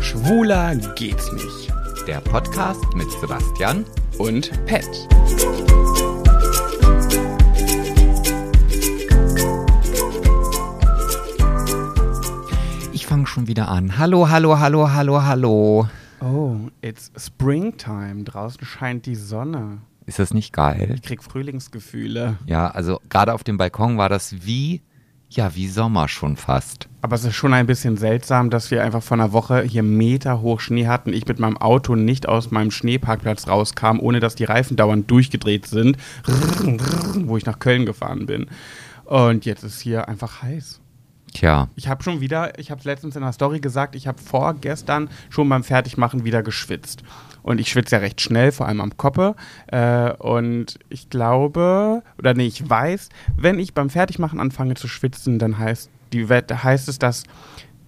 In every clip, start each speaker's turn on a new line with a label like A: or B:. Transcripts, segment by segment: A: Schwuler geht's nicht.
B: Der Podcast mit Sebastian.
A: Und Pet.
B: Ich fange schon wieder an. Hallo, hallo, hallo, hallo, hallo.
A: Oh, it's springtime. Draußen scheint die Sonne.
B: Ist das nicht geil?
A: Ich krieg Frühlingsgefühle.
B: Ja, also gerade auf dem Balkon war das wie, ja, wie Sommer schon fast.
A: Aber es ist schon ein bisschen seltsam, dass wir einfach vor einer Woche hier meterhoch Schnee hatten. Ich mit meinem Auto nicht aus meinem Schneeparkplatz rauskam, ohne dass die Reifen dauernd durchgedreht sind, wo ich nach Köln gefahren bin. Und jetzt ist hier einfach heiß.
B: Tja,
A: Ich habe schon wieder, ich habe es letztens in der Story gesagt, ich habe vorgestern schon beim Fertigmachen wieder geschwitzt. Und ich schwitze ja recht schnell, vor allem am Koppe. Äh, und ich glaube, oder nee, ich weiß, wenn ich beim Fertigmachen anfange zu schwitzen, dann heißt, die, Wett- heißt es, dass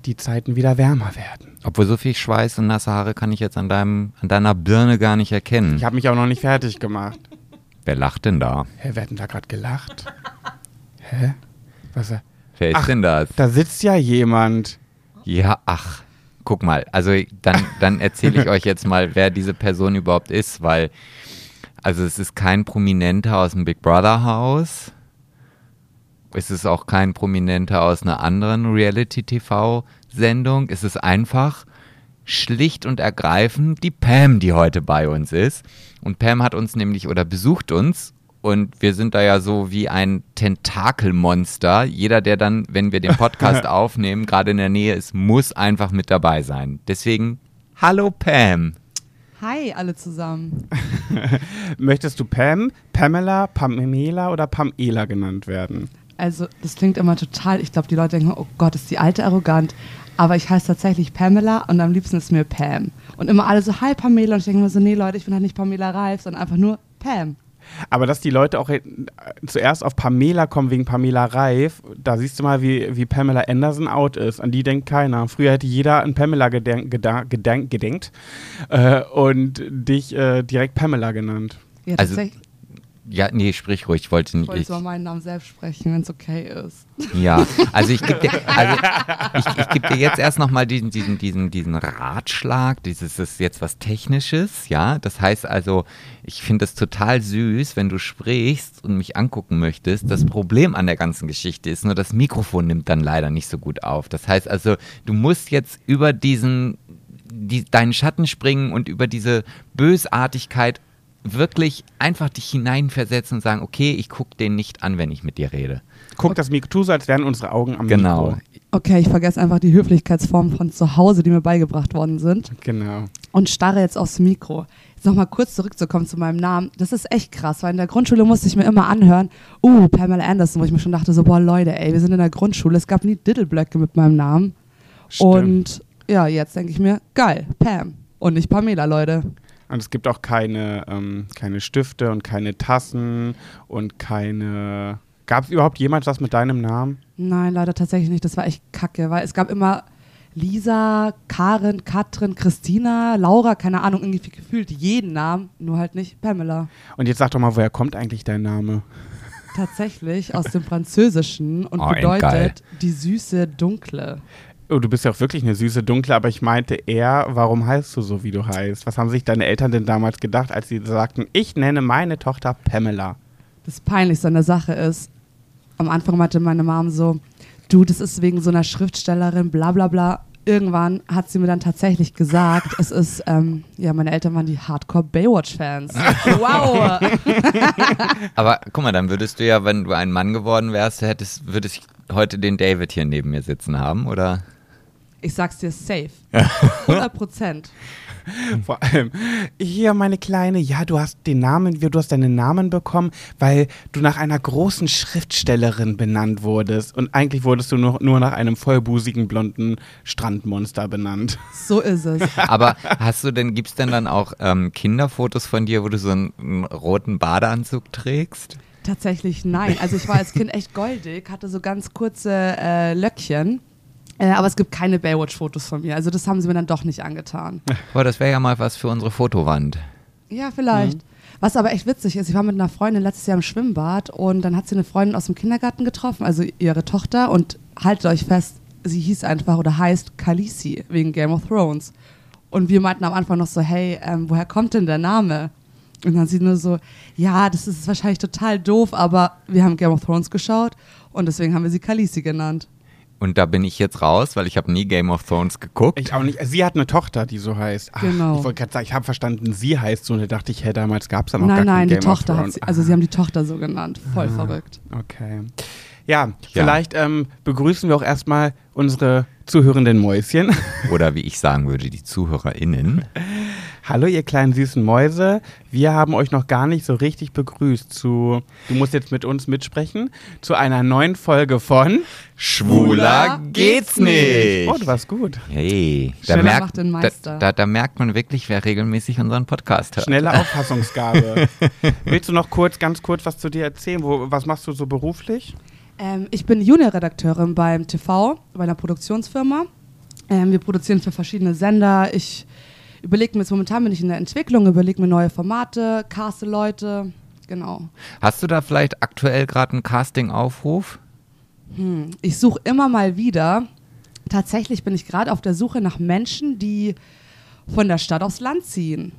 A: die Zeiten wieder wärmer werden.
B: obwohl so viel Schweiß und nasse Haare kann ich jetzt an, deinem, an deiner Birne gar nicht erkennen.
A: Ich habe mich auch noch nicht fertig gemacht.
B: Wer lacht denn da?
A: Hä, wer hat denn da gerade gelacht? Hä? Was? äh,
B: Wer ist
A: Ach,
B: denn das?
A: Da sitzt ja jemand.
B: Ja, ach, guck mal. Also dann, dann erzähle ich euch jetzt mal, wer diese Person überhaupt ist, weil also es ist kein Prominenter aus dem Big Brother Haus. Es ist auch kein Prominenter aus einer anderen Reality-TV-Sendung. Es ist einfach schlicht und ergreifend die Pam, die heute bei uns ist. Und Pam hat uns nämlich oder besucht uns. Und wir sind da ja so wie ein Tentakelmonster. Jeder, der dann, wenn wir den Podcast aufnehmen, gerade in der Nähe ist, muss einfach mit dabei sein. Deswegen, hallo Pam.
C: Hi alle zusammen.
A: Möchtest du Pam, Pamela, Pamela oder Pamela genannt werden?
C: Also das klingt immer total, ich glaube die Leute denken, oh Gott, ist die alte arrogant. Aber ich heiße tatsächlich Pamela und am liebsten ist mir Pam. Und immer alle so, hi Pamela. Und ich denke mir so, nee Leute, ich bin halt nicht Pamela Reif, sondern einfach nur Pam.
A: Aber dass die Leute auch äh, zuerst auf Pamela kommen wegen Pamela Reif, da siehst du mal, wie, wie Pamela Anderson out ist. An die denkt keiner. Früher hätte jeder an Pamela gedenk, gedank, gedenk, gedenkt äh, und dich äh, direkt Pamela genannt.
C: Ja,
B: Also,
C: tatsächlich,
B: Ja, nee, sprich ruhig, ich wollte
C: ich
B: nicht.
C: wollte
B: Ich,
C: jetzt mal meinen Namen selbst sprechen, wenn es okay ist.
B: ja, also ich gebe dir, also ich, ich geb dir jetzt erst nochmal diesen, diesen, diesen, diesen Ratschlag. Dieses ist jetzt was Technisches, ja. Das heißt also, ich finde es total süß, wenn du sprichst und mich angucken möchtest. Das Problem an der ganzen Geschichte ist nur, das Mikrofon nimmt dann leider nicht so gut auf. Das heißt also, du musst jetzt über diesen, die, deinen Schatten springen und über diese Bösartigkeit wirklich einfach dich hineinversetzen und sagen, okay, ich gucke den nicht an, wenn ich mit dir rede.
A: Guck das Mikro, tu so, als wären unsere Augen am
B: Genau.
A: Mikro.
C: Okay, ich vergesse einfach die Höflichkeitsformen von zu Hause, die mir beigebracht worden sind.
A: Genau.
C: und starre jetzt aufs Mikro. Jetzt nochmal kurz zurückzukommen zu meinem Namen. Das ist echt krass, weil in der Grundschule musste ich mir immer anhören, uh, Pamela Anderson, wo ich mir schon dachte, so, boah, Leute, ey, wir sind in der Grundschule, es gab nie Diddleblöcke mit meinem Namen.
A: Stimmt.
C: Und ja, jetzt denke ich mir, geil, Pam. Und nicht Pamela, Leute.
A: Und es gibt auch keine, ähm, keine Stifte und keine Tassen und keine. Gab es überhaupt jemals was mit deinem Namen?
C: Nein, leider tatsächlich nicht. Das war echt kacke, weil es gab immer Lisa, Karen, Katrin, Christina, Laura, keine Ahnung, irgendwie gefühlt jeden Namen, nur halt nicht Pamela.
A: Und jetzt sag doch mal, woher kommt eigentlich dein Name?
C: Tatsächlich aus dem Französischen und
B: Oh, ey, geil.
C: bedeutet die süße Dunkle.
A: Oh, du bist ja auch wirklich eine süße Dunkle, aber ich meinte eher, warum heißt du so, wie du heißt? Was haben sich deine Eltern denn damals gedacht, als sie sagten, ich nenne meine Tochter Pamela?
C: Das Peinlichste an der Sache ist, am Anfang meinte meine Mom so, du, das ist wegen so einer Schriftstellerin, bla bla bla. Irgendwann hat sie mir dann tatsächlich gesagt, es ist, ähm, ja, meine Eltern waren die Hardcore Baywatch-Fans. Wow!
B: Aber guck mal, dann würdest du ja, wenn du ein Mann geworden wärst, hättest, würdest ich heute den David hier neben mir sitzen haben, oder?
C: Ich sag's dir, safe. 100 Prozent. Hm.
A: Vor allem, hier meine Kleine, ja, du hast den Namen, du hast deinen Namen bekommen, weil du nach einer großen Schriftstellerin benannt wurdest. Und eigentlich wurdest du nur, nur nach einem vollbusigen, blonden Strandmonster benannt.
C: So ist es.
B: Aber hast du denn, gibt's denn dann auch ähm, Kinderfotos von dir, wo du so einen, einen roten Badeanzug trägst?
C: Tatsächlich nein. Also ich war als Kind echt goldig, hatte so ganz kurze äh, Löckchen. Äh, aber es gibt keine Baywatch-Fotos von mir. Also das haben sie mir dann doch nicht angetan.
B: Boah, das wäre ja mal was für unsere Fotowand.
C: Ja, vielleicht.
A: Mhm.
C: Was aber echt witzig ist, ich war mit einer Freundin letztes Jahr im Schwimmbad und dann hat sie eine Freundin aus dem Kindergarten getroffen, also ihre Tochter. Und haltet euch fest, sie hieß einfach oder heißt Khaleesi wegen Game of Thrones. Und wir meinten am Anfang noch so, hey, ähm, woher kommt denn der Name? Und dann sie nur so, ja, das ist wahrscheinlich total doof, aber wir haben Game of Thrones geschaut und deswegen haben wir sie Khaleesi genannt.
B: Und da bin ich jetzt raus, weil ich habe nie Game of Thrones geguckt.
A: Ich auch nicht. Sie hat eine Tochter, die so heißt. Ach,
C: Genau.
A: Ich wollte gerade sagen, ich habe verstanden, sie heißt so. Und da dachte ich, hey, damals gab es da noch gar
C: nein,
A: kein
C: nein, die
A: Game of
C: Tochter hat
A: Thrones.
C: sie, also sie haben die Tochter so genannt. Voll verrückt.
A: Ah, Okay. Ja, vielleicht ähm, begrüßen wir auch erstmal unsere zuhörenden Mäuschen.
B: Oder wie ich sagen würde, die ZuhörerInnen.
A: Hallo, ihr kleinen süßen Mäuse. Wir haben euch noch gar nicht so richtig begrüßt zu, du musst jetzt mit uns mitsprechen, zu einer neuen Folge von
B: Schwuler geht's nicht.
A: Oh, du warst gut.
B: Hey, da
C: Schneller
B: merkt,
C: macht den
B: da,
C: Meister.
B: da, da merkt man wirklich, wer regelmäßig unseren Podcast hört.
A: Schnelle Auffassungsgabe. Willst du noch kurz, ganz kurz was zu dir erzählen? Wo, was machst du so beruflich?
C: Ähm, ich bin Juniorredakteurin beim TV, bei einer Produktionsfirma. Ähm, wir produzieren für verschiedene Sender. Ich überlege mir jetzt, momentan bin ich in der Entwicklung, überlege mir neue Formate, caste Leute. Genau.
B: Hast du da vielleicht aktuell gerade einen Casting-Aufruf?
C: Ich suche immer mal wieder. Tatsächlich bin ich gerade auf der Suche nach Menschen, die von der Stadt aufs Land ziehen.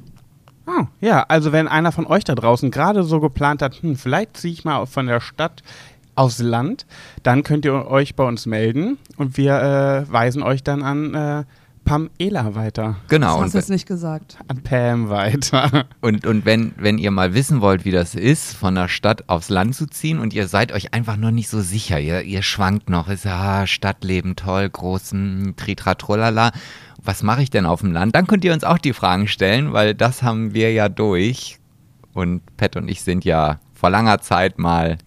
A: Ah, ja, also wenn einer von euch da draußen gerade so geplant hat, hm, vielleicht ziehe ich mal von der Stadt aufs Land, dann könnt ihr euch bei uns melden und wir äh, weisen euch dann an äh, Pamela weiter,
B: Genau.
C: das
B: Und,
C: hast du jetzt nicht gesagt.
A: an Pam weiter.
B: Und, und wenn, wenn ihr mal wissen wollt, wie das ist, von der Stadt aufs Land zu ziehen und ihr seid euch einfach noch nicht so sicher, ihr, ihr schwankt noch, ist ah, Stadtleben toll, großen Tritratrolala, was mache ich denn auf dem Land? Dann könnt ihr uns auch die Fragen stellen, weil das haben wir ja durch. Und Pat und ich sind ja vor langer Zeit mal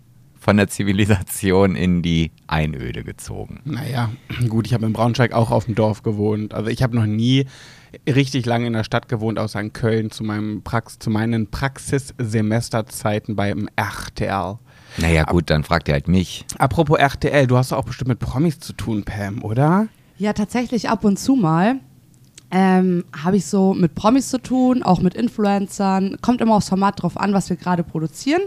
B: von der Zivilisation in die Einöde gezogen.
A: Naja, gut, ich habe in Braunschweig auch auf dem Dorf gewohnt. Also ich habe noch nie richtig lange in der Stadt gewohnt, außer in Köln zu, meinem Prax zu meinen Praxissemesterzeiten beim RTL.
B: Naja gut, dann fragt ihr halt mich.
A: Apropos RTL, du hast doch auch bestimmt mit Promis zu tun, Pam, oder?
C: Ja, tatsächlich ab und zu mal ähm, habe ich so mit Promis zu tun, auch mit Influencern. Kommt immer aufs Format drauf an, was wir gerade produzieren.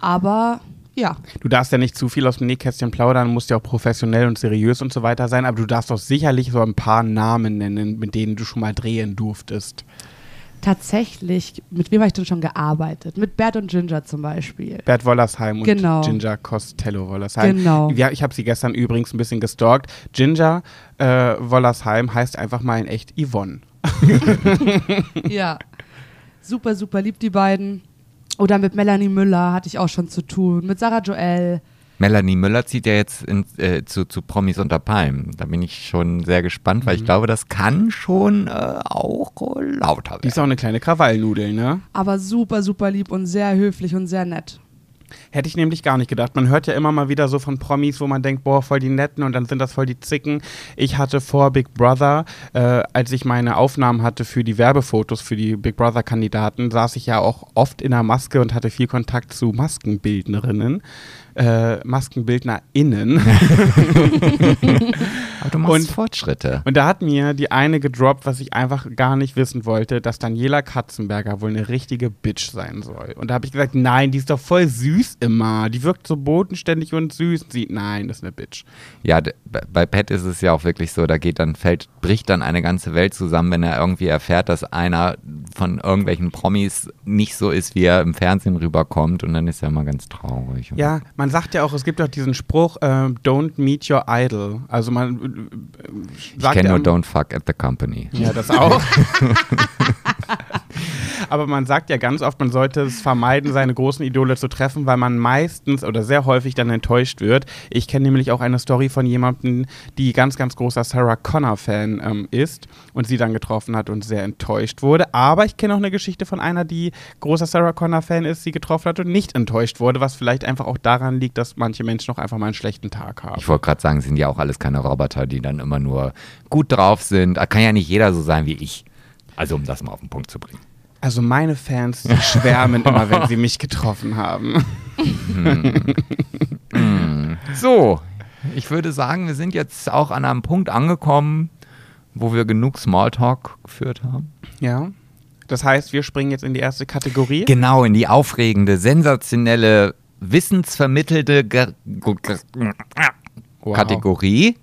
C: Aber ja,
A: Du darfst ja nicht zu viel aus dem Nähkästchen plaudern, musst ja auch professionell und seriös und so weiter sein, aber du darfst doch sicherlich so ein paar Namen nennen, mit denen du schon mal drehen durftest.
C: tatsächlich, mit wem habe ich denn schon gearbeitet? Mit Bert und Ginger zum Beispiel.
A: Bert Wollersheim und
C: Genau.
A: Ginger Costello Wollersheim.
C: Genau.
A: Ja, ich habe sie gestern übrigens ein bisschen gestalkt. Ginger äh, Wollersheim heißt einfach mal in echt Yvonne.
C: ja. Super, super lieb die beiden. Oder mit Melanie Müller hatte ich auch schon zu tun, mit Sarah Joel.
B: Melanie Müller zieht ja jetzt in, äh, zu, zu Promis unter Palmen. Da bin ich schon sehr gespannt,
A: Mhm.
B: weil ich glaube, das kann schon äh, auch äh, lauter
A: Die ist
B: werden.
A: auch eine kleine Krawallnudel, ne?
C: Aber super, super lieb und sehr höflich und sehr nett.
A: Hätte ich nämlich gar nicht gedacht. Man hört ja immer mal wieder so von Promis, wo man denkt, boah, voll die Netten und dann sind das voll die Zicken. Ich hatte vor Big Brother, äh, als ich meine Aufnahmen hatte für die Werbefotos für die Big Brother-Kandidaten, saß ich ja auch oft in einer Maske und hatte viel Kontakt zu Maskenbildnerinnen, äh, MaskenbildnerInnen.
B: Aber du machst
A: Und-
B: Fortschritte.
A: Und da hat mir die eine gedroppt, was ich einfach gar nicht wissen wollte, dass Daniela Katzenberger wohl eine richtige Bitch sein soll. Und da habe ich gesagt, nein, die ist doch voll süß immer. Die wirkt so bodenständig und süß. Sie, nein, das ist eine Bitch.
B: Ja, d- bei- bei Pat ist es ja auch wirklich so, da geht dann, fällt, bricht dann eine ganze Welt zusammen, wenn er irgendwie erfährt, dass einer von irgendwelchen Promis nicht so ist, wie er im Fernsehen rüberkommt und dann ist er immer ganz traurig. Und-
A: Ja, man sagt ja auch, es gibt auch diesen Spruch, äh, don't meet your idol. Also man äh, äh,
B: Ich
A: sagt
B: kenne
A: ja,
B: nur Don't Fuck at the Company.
A: Ja, das auch. Aber man sagt ja ganz oft, man sollte es vermeiden, seine großen Idole zu treffen, weil man meistens oder sehr häufig dann enttäuscht wird. Ich kenne nämlich auch eine Story von jemandem, die ganz, ganz großer Sarah Connor-Fan ähm, ist und sie dann getroffen hat und sehr enttäuscht wurde. Aber ich kenne auch eine Geschichte von einer, die großer Sarah Connor-Fan ist, sie getroffen hat und nicht enttäuscht wurde, was vielleicht einfach auch daran liegt, dass manche Menschen auch einfach mal einen schlechten Tag haben.
B: Ich wollte gerade sagen, sind ja auch alles keine Roboter, die dann immer nur gut drauf sind. Ah, Kann ja nicht jeder so sein wie ich. Also um das mal auf den Punkt zu bringen.
A: Also meine Fans, die schwärmen immer, wenn sie mich getroffen haben.
B: So, ich würde sagen, wir sind jetzt auch an einem Punkt angekommen, wo wir genug Smalltalk geführt haben.
A: Ja. Das heißt, wir springen jetzt in die erste Kategorie.
B: Genau, in die aufregende, sensationelle, wissensvermittelte Ge Ge Ge
A: Wow.
B: Kategorie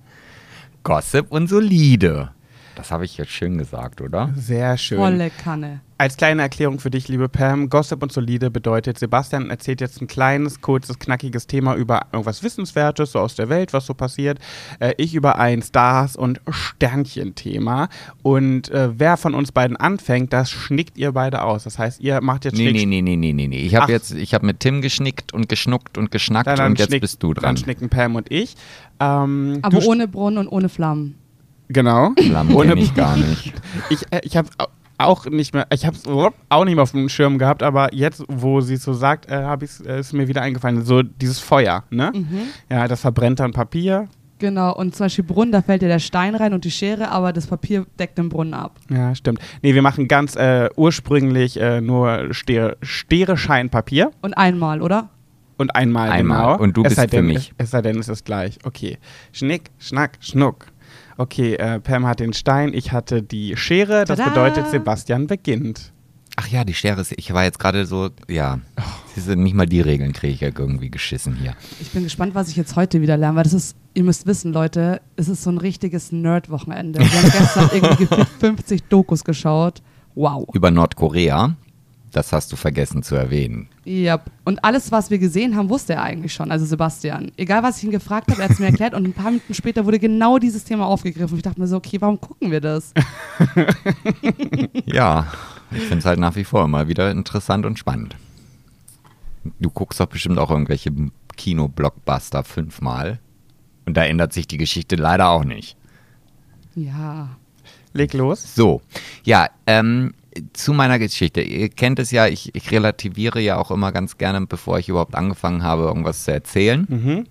B: Gossip und Solide. Das habe ich jetzt schön gesagt, oder?
A: Sehr schön.
C: Volle Kanne.
A: Als kleine Erklärung für dich, liebe Pam, Gossip und Solide bedeutet, Sebastian erzählt jetzt ein kleines, kurzes, knackiges Thema über irgendwas Wissenswertes, so aus der Welt, was so passiert. Äh, ich über ein Stars- und Sternchen-Thema. Und äh, wer von uns beiden anfängt, das schnickt ihr beide aus. Das heißt, ihr macht jetzt
B: Nee,
A: schnick-
B: nee, nee, nee, nee, nee, nee. Ich
A: Ach.
B: habe jetzt, ich habe mit Tim geschnickt und geschnuckt und geschnackt
A: Dann,
B: und jetzt
A: schnick-
B: bist du
A: Dann
B: dran.
A: schnicken Pam und ich. Ähm,
C: Aber
A: du-
C: ohne Brunnen und ohne Flammen.
A: Genau.
B: Flammen
A: Ohne-
B: kenn ich gar nicht.
A: Ich, äh, ich habe auch nicht mehr, ich habe es auch nicht mehr auf dem Schirm gehabt, aber jetzt, wo sie es so sagt, äh, hab ich's, äh, ist mir wieder eingefallen. So dieses Feuer, ne? Ja, das verbrennt dann Papier.
C: Genau, und zum Beispiel Brunnen, da fällt dir der Stein rein und die Schere, aber das Papier deckt den Brunnen ab.
A: Ja, stimmt. Nee, wir machen ganz äh, ursprünglich äh, nur Stere, Stere Scheinpapier
C: Und einmal, oder?
A: und einmal,
B: Einmal.
A: genau.
B: Und du
A: es
B: bist
A: sei
B: für
A: denn,
B: mich.
A: Es, es sei denn, es ist gleich. Okay. Schnick, schnack, schnuck. Okay, äh, Pam hat den Stein, ich hatte die Schere. Das
C: Tada!
A: bedeutet, Sebastian beginnt.
B: Ach ja, die Schere ist, ich war jetzt gerade so, ja.
A: Oh.
B: Siehst du, nicht mal die Regeln kriege ich ja irgendwie geschissen hier.
C: Ich bin gespannt, was ich jetzt heute wieder lerne, weil das ist, ihr müsst wissen, Leute, es ist so ein richtiges Nerd-Wochenende. Wir haben gestern irgendwie gefühlt 50 Dokus geschaut. Wow.
B: Über Nordkorea, das hast du vergessen zu erwähnen.
C: Ja, und alles, was wir gesehen haben, wusste er eigentlich schon, also Sebastian. Egal, was ich ihn gefragt habe, er hat es mir erklärt und ein paar Minuten später wurde genau dieses Thema aufgegriffen. Ich dachte mir so, okay, warum gucken wir das?
B: Ja, ich finde es halt nach wie vor immer wieder interessant und spannend. Du guckst doch bestimmt auch irgendwelche Kino-Blockbuster fünfmal. Und da ändert sich die Geschichte leider auch nicht.
C: Ja,
A: Leg los.
B: So, ja, ähm, zu meiner Geschichte. Ihr kennt es ja, ich, ich relativiere ja auch immer ganz gerne, bevor ich überhaupt angefangen habe, irgendwas zu erzählen.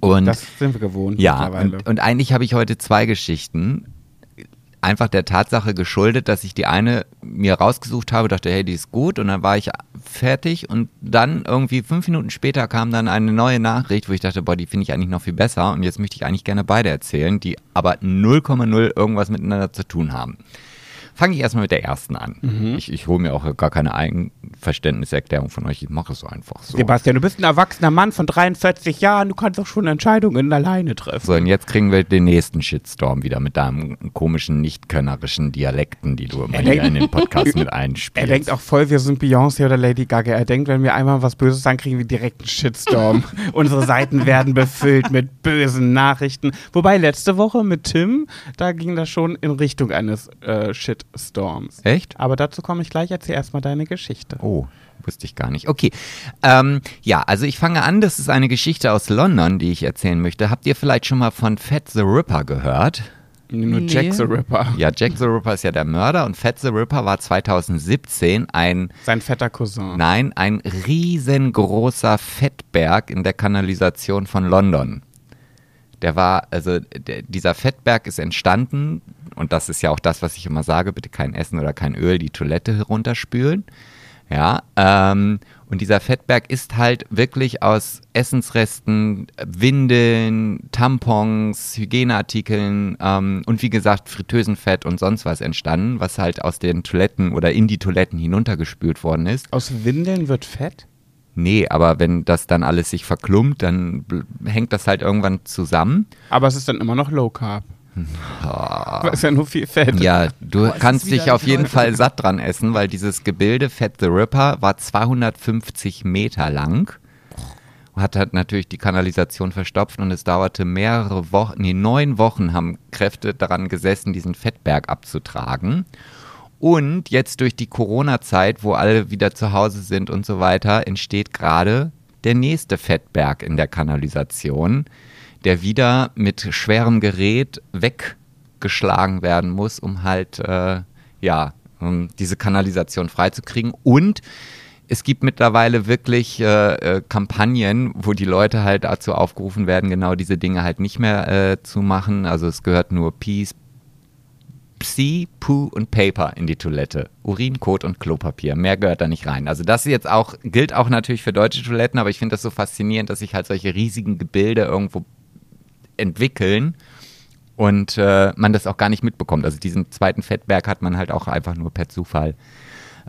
B: Und
A: Das sind wir gewohnt
B: Hm. ja,
A: mittlerweile.
B: und, und eigentlich habe ich heute zwei Geschichten. Einfach der Tatsache geschuldet, dass ich die eine mir rausgesucht habe, dachte, hey, die ist gut und dann war ich fertig und dann irgendwie fünf Minuten später kam dann eine neue Nachricht, wo ich dachte, boah, die finde ich eigentlich noch viel besser und jetzt möchte ich eigentlich gerne beide erzählen, die aber 0,0 irgendwas miteinander zu tun haben. Fange ich erstmal mit der ersten an. Ich, ich hole mir auch gar keine Eigenverständniserklärung von euch, ich mache es einfach so.
A: Sebastian, du bist ein erwachsener Mann von 43 Jahren, du kannst doch schon Entscheidungen alleine treffen.
B: So, und jetzt kriegen wir den nächsten Shitstorm wieder mit deinem komischen, nichtkönnerischen Dialekten, die du immer hier
A: denkt-
B: in den Podcast mit
A: Er
B: einspielst.
A: denkt auch voll, wir sind Beyoncé oder Lady Gaga. Er denkt, wenn wir einmal was Böses sagen, kriegen wir direkt einen Shitstorm. Unsere Seiten werden befüllt mit bösen Nachrichten. Wobei letzte Woche mit Tim, da ging das schon in Richtung eines äh, Shitstorms.
B: Echt?
A: Aber dazu komme ich gleich. Erzähl erstmal deine Geschichte.
B: Oh, wusste ich gar nicht. Okay. Ähm, ja, also ich fange an. Das ist eine Geschichte aus London, die ich erzählen möchte. Habt ihr vielleicht schon mal von Fat the Ripper gehört?
A: Nur
C: Nee.
A: Jack the Ripper.
B: Ja, Jack the Ripper ist ja der Mörder und Fat the Ripper war 2017 ein
A: Sein fetter Cousin.
B: Nein, ein riesengroßer Fettberg in der Kanalisation von London. Der war, also der, dieser Fettberg ist entstanden, und das ist ja auch das, was ich immer sage, bitte kein Essen oder kein Öl, die Toilette herunterspülen. Ja, ähm, und dieser Fettberg ist halt wirklich aus Essensresten, Windeln, Tampons, Hygieneartikeln ähm, und wie gesagt Fritteusenfett und sonst was entstanden, was halt aus den Toiletten oder in die Toiletten hinuntergespült worden ist.
A: Aus Windeln wird fett?
B: Nee, aber wenn das dann alles sich verklumpt, dann bl- hängt das halt irgendwann zusammen.
A: Aber es ist dann immer noch Low Carb. Weil es ja nur viel Fett.
B: Ja, du
C: es ist
B: kannst dich
C: widerlich,
B: auf jeden
C: Leute.
B: Fall satt dran essen, weil dieses Gebilde Fat the Ripper war 250 Meter lang. Hat halt natürlich die Kanalisation verstopft und es dauerte mehrere Wochen, nee, neun Wochen haben Kräfte daran gesessen, diesen Fettberg abzutragen. Und jetzt durch die Corona-Zeit, wo alle wieder zu Hause sind und so weiter, entsteht gerade der nächste Fettberg in der Kanalisation, der wieder mit schwerem Gerät weggeschlagen werden muss, um halt äh, ja um diese Kanalisation freizukriegen. Und es gibt mittlerweile wirklich äh, äh, Kampagnen, wo die Leute halt dazu aufgerufen werden, genau diese Dinge halt nicht mehr äh, zu machen. Also es gehört nur Peace, Psi, Puh und Paper in die Toilette. Urin, Kot und Klopapier. Mehr gehört da nicht rein. Also das jetzt auch, gilt auch natürlich für deutsche Toiletten, aber ich finde das so faszinierend, dass sich halt solche riesigen Gebilde irgendwo entwickeln und äh, man das auch gar nicht mitbekommt. Also diesen zweiten Fettberg hat man halt auch einfach nur per Zufall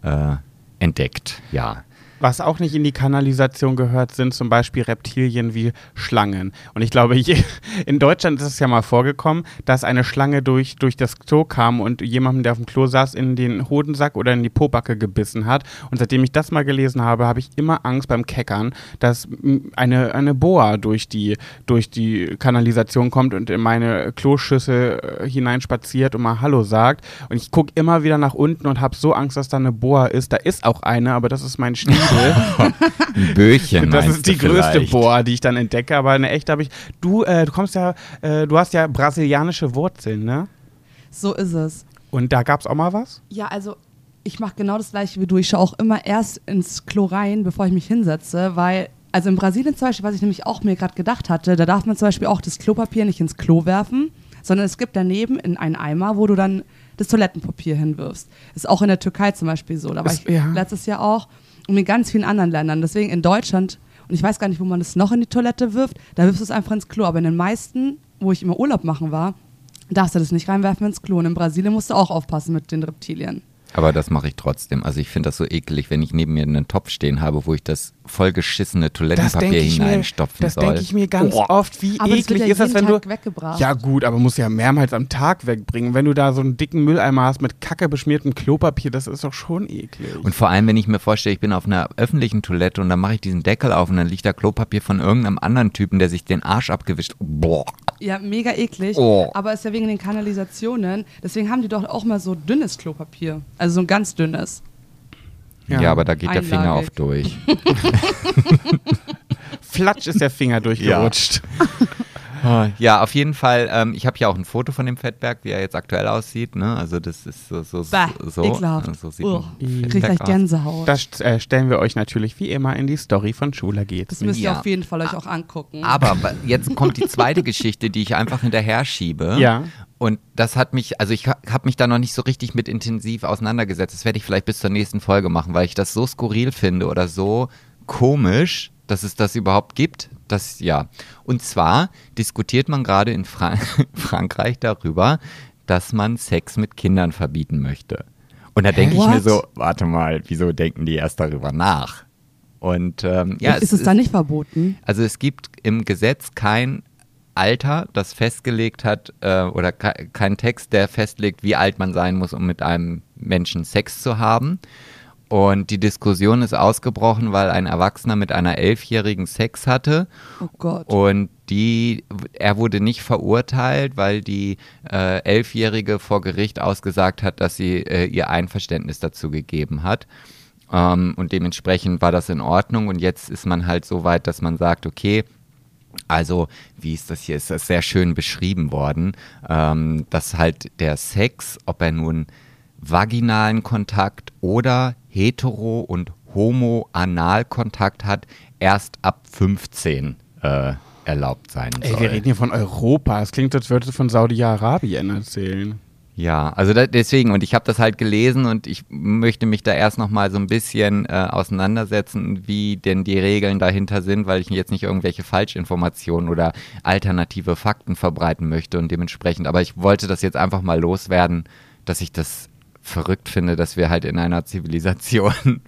B: äh, entdeckt. Ja.
A: Was auch nicht in die Kanalisation gehört, sind zum Beispiel Reptilien wie Schlangen. Und ich glaube, je, in Deutschland ist es ja mal vorgekommen, dass eine Schlange durch, durch das Klo kam und jemandem, der auf dem Klo saß, in den Hodensack oder in die Pobacke gebissen hat. Und seitdem ich das mal gelesen habe, habe ich immer Angst beim Keckern, dass m, eine, eine Boa durch die, durch die Kanalisation kommt und in meine Kloschüssel äh, hineinspaziert und mal Hallo sagt. Und ich gucke immer wieder nach unten und habe so Angst, dass da eine Boa ist. Da ist auch eine, aber das ist mein Schniedel.
B: Ein Böhrchen.
A: das
B: meinst
A: ist die
B: du
A: größte
B: vielleicht.
A: Boa, die ich dann entdecke. Aber eine echte habe ich. Du, äh, du kommst ja, äh, du hast ja brasilianische Wurzeln, ne?
C: So ist es.
A: Und da gab es auch mal was?
C: Ja, also ich mache genau das gleiche wie du. Ich schaue auch immer erst ins Klo rein, bevor ich mich hinsetze, weil, also in Brasilien zum Beispiel, was ich nämlich auch mir gerade gedacht hatte, da darf man zum Beispiel auch das Klopapier nicht ins Klo werfen, sondern es gibt daneben in einen Eimer, wo du dann das Toilettenpapier hinwirfst. Ist auch in der Türkei zum Beispiel so. Da war
A: Ist-
C: ich
A: ja.
C: letztes Jahr auch und in ganz vielen anderen Ländern. Deswegen in Deutschland, und ich weiß gar nicht, wo man das noch in die Toilette wirft, da wirfst du es einfach ins Klo. Aber in den meisten, wo ich immer Urlaub machen war, darfst du das nicht reinwerfen ins Klo. Und in Brasilien musst du auch aufpassen mit den Reptilien.
B: Aber das mache ich trotzdem. Also ich finde das so ekelig, wenn ich neben mir einen Topf stehen habe, wo ich das vollgeschissene Toilettenpapier hineinstopfen
A: das
B: soll.
A: denke ich mir ganz
B: Oh.
A: oft. Wie
C: Aber das
A: eklig
C: wird ja
A: ist das, wenn
C: jeden
A: du.
C: Tag weggebracht.
A: Ja, gut, aber musst du ja mehrmals am Tag wegbringen. Wenn du da so einen dicken Mülleimer hast mit kacke beschmiertem Klopapier, das ist doch schon eklig.
B: Und vor allem, wenn ich mir vorstelle, ich bin auf einer öffentlichen Toilette und dann mache ich diesen Deckel auf und dann liegt da Klopapier von irgendeinem anderen Typen, der sich den Arsch abgewischt. Boah.
C: Ja, mega eklig.
B: Oh.
C: Aber ist ja wegen den Kanalisationen. Deswegen haben die doch auch mal so dünnes Klopapier. Also so ein ganz dünnes.
B: Ja, aber da geht der Finger
C: Einlagig.
B: oft durch.
A: Flatsch ist der Finger durchgerutscht.
B: Ja, auf jeden Fall. Ähm, ich habe ja auch ein Foto von dem Fettberg, wie er jetzt aktuell aussieht. Ne? Also das ist so so
C: Bah,
B: so.
C: ekelhaft.
B: so sieht
C: Uah,
B: ein
C: krieg ich gleich
B: Fettberg aus.
C: Gänsehaut. Das,
A: Das äh, stellen wir euch natürlich wie immer in die Story von Schula geht.
C: müsst ihr
B: Ja. Ah,
C: auf jeden Fall euch auch angucken.
B: Aber wa- jetzt kommt die zweite Geschichte, die ich einfach hinterher schiebe.
A: Ja.
B: Und das hat mich, also ich habe mich da noch nicht so richtig mit intensiv auseinandergesetzt. Das werde ich vielleicht bis zur nächsten Folge machen, weil ich das so skurril finde oder so komisch, dass es das überhaupt gibt. Das ja. Und zwar diskutiert man gerade in Fran Frankreich darüber, dass man Sex mit Kindern verbieten möchte. Und da denke ich
C: What?
B: mir so, warte mal, wieso denken die erst darüber nach? Und ähm, ja,
C: ist es dann nicht verboten?
B: also es gibt im Gesetz kein Alter, das festgelegt hat, äh, oder ke kein Text, der festlegt, wie alt man sein muss, um mit einem Menschen Sex zu haben. Und die Diskussion ist ausgebrochen, weil ein Erwachsener mit einer Elfjährigen Sex hatte
C: Oh Gott.
B: und die, er wurde nicht verurteilt, weil die äh, Elfjährige vor Gericht ausgesagt hat, dass sie äh, ihr Einverständnis dazu gegeben hat. Ähm, und dementsprechend war das in Ordnung. Und jetzt ist man halt so weit, dass man sagt, okay, also, wie ist das hier? Ist das sehr schön beschrieben worden, ähm, dass halt der Sex, ob er nun vaginalen Kontakt oder hetero- und homo-anal-Kontakt hat, erst ab 15 äh, erlaubt sein soll.
A: Ey, wir reden hier von Europa. Es klingt, als würdest du von Saudi-Arabien erzählen.
B: Ja, also da, deswegen, und ich habe das halt gelesen und ich möchte mich da erst nochmal so ein bisschen äh, auseinandersetzen, wie denn die Regeln dahinter sind, weil ich jetzt nicht irgendwelche Falschinformationen oder alternative Fakten verbreiten möchte und dementsprechend, aber ich wollte das jetzt einfach mal loswerden, dass ich das verrückt finde, dass wir halt in einer Zivilisation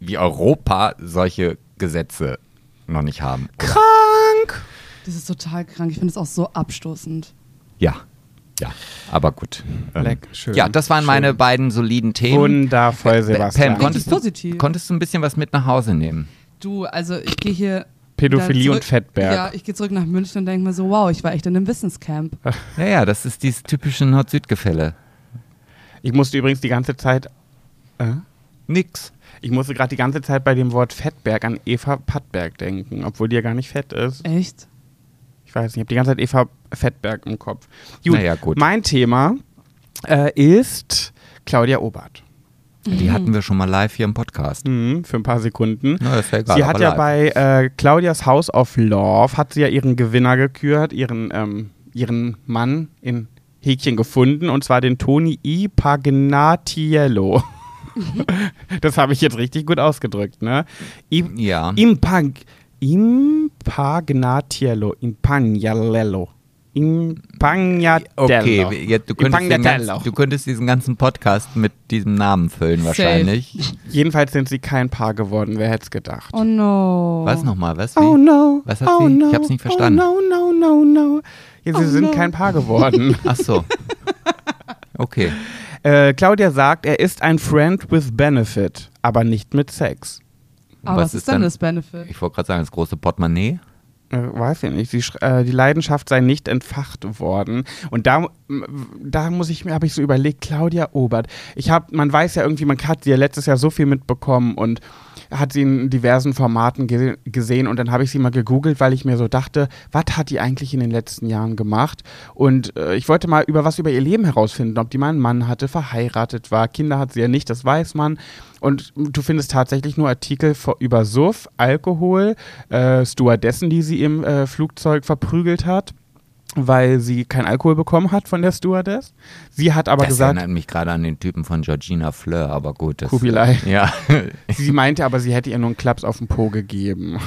B: wie Europa solche Gesetze noch nicht haben. Oder?
C: Das ist total krank. Ich finde es auch so abstoßend.
B: Ja. Ja, aber gut. Ähm,
A: Leck, schön,
B: ja, das waren
A: schön.
B: meine beiden soliden Themen.
A: Wundervoll, Sebastian.
B: Pam, konntest du,
C: positiv.
B: konntest du ein bisschen was mit nach Hause nehmen?
C: Du, also ich gehe hier.
A: Pädophilie
C: wieder zurück-
A: und Fettberg.
C: Ja, ich gehe zurück nach München und denke mir so, wow, ich war echt in einem Wissenscamp.
B: Ja, ja, das ist dieses typische Nord-Süd-Gefälle.
A: Ich musste übrigens die ganze Zeit. Äh?
B: Nix.
A: Ich musste gerade die ganze Zeit bei dem Wort Fettberg an Eva Pattberg denken, obwohl die ja gar nicht fett ist.
C: Echt?
A: Ich weiß nicht, ich habe die ganze Zeit Eva Fettberg im Kopf. Gut,
B: Naja, gut.
A: mein Thema äh, ist Claudia Obert.
B: Die hatten wir schon mal live hier im Podcast.
A: Mhm, für ein paar Sekunden.
B: Na, ist ja egal,
A: sie hat
B: aber
A: ja
B: live.
A: bei äh, Claudias House of Love, hat sie ja ihren Gewinner gekürt, ihren, ähm, ihren Mann in Häkchen gefunden, und zwar den Toni I. Pagnatiello. das habe ich jetzt richtig gut ausgedrückt, ne? I
B: Ja.
A: Impag Impagnatiello, Impagnalello. Impagnatello.
B: Okay, jetzt, du, könntest den
A: Impagnatello.
B: ganzen, du könntest diesen ganzen Podcast mit diesem Namen füllen wahrscheinlich.
A: Jedenfalls sind sie kein Paar geworden, wer hätte es gedacht.
C: Oh no.
B: Was nochmal? Was? Wie?
A: Oh no.
B: Was hat
A: oh
B: sie?
A: No.
B: Ich hab's nicht verstanden.
A: Oh no, no, no, no. Ja, sie
C: Oh
A: sind
C: no.
A: kein Paar geworden.
B: Ach so. Okay.
A: äh, Claudia sagt, er ist ein Friend with Benefit, aber nicht mit Sex.
C: Aber was, ist denn das Benefit?
B: Ich wollte gerade sagen, das große Portemonnaie.
A: Äh, weiß ich nicht. Sie, sch- äh, die Leidenschaft sei nicht entfacht worden. Und da, m- da muss ich mir, habe ich so überlegt, Claudia Obert. Ich habe, man weiß ja irgendwie, man hat sie ja letztes Jahr so viel mitbekommen und hat sie in diversen Formaten ge gesehen und dann habe ich sie mal gegoogelt, weil ich mir so dachte, was hat die eigentlich in den letzten Jahren gemacht? Und äh, ich wollte mal über was über ihr Leben herausfinden, ob die mal einen Mann hatte, verheiratet war, Kinder hat sie ja nicht, das weiß man. Und du findest tatsächlich nur Artikel vor, über Suff, Alkohol, äh, Stewardessen, die sie im äh, Flugzeug verprügelt hat, weil sie keinen Alkohol bekommen hat von der Stewardess. Sie hat aber
B: das
A: gesagt,
B: erinnert mich gerade an den Typen von Georgina Fleur, aber gut. Das,
A: Kubilai.
B: Ja.
A: Sie meinte aber, sie hätte ihr nur einen Klaps auf den Po gegeben.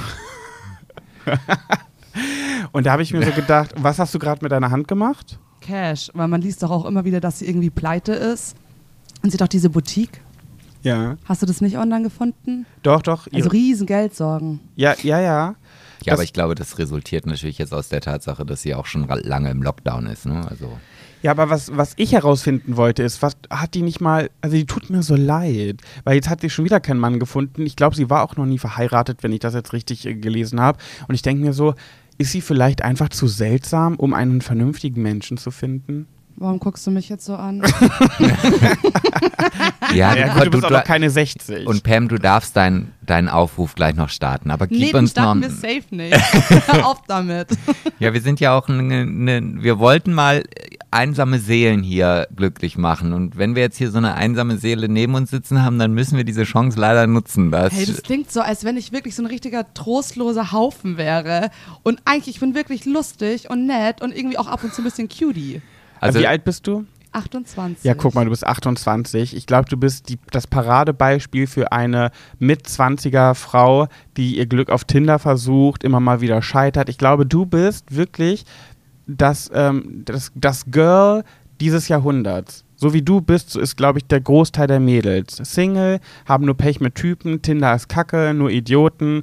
A: Und da habe ich mir so gedacht, was hast du gerade mit deiner Hand gemacht?
C: Cash. Weil man liest doch auch immer wieder, dass sie irgendwie pleite ist. Und sie hat doch diese Boutique.
A: Ja.
C: Hast du das nicht online gefunden?
A: Doch, doch.
C: Also
A: ihre-
C: riesen Geldsorgen.
A: ja, ja, ja.
B: Ja,
A: Das-
B: aber ich glaube, das resultiert natürlich jetzt aus der Tatsache, dass sie auch schon ra- lange im Lockdown ist. Ne? Also,
A: Ja, aber was, was ich herausfinden wollte, ist, was hat die nicht mal, also die tut mir so leid, weil jetzt hat sie schon wieder keinen Mann gefunden. Ich glaube, sie war auch noch nie verheiratet, wenn ich das jetzt richtig äh, gelesen habe. Und ich denke mir so, ist sie vielleicht einfach zu seltsam, um einen vernünftigen Menschen zu finden?
C: Warum guckst du mich jetzt so an?
B: ja,
A: Ja, gut, du bist auch noch keine 60.
B: und Pam, du darfst deinen deinen Aufruf gleich noch starten, aber gib
C: nee, den
B: uns noch.
C: starten wir safe nicht. Hör auf damit.
B: Ja, wir sind ja auch, ne, ne, wir wollten mal einsame Seelen hier glücklich machen und wenn wir jetzt hier so eine einsame Seele neben uns sitzen haben, dann müssen wir diese Chance leider nutzen. Das,
C: Hey, das klingt so, als wenn ich wirklich so ein richtiger trostloser Haufen wäre. Und eigentlich, ich bin wirklich lustig und nett und irgendwie auch ab und zu ein bisschen cutie.
A: also,
B: also,
A: wie alt bist du?
C: 28.
A: Ja, guck mal, du bist 28. Ich glaube, du bist die, das Paradebeispiel für eine mit 20er Frau, die ihr Glück auf Tinder versucht, immer mal wieder scheitert. Ich glaube, du bist wirklich das, ähm, das, das Girl dieses Jahrhunderts. So wie du bist, so ist, glaube ich, der Großteil der Mädels. Single, haben nur Pech mit Typen, Tinder ist Kacke, nur Idioten.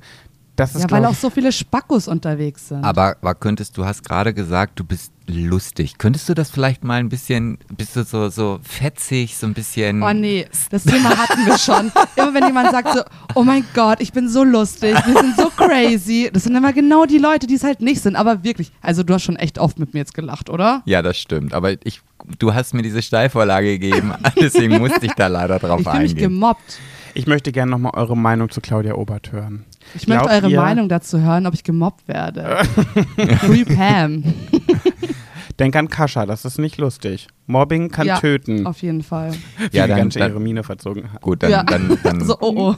A: Das ist,
C: Ja, weil
A: glaub
C: auch so viele Spackos unterwegs sind.
B: aber, aber könntest, du hast gerade gesagt, du bist lustig. Könntest du das vielleicht mal ein bisschen, bist du so, so fetzig, so ein bisschen.
C: Oh nee, das Thema hatten wir schon. Immer wenn jemand sagt so, oh mein Gott, ich bin so lustig, wir sind so crazy. Das sind immer genau die Leute, die es halt nicht sind. Aber wirklich, also du hast schon echt oft mit mir jetzt gelacht, oder?
B: Ja, das stimmt. Aber ich, du hast mir diese Steilvorlage gegeben, deswegen musste ich da leider drauf
C: Ich fühle mich
B: eingehen.
C: gemobbt.
A: ich, ich möchte gerne nochmal eure Meinung zu Claudia Obert hören.
C: Ich möchte
A: Glaubt
C: eure
A: ihr-
C: Meinung dazu hören, ob ich gemobbt werde. Free Pam.
A: Denk an Kascha, das ist nicht lustig. Mobbing kann
C: Ja,
A: töten.
C: Auf jeden Fall.
A: Wie
B: Ja,
A: die
B: dann-
A: ganz schön
B: dann-
A: ihre Miene verzogen hat.
B: Gut, dann,
C: Ja.
B: dann, dann,
C: So, oh, oh.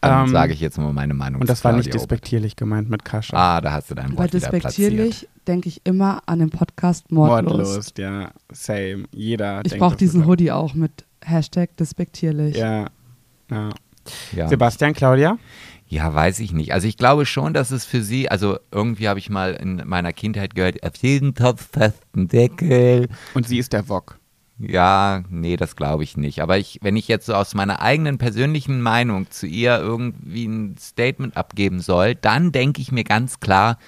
B: dann
A: Ähm,
B: sage ich jetzt mal meine Meinung.
A: Und
B: zu
A: das war nicht
B: Claudia Obert.
A: despektierlich gemeint mit Kascha.
B: Ah, da hast du deinen
C: Bei
B: Wort wieder platziert.
C: despektierlich denke ich immer an den Podcast Mordlust.
A: Mordlust, ja. Same. Jeder.
C: Ich
A: denkt
C: brauche
A: das
C: diesen
A: so.
C: Hoodie auch mit Hashtag despektierlich.
A: Ja. ja.
B: Ja.
A: Sebastian, Claudia?
B: ja, weiß ich nicht. Also ich glaube schon, dass es für sie, also irgendwie habe ich mal in meiner Kindheit gehört, auf jeden Topf passt ein Deckel.
A: Und sie ist der Wok.
B: Ja, nee, das glaube ich nicht. Aber ich, wenn ich jetzt so aus meiner eigenen persönlichen Meinung zu ihr irgendwie ein Statement abgeben soll, dann denke ich mir ganz klar,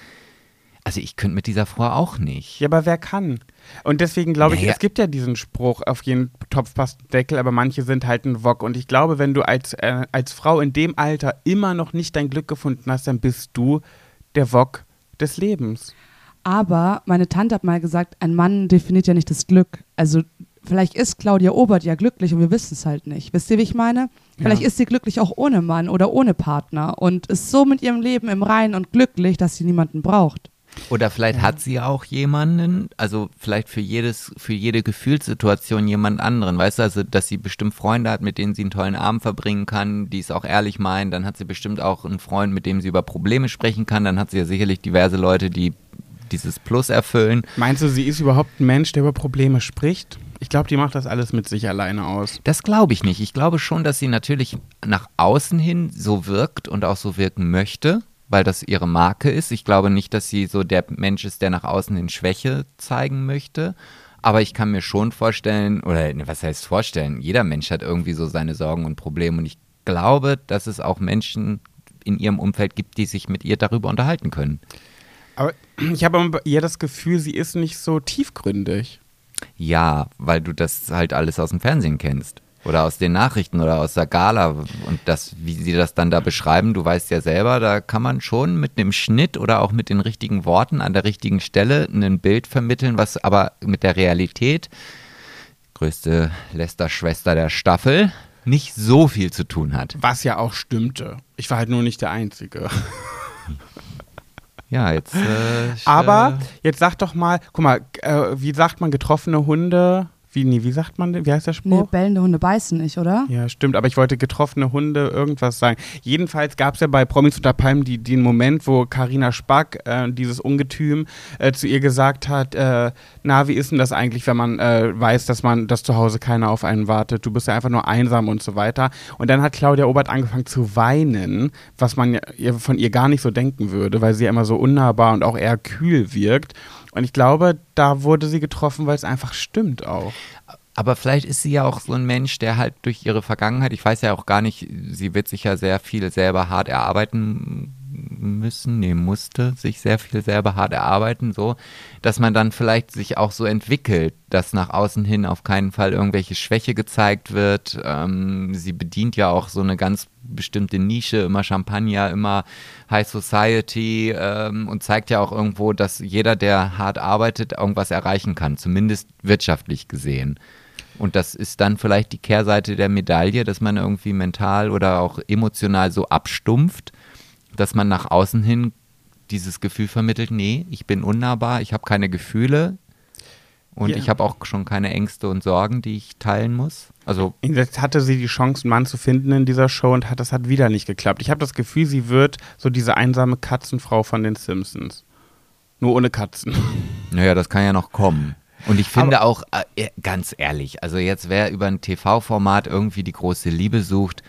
B: also ich könnte mit dieser Frau auch nicht.
A: Ja, aber wer kann? Und deswegen glaube ich,
B: Naja.
A: es gibt ja diesen Spruch, auf jeden Topf passt ein Deckel, aber manche sind halt ein Wok. Und ich glaube, wenn du als, äh, als Frau in dem Alter immer noch nicht dein Glück gefunden hast, dann bist du der Wok des Lebens.
C: Aber meine Tante hat mal gesagt, ein Mann definiert ja nicht das Glück. Also vielleicht ist Claudia Obert ja glücklich und wir wissen es halt nicht. Wisst ihr, wie ich meine? Vielleicht
A: Ja.
C: ist sie glücklich auch ohne Mann oder ohne Partner und ist so mit ihrem Leben im Reinen und glücklich, dass sie niemanden braucht.
B: Oder vielleicht hat sie ja auch jemanden, also vielleicht für jedes, für jede Gefühlssituation jemand anderen. Weißt du, also dass sie bestimmt Freunde hat, mit denen sie einen tollen Abend verbringen kann, die es auch ehrlich meinen. Dann hat sie bestimmt auch einen Freund, mit dem sie über Probleme sprechen kann. Dann hat sie ja sicherlich diverse Leute, die dieses Plus erfüllen.
A: Meinst du, sie ist überhaupt ein Mensch, der über Probleme spricht? Ich glaube, die macht das alles mit sich alleine aus.
B: Das glaube ich nicht. Ich glaube schon, dass sie natürlich nach außen hin so wirkt und auch so wirken möchte. weil das ihre Marke ist. Ich glaube nicht, dass sie so der Mensch ist, der nach außen in Schwäche zeigen möchte. Aber ich kann mir schon vorstellen, oder ne, was heißt vorstellen, jeder Mensch hat irgendwie so seine Sorgen und Probleme. Und ich glaube, dass es auch Menschen in ihrem Umfeld gibt, die sich mit ihr darüber unterhalten können.
A: Aber ich habe bei ihr das Gefühl, sie ist nicht so tiefgründig.
B: Ja, weil du das halt alles aus dem Fernsehen kennst. Oder aus den Nachrichten oder aus der Gala. Und das, wie sie das dann da beschreiben, du weißt ja selber, da kann man schon mit einem Schnitt oder auch mit den richtigen Worten an der richtigen Stelle ein Bild vermitteln, was aber mit der Realität, größte Lester-Schwester der Staffel, nicht so viel zu tun hat.
A: Was ja auch stimmte. Ich war halt nur nicht der Einzige.
B: Ja, jetzt. Äh, ich,
A: Aber
B: äh,
A: jetzt sag doch mal, guck mal, äh, wie sagt man getroffene Hunde? Wie, nee, wie sagt man, denn? wie heißt der
C: Nee,
A: Spruch?
C: bellende Hunde beißen nicht, oder?
A: Ja, stimmt, aber ich wollte getroffene Hunde irgendwas sagen. Jedenfalls gab es ja bei Promis unter Palmen die, den Moment, wo Karina Spack, äh, dieses Ungetüm, äh, zu ihr gesagt hat, äh, na, wie ist denn das eigentlich, wenn man äh, weiß, dass man, dass zu Hause keiner auf einen wartet, du bist ja einfach nur einsam und so weiter. Und dann hat Claudia Obert angefangen zu weinen, was man ja- ihr, von ihr gar nicht so denken würde, weil sie ja immer so unnahbar und auch eher kühl wirkt. Und ich glaube, da wurde sie getroffen, weil es einfach stimmt auch.
B: Aber vielleicht ist sie ja auch so ein Mensch, der halt durch ihre Vergangenheit, ich weiß ja auch gar nicht, sie wird sich ja sehr viel selber hart erarbeiten müssen, nee, musste sich sehr viel selber hart erarbeiten, so, dass man dann vielleicht sich auch so entwickelt, dass nach außen hin auf keinen Fall irgendwelche Schwäche gezeigt wird. Ähm, sie bedient ja auch so eine ganz bestimmte Nische, immer Champagner, immer High Society ähm, und zeigt ja auch irgendwo, dass jeder, der hart arbeitet, irgendwas erreichen kann, zumindest wirtschaftlich gesehen. Und das ist dann vielleicht die Kehrseite der Medaille, dass man irgendwie mental oder auch emotional so abstumpft, dass man nach außen hin dieses Gefühl vermittelt, nee, ich bin unnahbar, ich habe keine Gefühle und
A: Ja.
B: ich habe auch schon keine Ängste und Sorgen, die ich teilen muss. Also
A: Jetzt hatte sie die Chance, einen Mann zu finden in dieser Show und hat, das hat wieder nicht geklappt. Ich habe das Gefühl, sie wird so diese einsame Katzenfrau von den Simpsons. Nur ohne Katzen.
B: Naja, das kann ja noch kommen. Und ich finde auch, äh, eh, ganz ehrlich, also jetzt wer über ein TV-Format irgendwie die große Liebe sucht,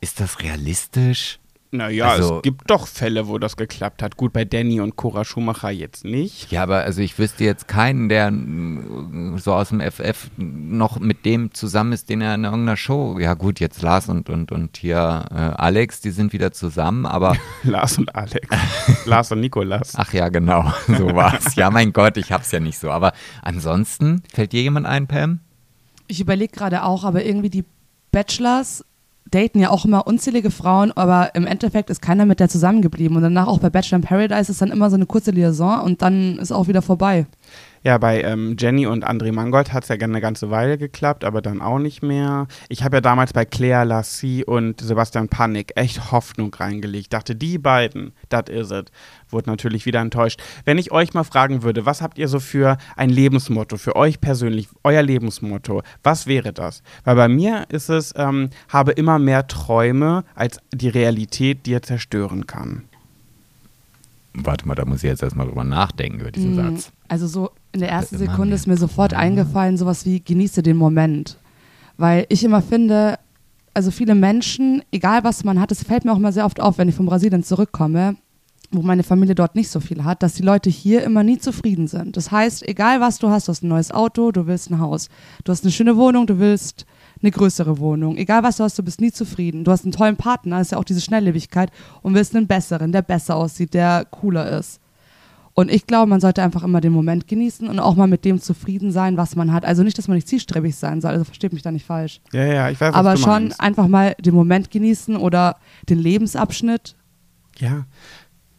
B: ist das realistisch?
A: Naja,
B: Also-
A: es gibt doch Fälle, wo das geklappt hat. Gut, bei Danny und Cora Schumacher jetzt nicht.
B: Ja, aber also ich wüsste jetzt keinen, der mm, so aus dem FF noch mit dem zusammen ist, den er in irgendeiner Show. Ja gut, jetzt Lars und und und hier äh, Alex, die sind wieder zusammen, aber
A: Lars und Alex. Lars und Nikolas.
B: ach ja, genau, so war's. Ja, mein Gott, ich hab's ja nicht so. Aber ansonsten fällt dir jemand ein, Pam?
C: Ich überlege gerade auch, aber irgendwie die Bachelors daten ja auch immer unzählige Frauen, aber im Endeffekt ist keiner mit der zusammengeblieben. Und danach auch bei Bachelor in Paradise ist dann immer so eine kurze Liaison und dann ist auch wieder vorbei.
A: Ja, bei ähm, Jenny und André Mangold hat es ja gerne eine ganze Weile geklappt, aber dann auch nicht mehr. Ich habe ja damals bei Claire Lassie und Sebastian Panik echt Hoffnung reingelegt. Dachte, die beiden, das is it. Wurde natürlich wieder enttäuscht. Wenn ich euch mal fragen würde, was habt ihr so für ein Lebensmotto, für euch persönlich, euer Lebensmotto, was wäre das? Weil bei mir ist es, ähm, habe immer mehr Träume als die Realität dir zerstören kann.
B: Warte mal, da muss ich jetzt erstmal drüber nachdenken über diesen Satz.
C: Also so in der ersten
B: immer
C: Sekunde
B: mehr.
C: ist mir sofort eingefallen, sowas wie genieße den Moment. Weil ich immer finde, also viele Menschen, egal was man hat, es fällt mir auch immer sehr oft auf, wenn ich von Brasilien zurückkomme, wo meine Familie dort nicht so viel hat, dass die Leute hier immer nie zufrieden sind. Das heißt, egal was du hast, du hast ein neues Auto, du willst ein Haus, du hast eine schöne Wohnung, du willst eine größere Wohnung. Egal was du hast, du bist nie zufrieden. Du hast einen tollen Partner, ist ja auch diese Schnelllebigkeit und willst einen besseren, der besser aussieht, der cooler ist. Und ich glaube, man sollte einfach immer den Moment genießen und auch mal mit dem zufrieden sein, was man hat. Also nicht, dass man nicht zielstrebig sein soll, also versteht mich da nicht falsch.
A: Ja, ja, ich weiß, was
C: Aber
A: du
C: schon
A: meinst.
C: einfach mal den Moment genießen oder den Lebensabschnitt.
A: Ja.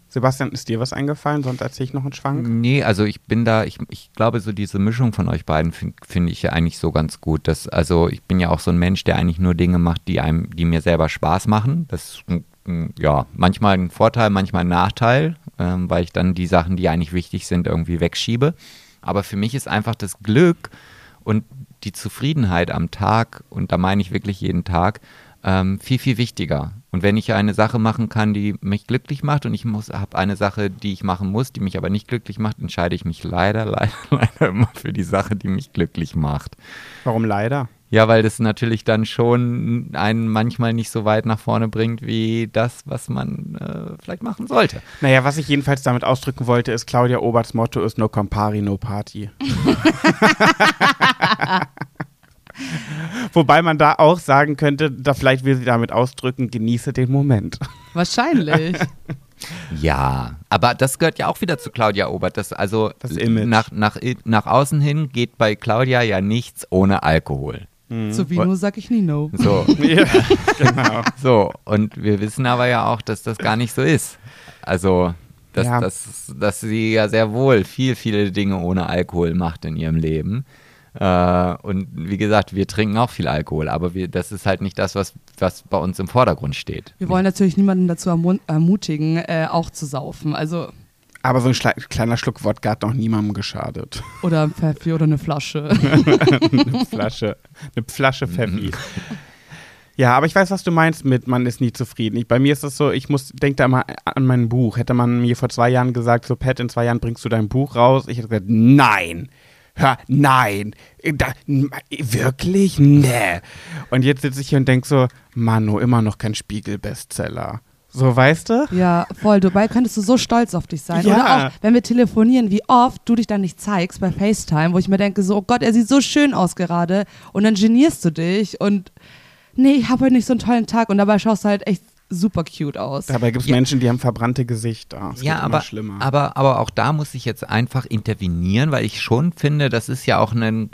A: Sebastian, ist dir was eingefallen? Sonst erzähle ich noch einen Schwank.
B: Nee, also ich bin da, ich, ich glaube, so diese Mischung von euch beiden fin- finde ich ja eigentlich so ganz gut. Dass, also ich bin ja auch so ein Mensch, der eigentlich nur Dinge macht, die einem, die mir selber Spaß machen. Das ist ein- ein- ja manchmal ein Vorteil, manchmal ein Nachteil, ähm, weil ich dann die Sachen, die eigentlich wichtig sind, irgendwie wegschiebe. Aber für mich ist einfach das Glück und die Zufriedenheit am Tag, und da meine ich wirklich jeden Tag, ähm, viel, viel wichtiger. Und wenn ich eine Sache machen kann, die mich glücklich macht und ich habe eine Sache, die ich machen muss, die mich aber nicht glücklich macht, entscheide ich mich leider, leider, leider immer für die Sache, die mich glücklich macht.
A: Warum leider?
B: Ja, weil das natürlich dann schon einen manchmal nicht so weit nach vorne bringt, wie das, was man äh, vielleicht machen sollte.
A: Naja, was ich jedenfalls damit ausdrücken wollte, ist, Claudia Oberts Motto ist No Campari, No Party. Wobei man da auch sagen könnte, da vielleicht will sie damit ausdrücken, genieße den Moment.
C: Wahrscheinlich.
B: Ja, aber das gehört ja auch wieder zu Claudia Obert. Das, also
A: Das Image.
B: Nach, nach, nach außen hin geht bei Claudia ja nichts ohne Alkohol.
A: Mhm.
C: Zu Vino sag ich nie no.
B: So,
A: Ja, genau.
B: so. Und wir wissen aber ja auch, dass das gar nicht so ist. Also, dass,
A: Ja.
B: dass, dass sie ja sehr wohl viel, viele Dinge ohne Alkohol macht in ihrem Leben. Äh, und wie gesagt, wir trinken auch viel Alkohol, aber wir, das ist halt nicht das, was, was bei uns im Vordergrund steht.
C: Wir wollen natürlich niemanden dazu ermu- ermutigen, äh, auch zu saufen. Also,
A: Aber so ein schle- kleiner Schluck Wodka hat noch niemandem geschadet.
C: oder ein Pfeffi oder eine Flasche.
A: Eine Flasche, eine Flasche Pfeffi. Ja, aber ich weiß, was du meinst mit man ist nie zufrieden. Ich, bei mir ist es so, ich muss denke da immer an mein Buch. Hätte man mir vor zwei Jahren gesagt, so Pat, in zwei Jahren bringst du dein Buch raus, ich hätte gesagt, nein. Hör, nein. Da, n- wirklich? Nee. Und jetzt sitze ich hier und denke so, Manu, immer noch kein Spiegel-Bestseller. So, weißt du?
C: Ja, voll. Dabei könntest du so stolz auf dich sein.
A: Ja.
C: Oder auch, wenn wir telefonieren, wie oft du dich dann nicht zeigst bei FaceTime, wo ich mir denke, so, oh Gott, er sieht so schön aus gerade. Und dann genierst du dich und nee, ich habe heute nicht so einen tollen Tag. Und dabei schaust du halt echt super cute aus.
A: Dabei gibt es Menschen, die haben verbrannte Gesichter. Es
B: ja,
A: wird
B: aber,
A: immer schlimmer.
B: aber, aber auch da muss ich jetzt einfach intervenieren, weil ich schon finde, das ist ja auch ein,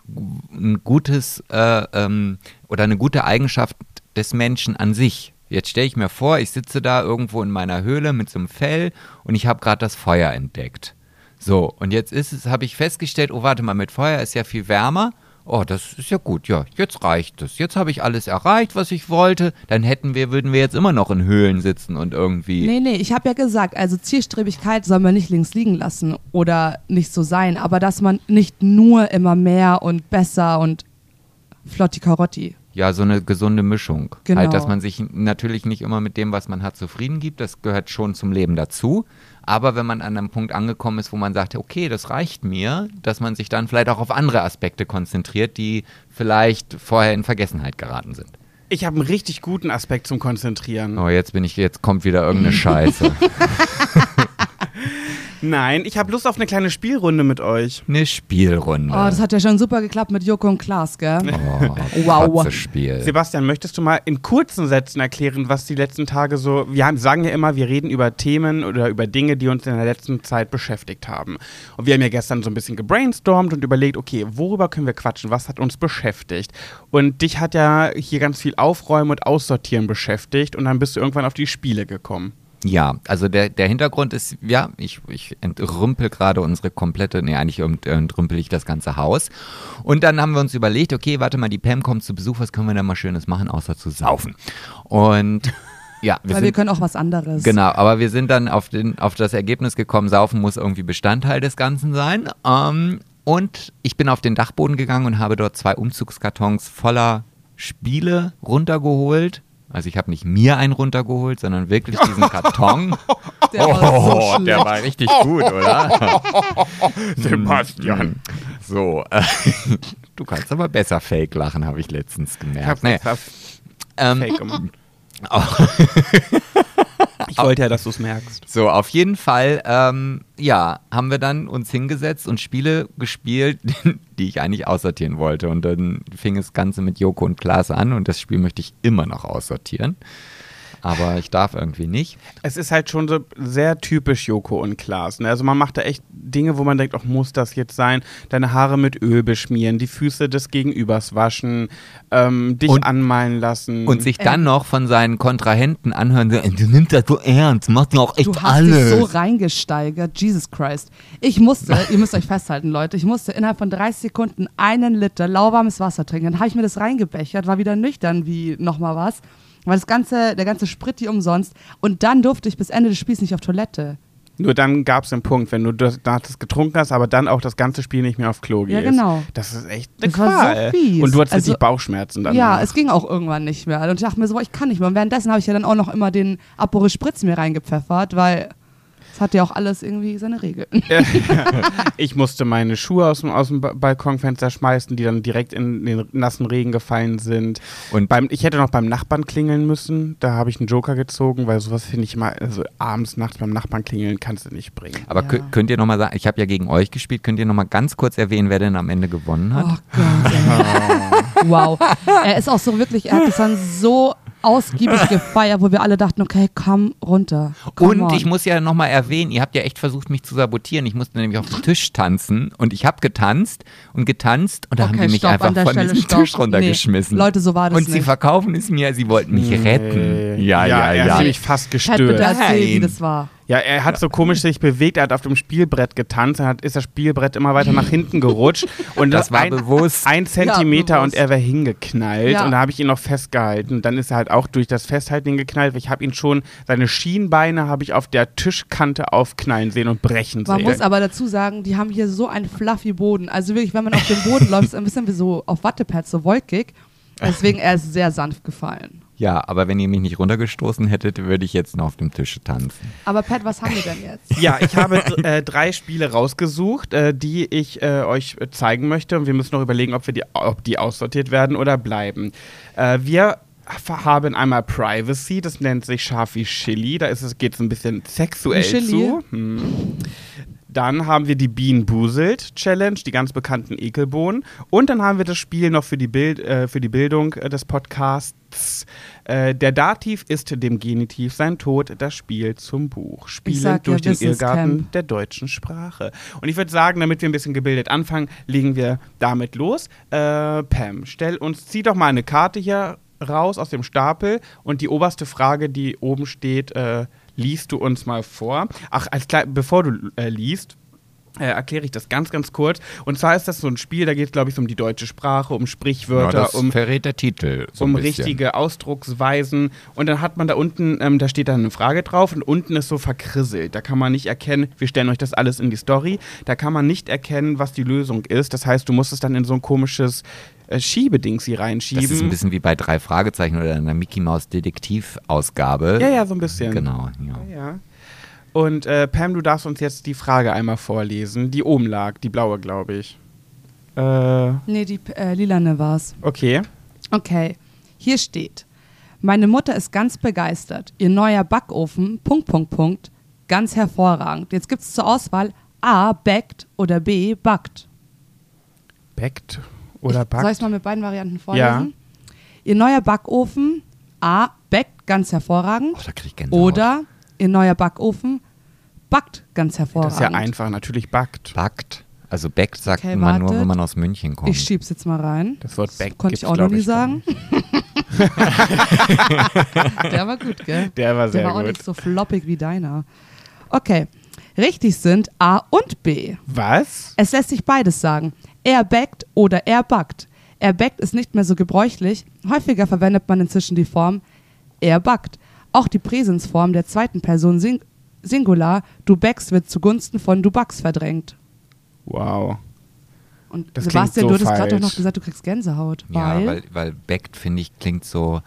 B: ein gutes äh, ähm, oder eine gute Eigenschaft des Menschen an sich. Jetzt stelle ich mir vor, ich sitze da irgendwo in meiner Höhle mit so einem Fell und ich habe gerade das Feuer entdeckt. So, und jetzt ist es, habe ich festgestellt, oh, warte mal, mit Feuer ist ja viel wärmer. Oh, das ist ja gut, ja, jetzt reicht es. Jetzt habe ich alles erreicht, was ich wollte. Dann hätten wir, würden wir jetzt immer noch in Höhlen sitzen und irgendwie
C: Nee, nee, ich habe ja gesagt, also Zielstrebigkeit soll man nicht links liegen lassen oder nicht so sein, aber dass man nicht nur immer mehr und besser und flotti Karotti.
B: Ja, so eine gesunde Mischung.
C: Genau.
B: Halt, dass man sich natürlich nicht immer mit dem, was man hat, zufrieden gibt. Das gehört schon zum Leben dazu. Aber wenn man an einem Punkt angekommen ist, wo man sagt, okay, das reicht mir, dass man sich dann vielleicht auch auf andere Aspekte konzentriert, die vielleicht vorher in Vergessenheit geraten sind.
A: ich habe einen richtig guten Aspekt zum Konzentrieren.
B: Oh, jetzt bin ich, jetzt kommt wieder irgendeine Scheiße.
A: Nein, ich habe Lust auf eine kleine Spielrunde mit euch.
B: Eine Spielrunde. Oh,
C: Oh, das hat ja schon super geklappt mit Joko und Klaas, gell? Wow.
B: wow. Spiel.
A: Sebastian, möchtest du mal in kurzen Sätzen erklären, was die letzten Tage so. Wir haben, sagen ja immer, wir reden über Themen oder über Dinge, die uns in der letzten Zeit beschäftigt haben. Und wir haben ja gestern so ein bisschen gebrainstormt und überlegt, okay, worüber können wir quatschen? Was hat uns beschäftigt? Und dich hat ja hier ganz viel Aufräumen und Aussortieren beschäftigt und dann bist du irgendwann auf die Spiele gekommen.
B: Ja, also der, der Hintergrund ist, ja, ich, ich entrümpel gerade unsere komplette, nee, eigentlich ent- entrümpel ich das ganze Haus. Und dann haben wir uns überlegt, okay, warte mal, die Pam kommt zu Besuch, was können wir da mal Schönes machen, außer zu saufen? Und ja, wir
C: Weil
B: sind,
C: wir können auch was anderes.
B: Genau, aber wir sind dann auf, den, auf das Ergebnis gekommen, Saufen muss irgendwie Bestandteil des Ganzen sein. Ähm, und ich bin auf den Dachboden gegangen und habe dort zwei Umzugskartons voller Spiele runtergeholt. Also ich habe nicht mir einen runtergeholt, sondern wirklich diesen Karton. Oh,
C: Der war so schlimm.
B: der war richtig gut, oder?
A: Sebastian.
B: So, äh, du kannst aber besser fake lachen, habe ich letztens
A: Ich habe
B: gemerkt. Naja, ähm,
A: Fake gemacht. ich wollte ja, dass du es merkst.
B: So, auf jeden Fall, ähm, ja, haben wir dann uns hingesetzt und Spiele gespielt, die ich eigentlich aussortieren wollte. Und dann fing das Ganze mit Joko und Klaas an und das Spiel möchte ich immer noch aussortieren. Aber ich darf irgendwie nicht.
A: Es ist halt schon so sehr typisch Joko und Klaas. Ne? Also man macht da echt Dinge, wo man denkt, ach, muss das jetzt sein? Deine Haare mit Öl beschmieren, die Füße des Gegenübers waschen, ähm, dich
B: Und-
A: anmalen lassen.
B: Und
C: Mhm.
B: sich
C: Äh.
B: dann noch von seinen Kontrahenten anhören, so, "Ey, du nimmst das so ernst, machst du auch echt
C: Du hast
B: alles.
C: dich so reingesteigert, Jesus Christ. Ich musste, ihr müsst euch festhalten, Leute, ich musste innerhalb von 30 Sekunden einen Liter lauwarmes Wasser trinken. Dann habe ich mir das reingebechert, war wieder nüchtern wie nochmal was. Weil das ganze, der ganze Sprit hier umsonst. Und dann durfte ich bis Ende des Spiels nicht auf Toilette.
A: Nur dann gab es einen Punkt, wenn du das, nach das getrunken hast, aber dann auch das ganze Spiel nicht mehr auf Klo gehst.
C: Ja, genau.
A: Das ist echt eine
C: Das war so
A: Qual.
C: fies.
A: Und du hattest
C: Also-
A: richtig Bauchschmerzen dann.
C: Ja, es ging auch irgendwann nicht mehr. Und ich dachte mir so, ich kann nicht mehr. Und währenddessen habe ich ja dann auch noch immer den Aperol Spritz mir reingepfeffert, weil Es hat ja auch alles irgendwie seine Regeln.
A: Ich musste meine Schuhe aus dem, aus dem Ba- Balkonfenster schmeißen, die dann direkt in den nassen Regen gefallen sind.
B: Und-
A: beim, ich hätte noch beim Nachbarn klingeln müssen. Da habe ich einen Joker gezogen, weil sowas finde ich immer, also abends, nachts beim Nachbarn klingeln kannst du nicht bringen.
B: Aber
C: Ja.
B: kö- könnt ihr nochmal sagen, ich habe ja gegen euch gespielt, könnt ihr nochmal ganz kurz erwähnen, wer denn am Ende gewonnen hat?
C: Oh Gott. Ey. wow. Er ist auch so wirklich, er hat es dann so ausgiebig gefeiert, wo wir alle dachten, okay, komm runter. Come
B: Und
C: on.
B: ich muss ja nochmal erwähnen, ihr habt ja echt versucht, mich zu sabotieren. Ich musste nämlich auf den Tisch tanzen und ich habe getanzt und getanzt und da haben
C: Okay,
B: die mich
C: stopp,
B: einfach
C: an der
B: von
C: Stelle
B: diesem
C: stopp.
B: Tisch runtergeschmissen.
C: Nee, Leute, so war das
B: Und sie
C: nicht.
B: verkaufen es mir, sie wollten mich retten. Ja, ja,
A: Er
B: ja.
A: hat mich fast
C: Ted, bitte
A: gestört.
C: erzähl, wie
B: Nein.
C: das war.
A: Ja, er hat so komisch sich bewegt, er hat auf dem Spielbrett getanzt, dann hat, ist das Spielbrett immer weiter nach hinten gerutscht. Und
B: Das war
A: ein,
B: bewusst.
A: Ein Zentimeter
C: Ja, bewusst.
A: und er wäre hingeknallt.
C: Ja.
A: Und da habe ich ihn noch festgehalten. Und dann ist er halt auch durch das Festhalten hingeknallt. weil Ich habe ihn schon, seine Schienbeine habe ich auf der Tischkante aufknallen sehen und brechen
C: Man
A: sehen.
C: muss aber dazu sagen, die haben hier so einen fluffy Boden. Also wirklich, wenn man auf dem Boden läuft, ist ein bisschen wie so auf Wattepads, so wolkig. Deswegen, er ist sehr sanft gefallen.
B: Ja, aber wenn ihr mich nicht runtergestoßen hättet, würde ich jetzt noch auf dem Tisch tanzen.
C: Aber Pat, was haben wir denn jetzt?
A: ja, ich habe äh, drei Spiele rausgesucht, äh, die ich äh, euch äh, zeigen möchte. Und wir müssen noch überlegen, ob, wir die, ob die aussortiert werden oder bleiben. Äh, wir f- haben einmal Privacy, das nennt sich scharf wie Chili. Da geht es geht's ein bisschen sexuell
C: Wie Chili?
A: zu. Hm. Dann haben wir die Bienenbuselt-Challenge, die ganz bekannten Ekelbohnen. Und dann haben wir das Spiel noch für die, Bild, äh, für die Bildung äh, des Podcasts. Äh, der Dativ ist dem Genitiv sein Tod, das Spiel zum Buch. Spielen
C: sag ja,
A: durch den
C: Wissenscamp.
A: Irrgarten der deutschen Sprache. Und ich würde sagen, damit wir ein bisschen gebildet anfangen, legen wir damit los. Äh, Pam, stell uns, zieh doch mal eine Karte hier raus aus dem Stapel und die oberste Frage, die oben steht, äh, liest du uns mal vor. Ach, als klei- bevor du äh, liest, äh, erkläre ich das ganz, ganz kurz. Und zwar ist das so ein Spiel, da geht es, glaube ich, so um die deutsche Sprache, um Sprichwörter,
B: das
A: um
B: verrät der Titel. So
A: um
B: ein bisschen.
A: richtige Ausdrucksweisen. Und dann hat man da unten, ähm, da steht dann eine Frage drauf und unten ist so verkrisselt. Da kann man nicht erkennen, wir stellen euch das alles in die Story, da kann man nicht erkennen, was die Lösung ist. Das heißt, du musst es dann in so ein komisches äh, Schiebedings hier reinschieben.
B: Das ist ein bisschen wie bei drei Fragezeichen oder einer Mickey Maus Detektivausgabe.
A: ja, ja, so ein bisschen.
B: Genau, ja.
A: Ja. Und äh, Pam, du darfst uns jetzt die Frage einmal vorlesen, die oben lag, die blaue, glaube ich. Äh,
C: Nee, die äh, Lilane war's.
A: okay.
C: Okay, hier steht: Meine Mutter ist ganz begeistert. Ihr neuer Backofen, Punkt, Punkt, Punkt, ganz hervorragend. Jetzt gibt es zur Auswahl A, backt oder B, backt.
A: Backt oder
C: ich, Soll ich
A: backt?
C: es mal mit beiden Varianten vorlesen? Ihr neuer Backofen, A, backt ganz hervorragend.
B: Oh, da krieg ich Gänsehaut.
C: oder Ihr neuer Backofen, backt ganz hervorragend.
A: Das ist ja einfach, natürlich backt.
B: Backt. Also backt sagt
C: Okay,
B: man nur,
C: wartet.
B: wenn man aus München kommt.
C: Ich schieb's jetzt mal rein.
A: Das Wort backt
C: konnte
A: gibt's,
C: ich auch noch
A: glaub
C: nie
A: ich, gar
C: sagen. Der war gut, gell?
A: Der war sehr
C: Der war auch
A: gut.
C: nicht so floppig wie deiner. Okay. Richtig sind A und B.
A: Was?
C: Es lässt sich beides sagen. Er backt oder er backt. Er backt ist nicht mehr so gebräuchlich. Häufiger verwendet man inzwischen die Form er backt. Auch die Präsensform der zweiten Person Sing Singular, du backst, wird zugunsten von du backst verdrängt.
A: Wow.
C: Und
A: Das klingt
C: Sebastian,
A: so
C: du hattest gerade doch
A: falsch.
C: noch gesagt, du kriegst Gänsehaut.
B: ja, weil, weil backt, finde ich, klingt so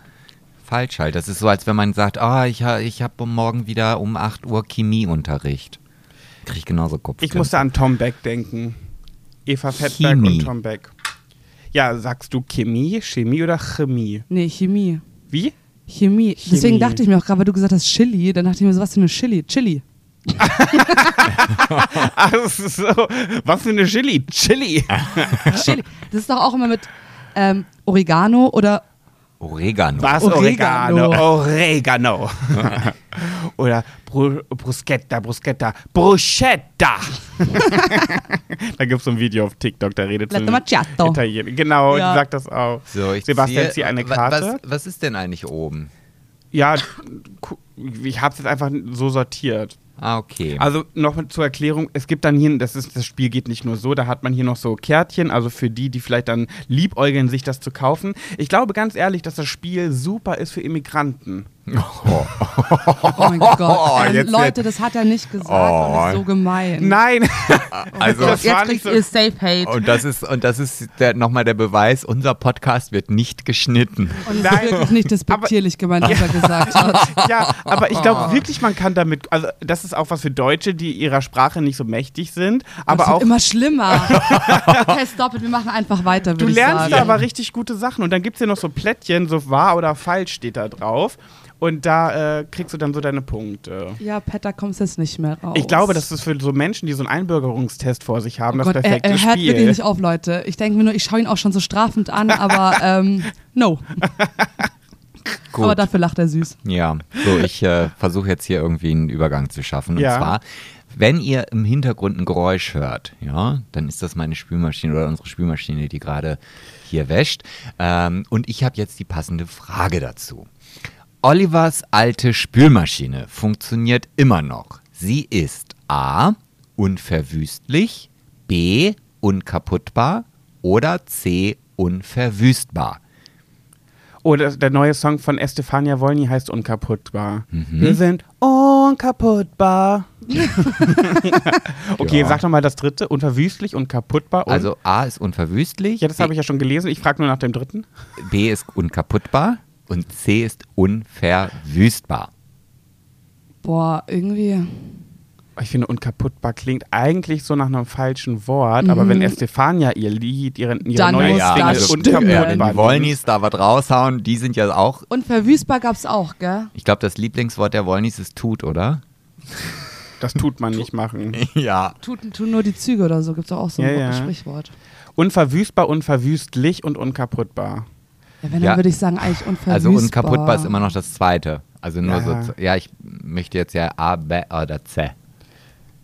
B: falsch halt. Das ist so, als wenn man sagt, ah, ich, ha- ich habe morgen wieder um 8 Uhr Chemieunterricht. Krieg ich genauso Kopf.
A: Ich musste an Tom Beck denken. Eva Fettberg
B: Chemie.
A: und Tom Beck. Ja, sagst du Chemie, Chemie oder Chemie?
C: Nee, Chemie.
A: Wie?
C: Chemie. Deswegen
A: Chemie.
C: dachte ich mir auch gerade, weil du gesagt hast Chili, dann dachte ich mir, so was für eine Chili? Chili.
A: Ach Ah, so, was für eine Chili? Chili.
C: Chili. Das ist doch auch immer mit ähm, Oregano oder
B: Oregano.
A: Was?
C: Oregano.
A: Oregano. Oregano. oder Bru Bruschetta, Bruschetta, Bruschetta. da gibt es so ein Video auf TikTok, da redet so
C: Latte
A: ein
C: Macchiato.
A: Italiener. Genau,
C: Ja.
A: ich sag das auch.
B: So, ich
A: Sebastian,
B: ziehe-
A: zieh eine
B: Wa-
A: Karte.
B: Was, was ist denn eigentlich oben?
A: Ja, ku- ich hab's jetzt einfach so sortiert.
B: Ah, okay.
C: Genau.
A: Also noch mit zur Erklärung, es gibt dann hier, das, ist, das Spiel geht nicht nur so, da hat man hier noch so Kärtchen, also für die, die vielleicht dann liebäugeln, sich das zu kaufen. Ich glaube ganz ehrlich, dass das Spiel super ist für Immigranten.
C: Oh mein Gott.
B: Oh,
C: ähm,
B: jetzt-
C: Leute, das hat er nicht gesagt und
B: Oh.
C: ist so gemein.
A: Nein!
B: Also,
A: das war
C: Jetzt
A: nicht
C: kriegt
A: so- Oh,
C: ihr Safe Hate.
B: und das ist, und das ist der, nochmal der Beweis, unser Podcast wird nicht geschnitten.
C: Und es
A: Nein.
C: ist wirklich nicht despektierlich gemeint, was er gesagt hat.
A: ja, aber ich
C: Oh.
A: glaube wirklich, man kann damit, also das ist auch was für Deutsche, die ihrer Sprache nicht so mächtig sind,
C: das
A: aber
C: wird
A: auch
C: immer schlimmer. Test doppelt, wir machen einfach weiter,
A: Du
C: würde ich
A: lernst
C: sagen.
A: da aber richtig gute Sachen und dann gibt es ja noch so Plättchen, so wahr oder falsch steht da drauf und da äh, kriegst du dann so deine Punkte.
C: ja, Pat, da kommst jetzt nicht mehr raus.
A: Ich glaube, das ist für so Menschen, die so einen Einbürgerungstest vor sich haben, das
C: Oh Gott, er,
A: perfekte
C: er hört
A: Spiel.
C: wirklich nicht auf, Leute. Ich denke mir nur, ich schaue ihn auch schon so strafend an, aber ähm, no.
B: Gut.
C: Aber dafür lacht er süß.
B: Ja, so ich äh, versuche jetzt hier irgendwie einen Übergang zu schaffen. Und
A: Ja.
B: zwar, wenn ihr im Hintergrund ein Geräusch hört, ja, dann ist das meine Spülmaschine oder unsere Spülmaschine, die gerade hier wäscht. Ähm, und ich habe jetzt die passende Frage dazu. Olivers alte Spülmaschine funktioniert immer noch. Sie ist A. Unverwüstlich, B. Unkaputtbar oder C. Unverwüstbar.
A: Oder der neue Song von Estefania Wolny heißt Unkaputtbar.
B: Mhm.
A: Wir sind unkaputtbar. okay,
B: Ja.
A: sag doch mal das dritte, unverwüstlich, unkaputtbar und
B: Also A ist unverwüstlich.
A: ja, das
B: B-
A: habe ich ja schon gelesen. Ich frage nur nach dem dritten.
B: B ist unkaputtbar und C ist unverwüstbar.
C: Boah, irgendwie.
A: Oh, Ich finde, unkaputtbar klingt eigentlich so nach einem falschen Wort, aber wenn Estefania ihr Lied, ihren, ihre
C: Mhm. Dann
A: neue
C: muss
A: Single
C: das stimmen.
A: unkaputtbar
B: wenn also, äh, die
A: nennt.
B: Wollnis da was raushauen, die sind ja auch.
C: Und verwüstbar gab's auch, gell?
B: Ich glaube, das Lieblingswort der Wollnis ist tut, oder?
A: Das tut man nicht machen.
B: Ja.
C: Tut, tun nur die Züge oder so, gibt's doch auch so ein
A: Ja, ja.
C: Sprichwort.
A: Unverwüstbar, unverwüstlich und unkaputtbar.
C: Ja, wenn,
B: Ja.
C: dann würde ich sagen, eigentlich unverwüstbar.
B: Also unkaputtbar ist immer noch das zweite. Also nur
A: Ja.
B: so. z- Ja, ich möchte jetzt ja A, B oder C.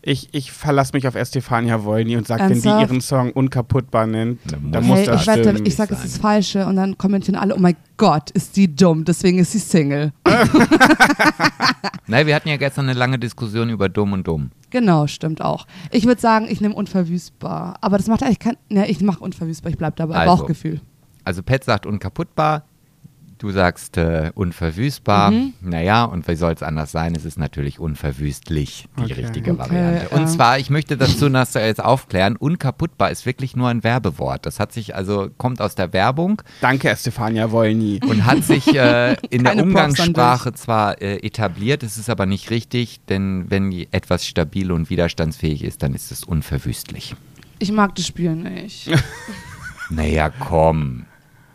A: Ich, ich verlasse mich auf Estefania Wolny und sage, wenn die
C: Ernsthaft?
A: ihren Song unkaputtbar nennt,
B: Dann
A: dann muss
B: muss
C: Hey,
A: das
C: ich wette,
A: stimmen.
C: ich sag, es ist falsche und dann kommentieren alle, oh mein Gott, ist die dumm, deswegen ist sie Single.
B: Nein, wir hatten ja gestern eine lange Diskussion über dumm und dumm.
C: Genau, stimmt auch. Ich würde sagen, ich nehme unverwüstbar. Aber das macht eigentlich kein. Ne, ich mache unverwüstbar, ich bleib dabei.
B: Also.
C: Bauchgefühl.
B: Also Pat sagt unkaputtbar, du sagst äh, unverwüstbar.
C: Mhm.
B: Naja, und wie soll es anders sein? Es ist natürlich unverwüstlich die
A: Okay.
B: richtige
C: Okay,
B: Variante. Und
C: ähm.
B: zwar, ich möchte dazu noch so jetzt aufklären, unkaputtbar ist wirklich nur ein Werbewort. Das hat sich also, kommt aus der Werbung
A: Danke, Estefania Wolny.
B: und hat sich äh, in der
C: Keine Props an dich.
B: Umgangssprache zwar äh, etabliert, es ist aber nicht richtig, denn wenn je- etwas stabil und widerstandsfähig ist, dann ist es unverwüstlich.
C: Ich mag das Spiel nicht.
B: Naja, komm.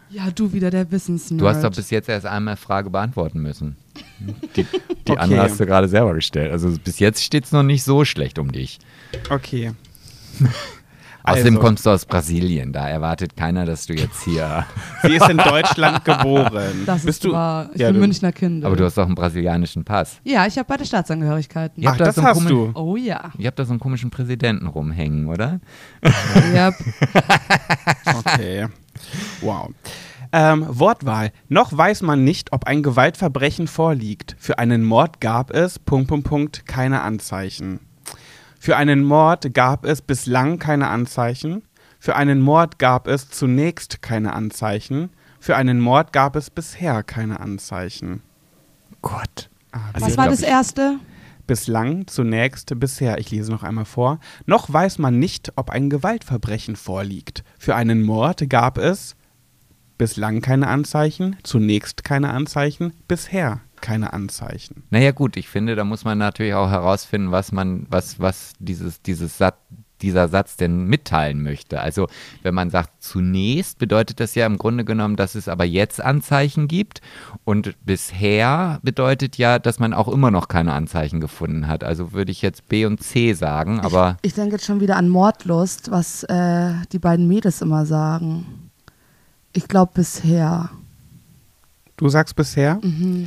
C: ja, du wieder, der Wissensnerd.
B: Du hast doch bis jetzt erst einmal Frage beantworten müssen. Die, die
A: Okay.
B: andere hast du gerade selber gestellt. Also bis jetzt steht es noch nicht so schlecht um dich.
A: Okay.
B: Außerdem
A: Also.
B: kommst du aus Brasilien. Da erwartet keiner, dass du jetzt hier.
A: Sie ist in Deutschland geboren.
C: das
A: Bist
C: ist
A: du?
C: wahr. Ich
A: Ja,
C: bin
A: du-
C: Münchner Kind.
B: Aber du hast doch einen brasilianischen Pass.
C: ja, ich habe beide Staatsangehörigkeiten.
B: Ihr
A: Ach,
B: habt da
A: das
B: so einen
A: hast
B: komischen-
A: du.
C: Oh ja.
B: Ihr habt da so einen komischen Präsidenten rumhängen, oder?
C: ja.
A: Okay. Wow. Ähm, Wortwahl. Noch weiß man nicht, ob ein Gewaltverbrechen vorliegt. Für einen Mord gab es Punkt, Punkt, Punkt, keine Anzeichen. Für einen Mord gab es bislang keine Anzeichen. Für einen Mord gab es zunächst keine Anzeichen. Für einen Mord gab es bisher keine Anzeichen. Ah,
B: Gott. Also
C: Was
B: ich
C: war
B: glaub,
C: das erste?
A: Bislang, zunächst, bisher. Ich lese noch einmal vor. Noch weiß man nicht, ob ein Gewaltverbrechen vorliegt. Für einen Mord gab es bislang keine Anzeichen, zunächst keine Anzeichen, bisher keine Anzeichen.
B: Naja, gut, ich finde, da muss man natürlich auch herausfinden, was man, was, was dieses, dieses Sat dieser Satz denn mitteilen möchte. Also, wenn man sagt zunächst, bedeutet das ja im Grunde genommen, dass es aber jetzt Anzeichen gibt. Und bisher bedeutet ja, dass man auch immer noch keine Anzeichen gefunden hat. Also würde ich jetzt B und C sagen, aber
C: Ich denke jetzt schon wieder an Mordlust, was äh, die beiden Mädels immer sagen. Ich glaube bisher.
A: Du sagst bisher?
B: Äh,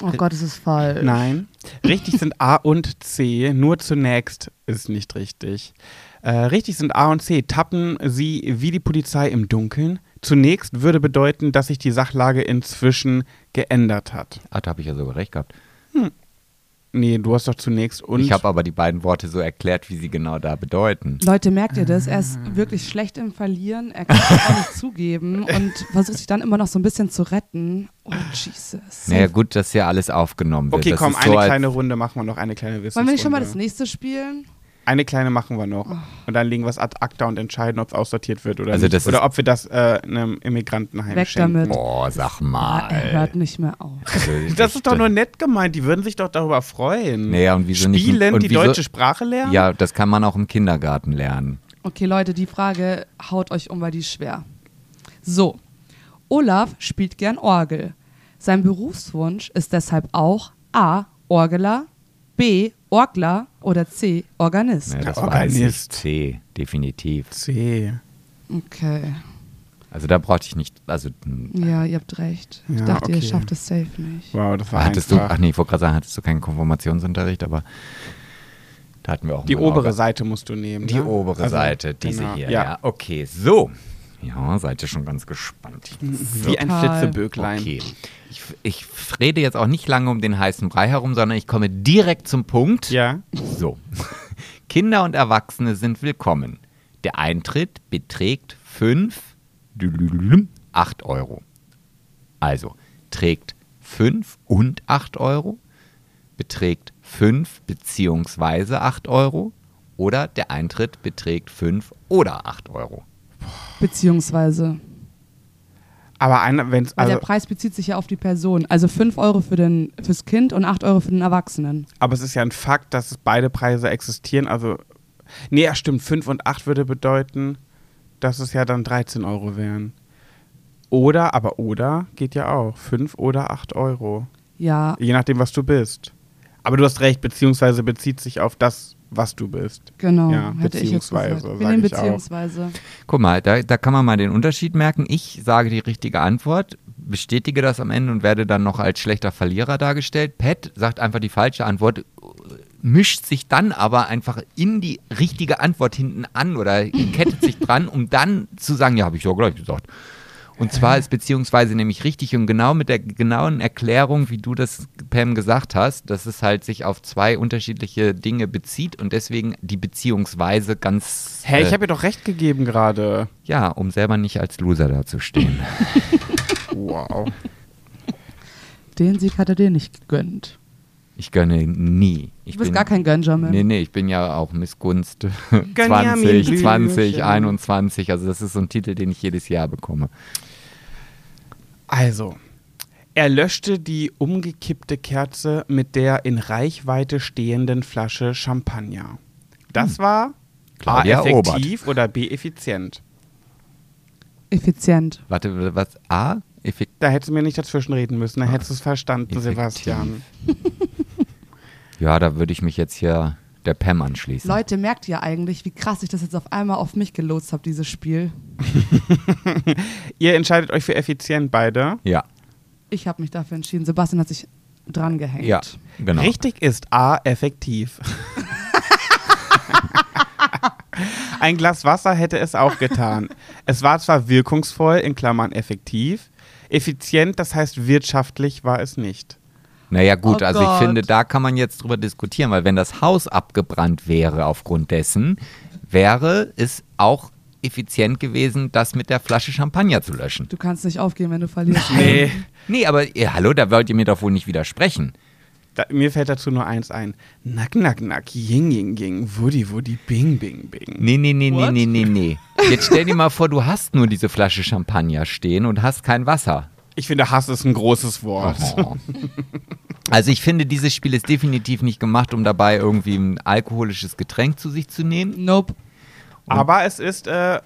C: Oh Gott, es ist falsch.
A: Nein. Richtig sind A und C, nur zunächst ist nicht richtig. Äh, richtig sind A und C. Tappen sie wie die Polizei im Dunkeln. Zunächst würde bedeuten, dass sich die Sachlage inzwischen geändert hat.
B: ah, da habe ich ja sogar recht gehabt.
A: Nee, du hast doch zunächst und.
B: Ich habe aber die beiden Worte so erklärt, wie sie genau da bedeuten.
C: Leute, merkt ihr das? Er
B: Ah.
C: ist wirklich schlecht im Verlieren, er kann es auch nicht zugeben und versucht sich dann immer noch so ein bisschen zu retten. Oh, Jesus.
B: Naja, gut, dass hier alles aufgenommen wird.
A: okay,
B: das
A: komm,
B: ist
A: eine
B: so als-
A: kleine Runde machen wir noch, eine kleine Wissensrunde.
C: Wollen wir nicht schon mal das Oh. nächste spielen?
A: Eine kleine machen wir noch. Und dann legen wir es ad acta und entscheiden, ob es aussortiert wird oder
B: Also
A: nicht.
B: das ist-
A: oder ob wir das äh, einem Immigrantenheim
C: Weg
A: schenken.
C: damit.
B: Boah, sag
C: Ah, er
B: mal.
C: hört nicht mehr auf.
B: Also,
A: Das ist doch
B: echt,
A: nur nett gemeint, die würden sich doch darüber freuen.
B: Naja, und wieso nicht-
A: Spielen
B: und
A: die
B: wieso-
A: deutsche Sprache lernen?
B: Ja, das kann man auch im Kindergarten lernen.
C: Okay, Leute, die Frage haut euch um, weil die ist schwer. So, Olaf spielt gern Orgel. Sein Berufswunsch ist deshalb auch A. Orgeler, B. Orgler oder C. Organist.
B: Ja, Ne, das
A: Der
B: weiß ich.
A: Organist.
B: C, definitiv.
A: C.
C: Okay,
B: Also da brauchte ich nicht, also hm,
C: ja, ihr habt recht. Ich
A: Ja,
C: dachte, ihr
A: okay.
C: schafft es safe nicht.
A: Wow, das war
B: hattest du,
A: einfach.
B: ach nee, ich wollte gerade sagen, hattest du keinen Konfirmationsunterricht, aber da hatten wir auch
A: die
B: mal ein
A: obere
B: Organ-
A: Seite musst du nehmen.
B: Die
A: ne?
B: obere
A: Also,
B: Seite, diese
A: genau,
B: hier, ja.
A: ja.
B: Okay, so. Ja, seid ihr schon ganz gespannt. So.
A: Wie ein
C: Total.
A: Flitzeböglein.
B: Okay. Ich, ich rede jetzt auch nicht lange um den heißen Brei herum, sondern ich komme direkt zum Punkt.
A: Ja.
B: So. Kinder und Erwachsene sind willkommen. Der Eintritt beträgt 5, 8 Euro. Also trägt 5 und 8 Euro, beträgt 5 beziehungsweise 8 Euro oder der Eintritt beträgt 5 oder 8 Euro.
C: Beziehungsweise,
A: Aber einer, wenn es.
C: weil
A: Also,
C: der Preis bezieht sich ja auf die Person. Also 5 Euro für den, fürs Kind und 8 Euro für den Erwachsenen.
A: aber es ist ja ein Fakt, dass es beide Preise existieren. Also. Nee, ja, stimmt. 5 und 8 würde bedeuten, dass es ja dann 13 Euro wären. Oder, aber oder geht ja auch. 5 oder 8 Euro.
C: Ja,
A: Je nachdem, was du bist. Aber du hast recht, beziehungsweise bezieht sich auf das, was du bist.
C: genau.
A: Ja,
C: hätte ich jetzt gesagt.
A: beziehungsweise,
C: Wir
A: sag
C: nehmen
A: ich auch.
C: beziehungsweise.
B: Guck mal, da, da kann man mal den Unterschied merken. Ich sage die richtige Antwort, bestätige das am Ende und werde dann noch als schlechter Verlierer dargestellt. Pat sagt einfach die falsche Antwort, mischt sich dann aber einfach in die richtige Antwort hinten an oder kettet sich dran, um dann zu sagen, ja, habe ich doch gleich gesagt. Und zwar ist beziehungsweise nämlich richtig und genau mit der genauen Erklärung, wie du das, Pam, gesagt hast, dass es halt sich auf zwei unterschiedliche Dinge bezieht und deswegen die beziehungsweise ganz.
A: Hä,
B: äh,
A: ich habe dir doch recht gegeben gerade.
B: ja, um selber nicht als Loser dazustehen.
A: Wow.
C: Den Sieg hat er dir nicht gegönnt.
B: Ich gönne nie. Ich
C: Du bist gar kein Gönjamin.
B: Nee, nee, ich bin ja auch Missgunst
A: Gönjamin
B: 20, 20,
A: Blümchen.
B: 21. Also das ist so ein Titel, den ich jedes Jahr bekomme.
A: Also, er löschte die umgekippte Kerze mit der in Reichweite stehenden Flasche Champagner. Das war A
B: Hm. Claudia
A: effektiv oder B effizient.
C: Effizient.
B: Warte, was? A? Effekt.
A: Da hättest du mir nicht dazwischen reden müssen, da hättest du es verstanden,
B: Effektiv.
A: Sebastian.
B: Ja, da würde ich mich jetzt hier der Pam anschließen.
C: Leute, merkt ihr eigentlich, wie krass ich das jetzt auf einmal auf mich gelotst habe, dieses Spiel?
A: Ihr entscheidet euch für effizient beide.
B: Ja,
C: Ich habe mich dafür entschieden. Sebastian hat sich dran gehängt.
B: ja, genau.
A: Richtig ist A effektiv. Ein Glas Wasser hätte es auch getan. Es war zwar wirkungsvoll, in Klammern effektiv, effizient, das heißt wirtschaftlich war es nicht.
B: Naja gut,
C: Oh
B: also
C: Gott.
B: ich finde, da kann man jetzt drüber diskutieren, weil wenn das Haus abgebrannt wäre aufgrund dessen, wäre es auch effizient gewesen, das mit der Flasche Champagner zu löschen.
C: Du kannst nicht aufgeben, wenn du verlierst.
A: Nee.
B: Nee, aber ja, hallo, da wollt ihr mir doch wohl nicht widersprechen.
A: Da, mir fällt dazu nur eins ein. Nack, nack, nack, ying, ying, ying, wudi, wudi, bing, bing, bing.
B: Nee, nee, nee,
A: What?
B: nee, nee, nee, nee. Jetzt stell dir mal vor, du hast nur diese Flasche Champagner stehen und hast kein Wasser.
A: Ich finde, Hass ist ein großes Wort.
B: Oh. Also ich finde, dieses Spiel ist definitiv nicht gemacht, um dabei irgendwie ein alkoholisches Getränk zu sich zu nehmen.
C: Nope.
A: Aber es ist äh,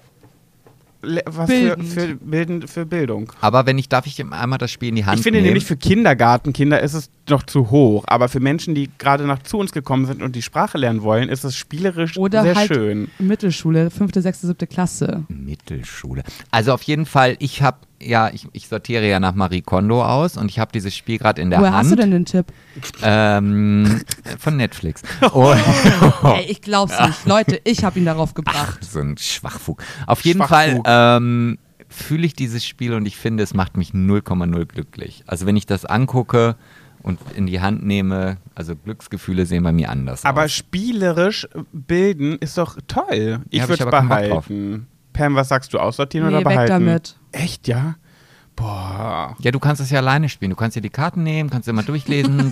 A: le- was
C: Bildend.
A: Für, für, bildend, für Bildung.
B: Aber wenn ich, darf ich einmal das Spiel in die Hand
A: Ich finde
B: nehmen?
A: nämlich für Kindergartenkinder ist es noch zu hoch, aber für Menschen, die gerade nach zu uns gekommen sind und die Sprache lernen wollen, ist es spielerisch
C: Oder
A: sehr
C: halt
A: schön.
C: Mittelschule, fünfte, sechste, siebte Klasse.
B: Mittelschule. Also auf jeden Fall, ich habe, ja, ich, ich sortiere ja nach Marie Kondo aus und ich habe dieses Spiel gerade in der
C: Woher
B: Hand.
C: hast du denn den Tipp?
B: Ähm, von Netflix. Und,
C: Ey, ich glaub's nicht. Leute, ich habe ihn darauf gebracht.
B: so ein Schwachfug. Auf jeden
A: Schwachfug.
B: Fall ähm, fühle ich dieses Spiel und ich finde, es macht mich 0,0 glücklich. Also wenn ich das angucke und in die Hand nehme. Also Glücksgefühle sehen bei mir anders
A: Aber
B: aus.
A: spielerisch bilden ist doch toll. Ich
B: hab ich
A: würde
B: aber keinen Bock
A: behalten. Pam, was sagst du? Aussortieren
C: Nee,
A: oder
C: weg
A: behalten?
C: damit.
A: Echt, ja? Boah.
B: Ja, du kannst es ja alleine spielen. Du kannst dir die Karten nehmen, kannst immer durchlesen,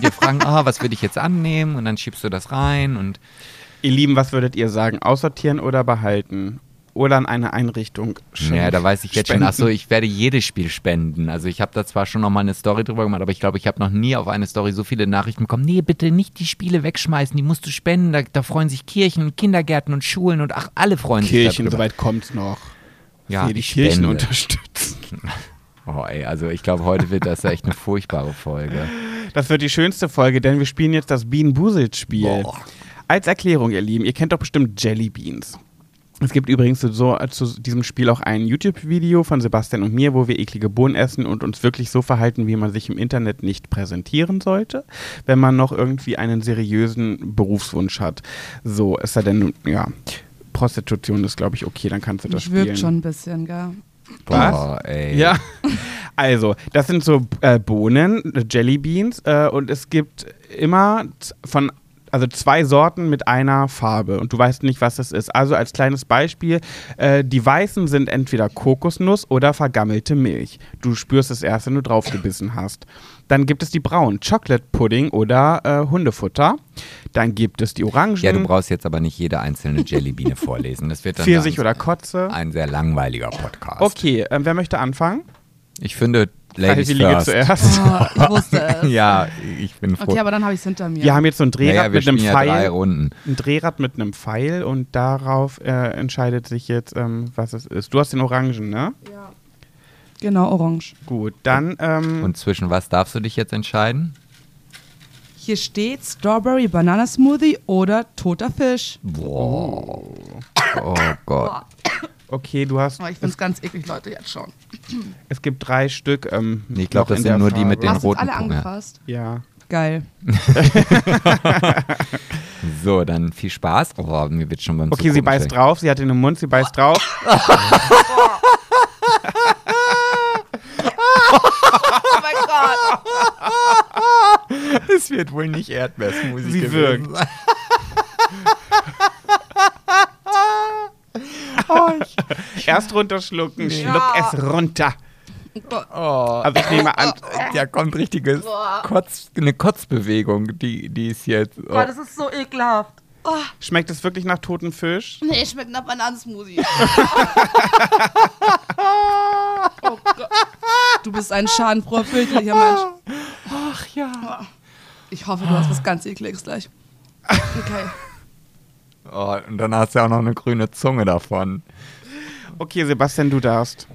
B: dir fragen, ah, was würde ich jetzt annehmen? Und dann schiebst du das rein und
A: Ihr Lieben, was würdet ihr sagen? Aussortieren oder behalten? Oder an eine Einrichtung schenken?
B: Ja, da weiß ich jetzt
A: Spenden.
B: schon. Achso, ich werde jedes Spiel spenden. Also ich habe da zwar schon nochmal eine Story drüber gemacht, aber ich glaube, ich habe noch nie auf eine Story so viele Nachrichten bekommen. Nee, bitte nicht die Spiele wegschmeißen, die musst du spenden. Da, da freuen sich Kirchen und Kindergärten und Schulen und ach, alle freuen
A: Kirchen,
B: sich darüber.
A: soweit kommt's noch.
B: Ja,
A: Hier die
B: ich
A: Kirchen
B: spende.
A: unterstützen.
B: Oh ey, also ich glaube, heute wird das echt eine furchtbare Folge.
A: Das wird die schönste Folge, denn wir spielen jetzt das Bienen-Buselt-Spiel.
B: Boah.
A: Als Erklärung, ihr Lieben, ihr kennt doch bestimmt Jelly Beans. Es gibt übrigens zu, so, äh, zu diesem Spiel auch ein YouTube-Video von Sebastian und mir, wo wir eklige Bohnen essen und uns wirklich so verhalten, wie man sich im Internet nicht präsentieren sollte, wenn man noch irgendwie einen seriösen Berufswunsch hat. So, es sei denn, ja, Prostitution ist, glaube ich, okay, dann kannst du das
C: Ich
A: spielen.
C: wirkt schon ein bisschen, gell?
B: Boah, ey.
A: Ja. Also, das sind so äh, Bohnen, äh, Jelly Beans äh, und es gibt immer z- von also zwei Sorten mit einer Farbe und du weißt nicht, was das ist. Also als kleines Beispiel, äh, die weißen sind entweder Kokosnuss oder vergammelte Milch. Du spürst es erst, wenn du draufgebissen hast. Dann gibt es die braunen, Chocolate Pudding oder äh, Hundefutter. Dann gibt es die orangen,
B: Ja, du brauchst jetzt aber nicht jede einzelne Jellybeane vorlesen. Das wird dann
A: Pfirsich
B: ein,
A: oder Kotze.
B: ein sehr langweiliger Podcast.
A: Okay, äh, wer möchte anfangen?
B: Ich finde Ladies
A: Freiwillige
B: first.
A: zuerst.
C: Oh, ich wusste es.
B: Ja, ich bin froh.
C: Okay, aber dann habe ich es hinter mir.
A: Wir haben jetzt so ein Drehrad
B: naja, wir
A: mit einem
B: spielen
A: Pfeil.
B: ja drei Runden.
A: ein Drehrad mit einem Pfeil und darauf äh, entscheidet sich jetzt, ähm, was es ist. Du hast den Orangen, ne?
C: Genau, orange.
A: Gut, dann. Ähm,
B: Und zwischen was darfst du dich jetzt entscheiden?
C: Hier steht Strawberry Banana Smoothie oder toter Fisch.
B: Boah. Oh Gott.
A: okay, du hast.
C: Oh, ich finde es ganz eklig, Leute, jetzt schon.
A: Es gibt drei Stück. Ähm,
B: Nee, ich
A: noch
B: glaub, das
A: in
B: sind
A: der
B: nur die
A: Farbe.
B: mit Den
C: Hast du jetzt
B: roten
C: alle
B: Punkt, ja.
A: Ja.
C: angefasst? Geil.
B: So, dann viel Spaß. Oh, mir wird schon beim
A: Okay, sie
B: Zugucken
A: beißt
B: schlecht.
A: drauf, sie hat ihn im Mund, sie beißt drauf.
C: Oh mein Gott.
B: Es wird wohl nicht Erdbeersmusik
A: Sie
B: gewesen
A: wirkt.
B: sein. oh, ich,
A: Erst runterschlucken, schluck es runter.
B: oh,
A: Also ich nehme an.
B: da kommt richtiges Kotz, eine Kotzbewegung, die, die ist jetzt. Oh.
C: das ist so ekelhaft. Oh,
A: Schmeckt es wirklich nach toten Fisch?
C: nee, schmeckt nach Bananensmoothie. oh Gott. Du bist ein schadenfroher, filtriger Mensch.
B: Ach ja.
C: Ich hoffe, du hast was ganz ekliges gleich. Okay.
B: Oh, und dann hast du ja auch noch eine grüne Zunge davon.
A: Okay, Sebastian, du darfst.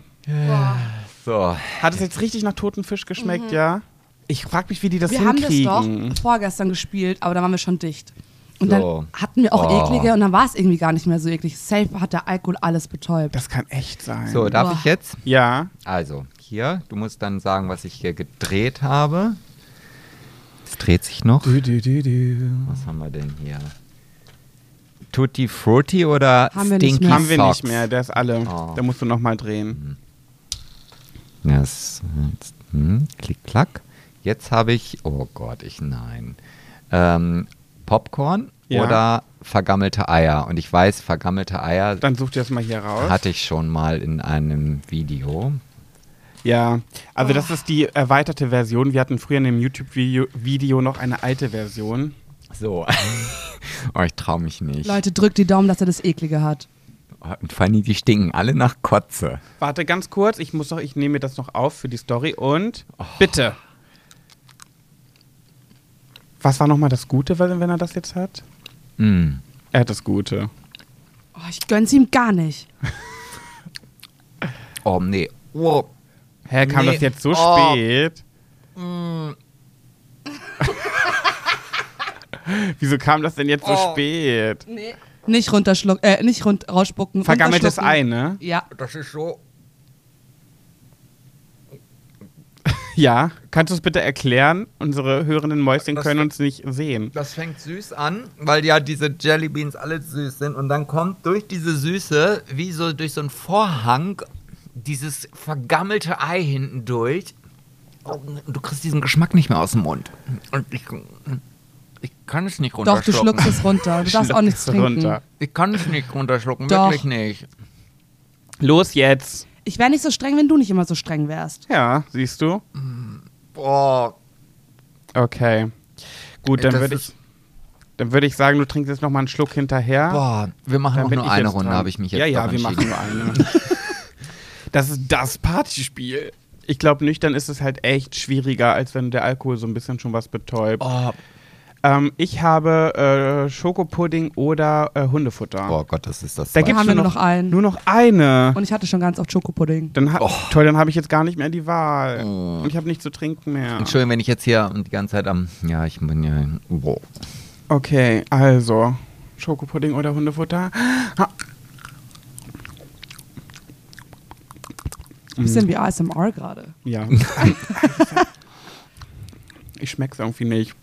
B: So.
A: Hat es jetzt richtig nach toten Fisch geschmeckt, ja? Ich frag mich, wie die das
C: Mhm. Wir haben das
A: hinkriegen.
C: doch vorgestern gespielt, aber da waren wir schon dicht. Und
B: So.
C: dann hatten wir auch
B: Oh.
C: eklige und dann war es irgendwie gar nicht mehr so eklig. Safe hat der Alkohol alles betäubt.
A: Das kann echt sein.
B: So, darf
C: Boah.
B: ich jetzt?
A: ja.
B: Also, hier, du musst dann sagen, was ich hier gedreht habe. Es dreht sich noch.
A: Du, du, du, du.
B: Was haben wir denn hier? Tutti Frutti oder
C: Haben wir nicht
B: Stinky
C: mehr.
A: Haben wir
B: Socks?
A: nicht mehr, der ist alle.
B: Oh. Mhm.
A: Da musst du nochmal drehen.
B: Ja, es- jetzt, hm, klick, klack. Jetzt habe ich, oh Gott, ich nein. Ähm, Popcorn
A: Ja.
B: oder vergammelte Eier. Und ich weiß, vergammelte Eier
A: Dann such dir das mal hier raus.
B: hatte ich schon mal in einem Video.
A: ja, also das ist die erweiterte Version. Wir hatten früher in dem YouTube-Video Video noch eine alte Version.
B: So. oh, ich traue mich nicht.
C: Leute, drückt die Daumen, dass er das eklige hat.
B: Und Fanny, die stinken alle nach Kotze.
A: Warte ganz kurz, ich muss noch, ich nehme mir das noch auf für die Story und
B: Oh.
A: bitte. Was war nochmal das Gute, wenn wenn er das jetzt hat?
B: Mm.
A: Er hat das Gute.
C: Oh, ich gönn's ihm gar nicht.
B: Oh, nee. Oh.
A: Hä, kam
B: Nee.
A: das jetzt so
B: Oh. Hm.
A: spät? Wieso kam das denn jetzt so
B: Oh.
A: spät?
C: Nicht runterschlucken, äh, nicht rund rausspucken.
A: Vergammeltes Ei, ne?
C: runterschlucken. Ja.
B: Das ist so.
A: Ja, kannst du es bitte erklären? Unsere hörenden Mäuschen
B: Das-
A: können uns nicht sehen.
B: Das fängt süß an, weil ja diese Jellybeans alle süß sind. Und dann kommt durch diese Süße, wie so durch so einen Vorhang, dieses vergammelte Ei hinten durch. Augen und du kriegst diesen Geschmack nicht mehr aus dem Mund. Und ich, ich kann es nicht
C: Doch, du
B: runterschlucken.
C: schluckst es runter. Du darfst auch nichts
A: Schluck's
C: trinken.
A: runter.
B: Ich kann es nicht runterschlucken,
C: Doch.
B: wirklich nicht.
A: Los jetzt.
C: Ich wäre nicht so streng, wenn du nicht immer so streng wärst.
A: Ja, siehst du?
B: Boah,
A: Okay. Gut, dann
B: Das
A: würde
B: ist-
A: ich, dann würde ich sagen, du trinkst jetzt noch mal einen Schluck hinterher.
B: boah. Wir machen
A: dann
B: auch
A: bin
B: nur
A: ich
B: eine
A: jetzt
B: Runde,
A: dran.
B: habe ich mich jetzt
A: Ja, ja,
B: doch
A: wir machen
B: entschieden.
A: nur eine. das ist das Partyspiel. Ich glaube, nüchtern ist es halt echt schwieriger, als wenn der Alkohol so ein bisschen schon was betäubt.
B: Oh,
A: Ähm, ich habe äh, Schokopudding oder äh, Hundefutter.
B: oh Gott, das ist das.
A: Da
C: Dann
A: gibt's
C: haben
A: nur
C: wir nur
A: noch-
C: noch einen.
A: Nur noch eine.
C: Und ich hatte schon ganz oft Schokopudding.
A: Dann ha
B: Oh.
A: Toll, dann habe ich jetzt gar nicht mehr die Wahl.
B: Mm.
A: Und ich habe nichts zu trinken mehr.
B: Entschuldigung, wenn ich jetzt hier die ganze Zeit am. Ja, ich bin ja. Boah.
A: Okay, also Schokopudding oder Hundefutter. Ha.
C: Bisschen wie ASMR gerade.
A: Ja. ich schmeck's irgendwie nicht.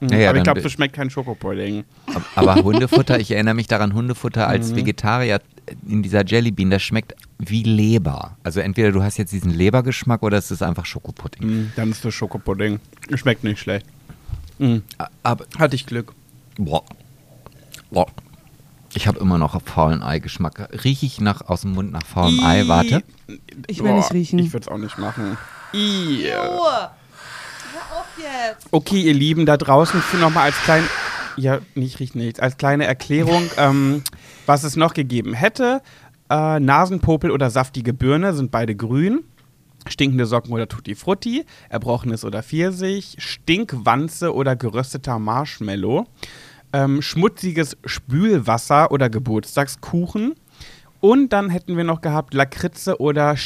A: Mhm,
B: Naja,
A: Aber ich
B: dann
A: glaube, so
B: bi-
A: schmeckt kein Schokopudding.
B: Ab- Aber Hundefutter, ich erinnere mich daran, Hundefutter als Vegetarier in dieser Jellybean, das schmeckt wie Leber. Also entweder du hast jetzt diesen Lebergeschmack oder es ist einfach Schokopudding.
A: Mhm, Dann ist das Schokopudding. Schmeckt nicht schlecht. Mhm.
B: Aber
A: Hatte ich Glück.
B: boah. Boah. Ich habe immer noch faulen Ei-Geschmack. Rieche ich nach, aus dem Mund nach faulem Ei? Warte.
C: Ich will nicht riechen.
A: Ich würde es auch nicht machen. I.
C: Hör auf jetzt.
A: Okay, ihr Lieben, da draußen nochmal als klein, ja, nicht riecht nichts, als kleine Erklärung, ähm, was es noch gegeben hätte. Äh, Nasenpopel oder saftige Birne sind beide grün. Stinkende Socken oder Tutti Frutti, Erbrochenes oder Pfirsich, Stinkwanze oder gerösteter Marshmallow, ähm, schmutziges Spülwasser oder Geburtstagskuchen und dann hätten wir noch gehabt Lakritze oder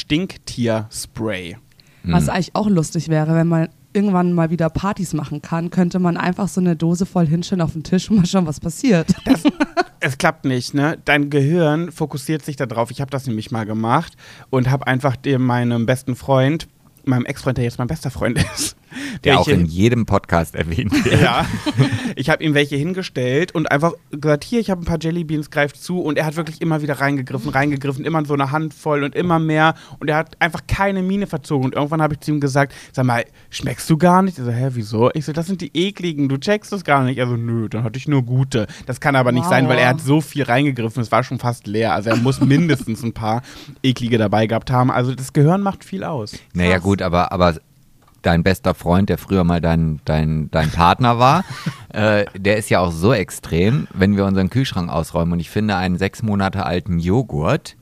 A: Stinktierspray.
C: Was eigentlich auch lustig wäre, wenn man irgendwann mal wieder Partys machen kann, könnte man einfach so eine Dose voll hinstellen auf den Tisch und mal schauen, was passiert.
A: Es klappt nicht, ne? Dein Gehirn fokussiert sich darauf. Ich habe das nämlich mal gemacht und habe einfach dem, meinem besten Freund, meinem Ex-Freund, der jetzt mein bester Freund ist,
B: Der auch
A: welche-
B: in jedem Podcast erwähnt wird.
A: ja, ich habe ihm welche hingestellt und einfach gesagt, hier, ich habe ein paar Jellybeans, greif zu. Und er hat wirklich immer wieder reingegriffen, reingegriffen, immer so eine Handvoll und immer mehr. Und er hat einfach keine Miene verzogen. Und irgendwann habe ich zu ihm gesagt, sag mal, schmeckst du gar nicht? Er so, hä, wieso? Ich so, das sind die ekligen, du checkst es gar nicht. Er so, nö, dann hatte ich nur gute. Das kann aber nicht
C: Wow.
A: sein, weil er hat so viel reingegriffen, es war schon fast leer. Also er muss mindestens ein paar eklige dabei gehabt haben. Also das Gehirn macht viel aus.
B: Naja,
C: Krass.
B: gut, aber, aber dein bester Freund, der früher mal dein, dein, dein Partner war, äh, der ist ja auch so extrem, wenn wir unseren Kühlschrank ausräumen und ich finde einen sechs Monate alten Joghurt,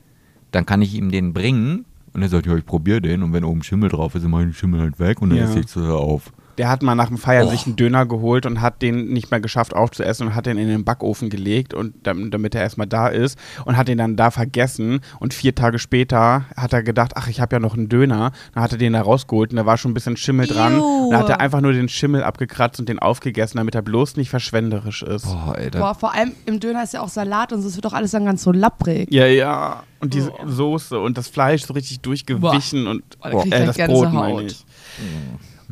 B: dann kann ich ihm den bringen und er sagt, ja, ich probiere den und wenn oben Schimmel drauf ist, dann mach ich den Schimmel halt weg und dann
A: Ja.
B: ist nichts so auf.
A: Der hat mal nach dem Feiern
B: Oh.
A: sich einen Döner geholt und hat den nicht mehr geschafft aufzuessen und hat den in den Backofen gelegt, und dam- damit er erstmal da ist und hat den dann da vergessen. Und vier Tage später hat er gedacht, ach, ich habe ja noch einen Döner. Dann hat er den da rausgeholt und da war schon ein bisschen Schimmel dran.
C: Ew.
A: Dann hat er einfach nur den Schimmel abgekratzt und den aufgegessen, damit er bloß nicht verschwenderisch ist.
B: Boah, ey, da,
C: Boah, vor allem im Döner ist ja auch Salat und so, es wird doch alles dann ganz so labbrig.
A: Ja, ja. Und diese Soße und das Fleisch so richtig durchgewichen und
C: Boah, da krieg ich
A: äh,
C: gleich
A: das Brot
C: Gänsehaut. Mhm.
A: meine ich.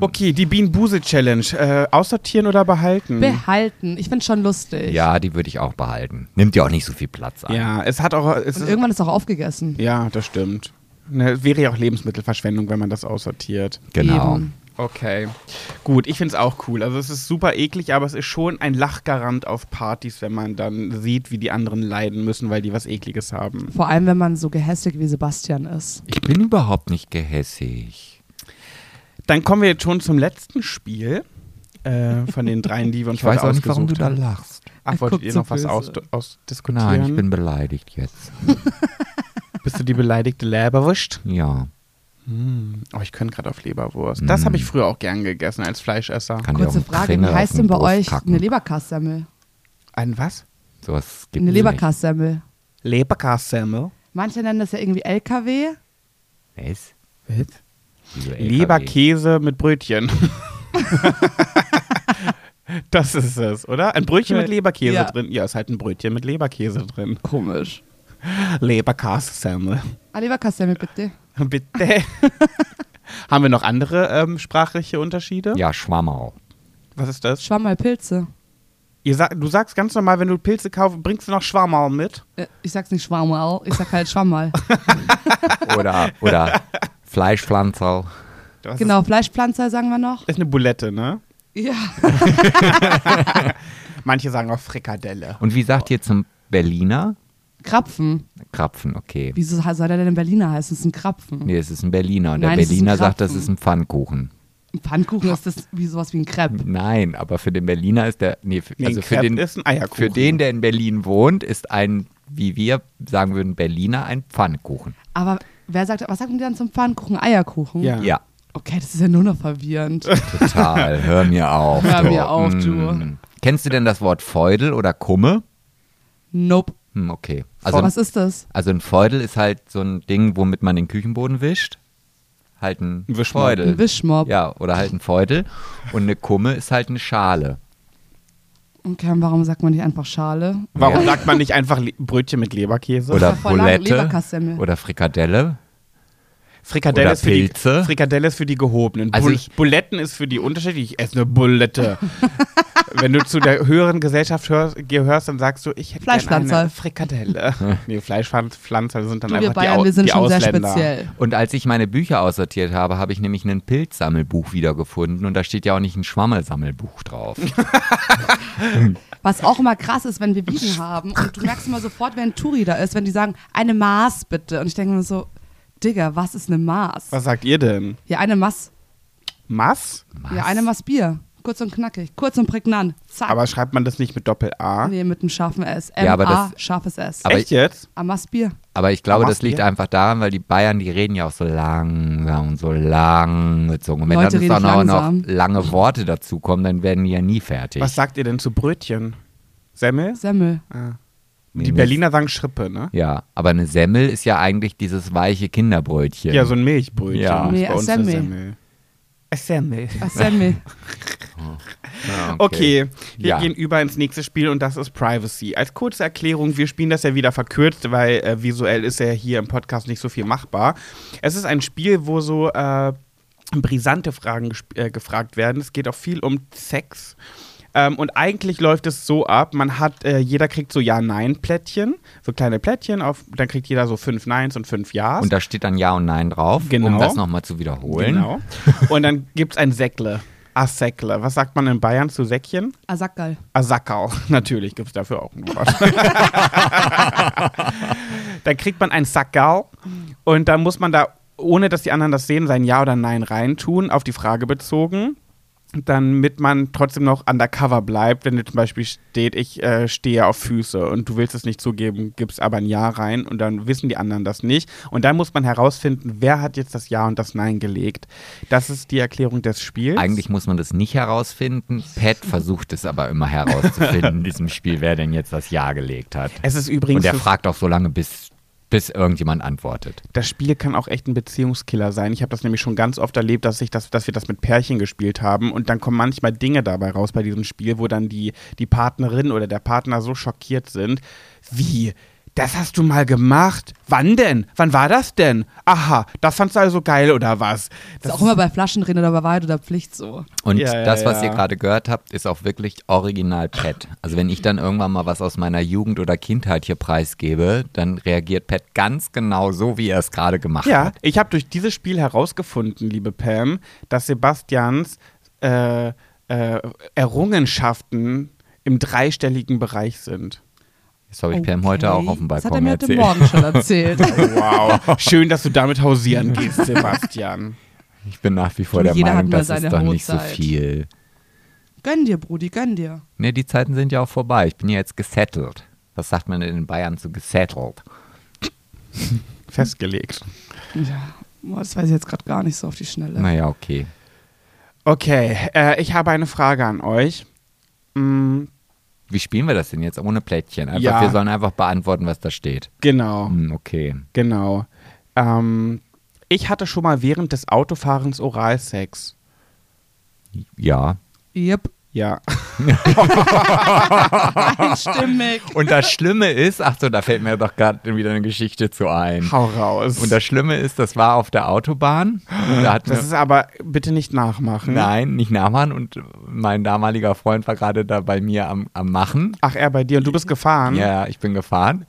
A: Okay, die Bienenbuse-Challenge. Äh, aussortieren oder behalten?
C: Behalten. Ich find's schon lustig.
B: ja, die würde ich auch behalten. Nimmt ja auch nicht so viel Platz ein.
A: Ja, es hat auch. Es
C: Und
A: ist,
C: irgendwann ist auch aufgegessen.
A: ja, das stimmt. Ne, wäre ja auch Lebensmittelverschwendung, wenn man das aussortiert.
B: Genau.
C: Eben.
A: Okay. Gut, ich finde es auch cool. Also es ist super eklig, aber es ist schon ein Lachgarant auf Partys, wenn man dann sieht, wie die anderen leiden müssen, weil die was Ekliges haben.
C: Vor allem, wenn man so gehässig wie Sebastian ist.
B: Ich bin überhaupt nicht gehässig.
A: Dann kommen wir jetzt schon zum letzten Spiel äh, von den dreien, die wir uns
B: Ich weiß
A: heute
B: auch nicht, warum du
A: ausgesucht
B: da
A: haben.
B: lachst.
A: Ach,
C: Er
A: wolltet
C: guckt
A: ihr
C: so
A: noch was
C: böse.
A: aus, ausdiskutieren?
B: Nein, ich bin beleidigt jetzt.
A: Bist du die beleidigte Leberwurst?
B: Ja,
A: Oh, ich könnte gerade auf Leberwurst. Das habe ich früher auch gern gegessen als Fleischesser.
B: kann dir auf
C: Kurze
B: den
C: Frage,
B: Kringel
C: wie
B: auf
C: heißt
B: den
C: denn bei
B: Brust
C: euch
B: kacken.
C: eine Leberkassemmel?
A: Ein was?
B: Sowas gibt
C: Eine
B: es nicht.
C: Leberkassemmel.
A: Leberkassemmel.
C: Manche nennen das ja irgendwie LKW.
B: Was?
A: Was?
B: Wieso LKW?
A: Leberkäse mit Brötchen. das ist es, oder? Ein Brötchen mit Leberkäse
C: Äh, Ja.
A: drin. Ja, ist halt ein Brötchen mit Leberkäse drin.
C: Komisch.
A: Leberkäse-Semmel.
C: Ah, Leberkassemmel bitte.
A: Bitte. Haben wir noch andere ähm, sprachliche Unterschiede?
B: Ja, Schwammau.
A: Was ist das?
C: Schwammerl Pilze.
A: Ihr sag, du sagst ganz normal, wenn du Pilze kaufst, bringst du noch Schwarmau mit.
C: Äh, Ich sag's nicht Schwammerl, ich sag halt Schwammerl.
B: Oder, oder Fleischpflanzerl.
A: Das
C: genau, Fleischpflanzer sagen wir noch.
A: Ist, ist eine Bulette, ne?
C: Ja.
A: Manche sagen auch Frikadelle.
B: Und wie sagt ihr zum Berliner?
C: Krapfen.
B: Krapfen, okay.
C: Wieso soll der denn in Berliner heißen? Es ist ein Krapfen.
B: Nee, es ist ein Berliner. Und der
C: Nein, es ist ein
B: Berliner sagt, das
C: Krapfen.
B: ist ein Pfannkuchen.
C: Ein Pfannkuchen ist das wie sowas wie ein
A: Mhm.
C: Crepe.
B: Nein, aber für den Berliner ist der. Nee, für,
A: Nee,
B: also
A: ein
B: für
A: Crepe
B: den,
A: ist ein Eierkuchen.
B: für den, der in Berlin wohnt, ist ein, wie wir sagen würden, Berliner ein Pfannkuchen.
C: Aber wer sagt, was sagt man dann zum Pfannkuchen? Eierkuchen?
A: Ja.
B: Ja,
C: Okay, das ist ja nur noch verwirrend.
B: total. Hör mir auf.
C: Hör
B: du.
C: mir auf, du.
B: Mm. Kennst du denn das Wort Feudel oder Kumme?
C: Nope.
B: Hm, okay.
C: Also,
B: Also,
C: was ist das?
B: also ein Feudel ist halt so ein Ding, womit man den Küchenboden wischt. Halt ein
A: Ein Wischmopp.
B: Feudel.
C: Ein Wischmopp.
B: Ja, oder halt ein Feudel. Und eine Kumme ist halt eine Schale.
C: Okay, und warum sagt man nicht einfach Schale?
A: Warum
B: Ja.
A: sagt man nicht einfach Le Brötchen mit Leberkäse?
B: Oder
C: ja voll lang,
B: Bulette.
C: Leberkassemmel.
B: Oder Frikadelle.
A: Frikadelle,
B: Oder
A: ist für die,
B: Pilze.
A: Frikadelle ist für die gehobenen.
B: Also
A: Bul
B: ich-
A: Buletten ist für die unterschiedlich. Ich esse eine Bulette. Wenn du zu der höheren Gesellschaft hörst, gehörst, dann sagst du, ich hätte gern
C: Fleischpflanzerl.
A: eine Frikadelle. nee, Fleischpflanzer sind dann
C: Du, wir
A: einfach
C: Bayern,
A: die, Au
C: wir sind
A: die
C: schon sehr
A: Ausländer.
C: speziell.
B: Und als ich meine Bücher aussortiert habe, habe ich nämlich ein Pilzsammelbuch wiedergefunden und da steht ja auch nicht ein Schwammelsammelbuch drauf.
C: Was auch immer krass ist, wenn wir Wiegen haben und du merkst immer sofort, wenn ein Touri da ist, wenn die sagen, eine Maß bitte. Und ich denke mir so, Digga, was ist eine Maß?
A: Was sagt ihr denn?
C: Ja, eine Maß.
A: Mass?
C: Ja, eine Maß Bier. Kurz und knackig. Kurz und prägnant. Zack.
A: Aber schreibt man das nicht mit Doppel-A?
C: nee, mit einem scharfen S. M
B: Ja, aber
C: A,
B: das-
C: scharfes S.
B: aber
A: Echt jetzt?
C: Amas Bier.
B: Aber ich glaube, das
A: Machst du
B: liegt
A: hier?
B: einfach daran, weil die Bayern, die reden ja auch so langsam und so langgezogen. Und wenn
C: Leute
B: dann jetzt auch
C: reden
B: noch, noch
C: langsam.
B: lange Worte dazukommen, dann werden die ja nie fertig.
A: Was sagt ihr denn zu Brötchen? Semmel? Ah.
C: Semmel.
B: Nee,
A: die
B: nee.
A: Berliner sagen Schrippe, ne?
B: Ja, aber eine Semmel ist ja eigentlich dieses weiche Kinderbrötchen.
A: Ja, so ein Milchbrötchen.
B: Ja.
A: ist
C: Nee,
A: bei uns
C: Semmel.
A: eine Semmel. Eine Semmel.
C: Ach, Semmel.
B: Ja,
A: Okay, wir
B: Ja.
A: gehen über ins nächste Spiel und das ist Privacy. Als kurze Erklärung, wir spielen das ja wieder verkürzt, weil äh, visuell ist ja hier im Podcast nicht so viel machbar. Es ist ein Spiel, wo so äh, brisante Fragen gesp- äh, gefragt werden. Es geht auch viel um Sex. Ähm, und eigentlich läuft es so ab, man hat, äh, jeder kriegt so Ja-Nein-Plättchen, so kleine Plättchen, auf, dann kriegt jeder so fünf Neins und fünf Ja's.
B: Und da steht dann Ja und Nein drauf, um
A: Genau.
B: das nochmal zu wiederholen.
A: Genau. Und dann gibt es ein Säckle. A Säckle. Was sagt man in Bayern zu Säckchen?
C: Asakal.
A: Asakau. Natürlich gibt es dafür auch ein Wort. dann kriegt man ein Sackgau und dann muss man da, ohne dass die anderen das sehen, sein Ja oder Nein reintun, auf die Frage bezogen. Damit man trotzdem noch undercover bleibt, wenn jetzt zum Beispiel steht, ich äh, stehe auf Füße und du willst es nicht zugeben, gibst aber ein Ja rein und dann wissen die anderen das nicht. Und dann muss man herausfinden, wer hat jetzt das Ja und das Nein gelegt. Das ist die Erklärung des Spiels.
B: Eigentlich muss man das nicht herausfinden. Pat versucht es aber immer herauszufinden in diesem Spiel, wer denn jetzt das Ja gelegt hat.
A: Es ist
B: Und
A: übrigens
B: er
A: für
B: fragt auch so lange, bis, bis irgendjemand antwortet.
A: das Spiel kann auch echt ein Beziehungskiller sein. Ich habe das nämlich schon ganz oft erlebt, dass, ich das, dass wir das mit Pärchen gespielt haben und dann kommen manchmal Dinge dabei raus bei diesem Spiel, wo dann die, die Partnerin oder der Partner so schockiert sind. Wie? Das hast du mal gemacht? Wann denn? Wann war das denn? Aha, das fandst du also geil oder was?
C: Das ist auch immer bei Flaschenreden oder bei Wahrheit oder Pflicht so.
B: Und
A: Ja, ja,
B: das, was
A: ja.
B: ihr gerade gehört habt, ist auch wirklich original Pat. Also wenn ich dann irgendwann mal was aus meiner Jugend oder Kindheit hier preisgebe, dann reagiert Pat ganz genau so, wie er es gerade gemacht
A: Ja,
B: hat.
A: ich habe durch dieses Spiel herausgefunden, liebe Pam, dass Sebastians äh, äh, Errungenschaften im dreistelligen Bereich sind.
B: Das habe ich Pam heute auch auf dem
C: Das hat er
B: Balkon
C: mir heute
B: erzählt.
C: Morgen schon erzählt.
A: Wow. Schön, dass du damit hausieren gehst, Sebastian.
B: Ich bin nach wie vor
C: Du,
B: der
C: jeder hat
B: Meinung,
C: mal
B: das ist
C: seine
B: doch nicht so
C: Hochzeit.
B: viel.
C: gönn dir, Brudi, gönn dir.
B: Ne, die Zeiten sind ja auch vorbei. Ich bin ja jetzt gesettelt. Was sagt man denn in Bayern zu gesettelt?
A: Festgelegt.
C: Ja, boah, das weiß ich jetzt gerade gar nicht so auf die Schnelle.
B: Naja, okay.
A: Okay, äh, ich habe eine Frage an euch. Mm,
B: Wie spielen wir das denn jetzt ohne Plättchen? Einfach,
A: Ja.
B: Wir sollen einfach beantworten, was da steht.
A: genau,
B: Hm, okay.
A: genau. Ähm, ich hatte schon mal während des Autofahrens Oralsex.
B: Ja.
C: Yep,
A: Ja.
C: stimmig.
B: Und das Schlimme ist, ach so, da fällt mir doch gerade wieder eine Geschichte zu ein.
A: Hau raus.
B: Und das Schlimme ist, das war auf der Autobahn. Und Da hat
A: das
B: eine-
A: ist aber bitte nicht nachmachen.
B: nein, nicht nachmachen. Und mein damaliger Freund war gerade da bei mir am, am Machen.
A: Ach, er bei dir und du bist gefahren.
B: Ja, ich bin gefahren.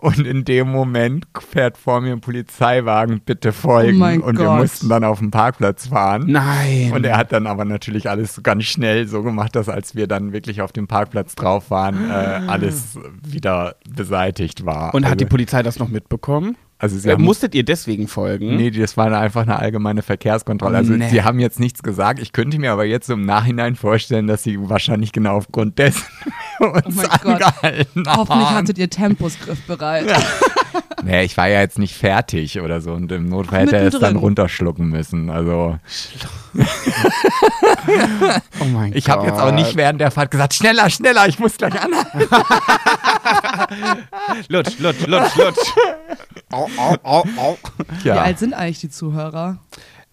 B: Und in dem Moment fährt vor mir ein Polizeiwagen, bitte folgen.
C: Oh mein
B: und wir
C: Gott.
B: mussten dann auf den Parkplatz fahren.
A: Nein.
B: Und er hat dann aber natürlich alles so ganz schnell so gemacht, dass als wir dann wirklich auf dem Parkplatz drauf waren, äh, alles wieder beseitigt war.
A: Ah. Und
B: also,
A: hat die Polizei das noch mitbekommen?
B: also sie
A: Äh,
B: haben,
A: Musstet ihr deswegen folgen?
B: Nee, das war einfach eine allgemeine Verkehrskontrolle. Also
A: Nee.
B: sie haben jetzt nichts gesagt. Ich könnte mir aber jetzt so im Nachhinein vorstellen, dass sie wahrscheinlich genau aufgrund dessen uns
A: Oh
C: mein Gott.
B: angehalten haben.
C: Hoffentlich hattet ihr Tempos griffbereit.
B: Nee, ich war ja jetzt nicht fertig oder so und im Notfall hätte er es dann
C: mittendrin.
B: runterschlucken müssen. Also
A: Oh mein
B: ich habe jetzt auch nicht während der Fahrt gesagt, schneller, schneller, ich muss gleich an.
A: Lutsch, lutsch, lutsch, lutsch. au, au, au, au.
C: Wie
B: Ja,
C: alt sind eigentlich die Zuhörer?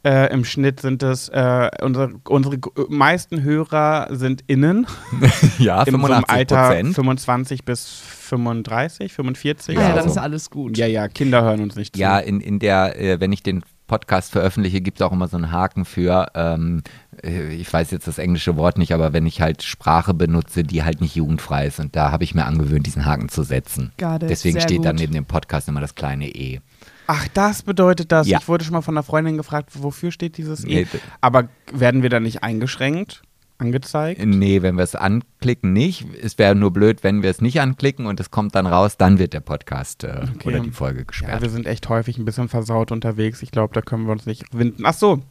A: Äh, Im Schnitt sind es, äh, unsere, unsere g- meisten Hörer sind innen.
B: ja
A: Im so einem
B: 85
A: Alter
B: Ah, Prozent.
A: 25 bis 35, 45.
C: Ja, ah, ja dann
B: also-
C: ist ja alles gut.
A: ja, ja, Kinder hören uns nicht zu.
B: Ja, in, in der, äh, wenn ich den Podcast veröffentliche, gibt es auch immer so einen Haken für, ähm, äh, ich weiß jetzt das englische Wort nicht, aber wenn ich halt Sprache benutze, die halt nicht jugendfrei ist. Und da habe ich mir angewöhnt, diesen Haken zu setzen.
C: Got it,
B: Deswegen
C: sehr
B: steht dann
C: gut.
B: neben dem Podcast immer das kleine E.
A: Ach, das bedeutet das.
B: Ja.
A: Ich wurde schon mal von einer Freundin gefragt, wofür steht dieses
B: Nee,
A: E?
B: d-
A: Aber werden wir da nicht eingeschränkt? Angezeigt?
B: Nee, wenn wir es anklicken, nicht. Es wäre nur blöd, wenn wir es nicht anklicken und es kommt dann raus, dann wird der Podcast äh,
A: Okay.
B: oder die Folge
A: Ja,
B: gesperrt.
A: wir sind echt häufig ein bisschen versaut unterwegs. Ich glaube, da können wir uns nicht winden. Ach so,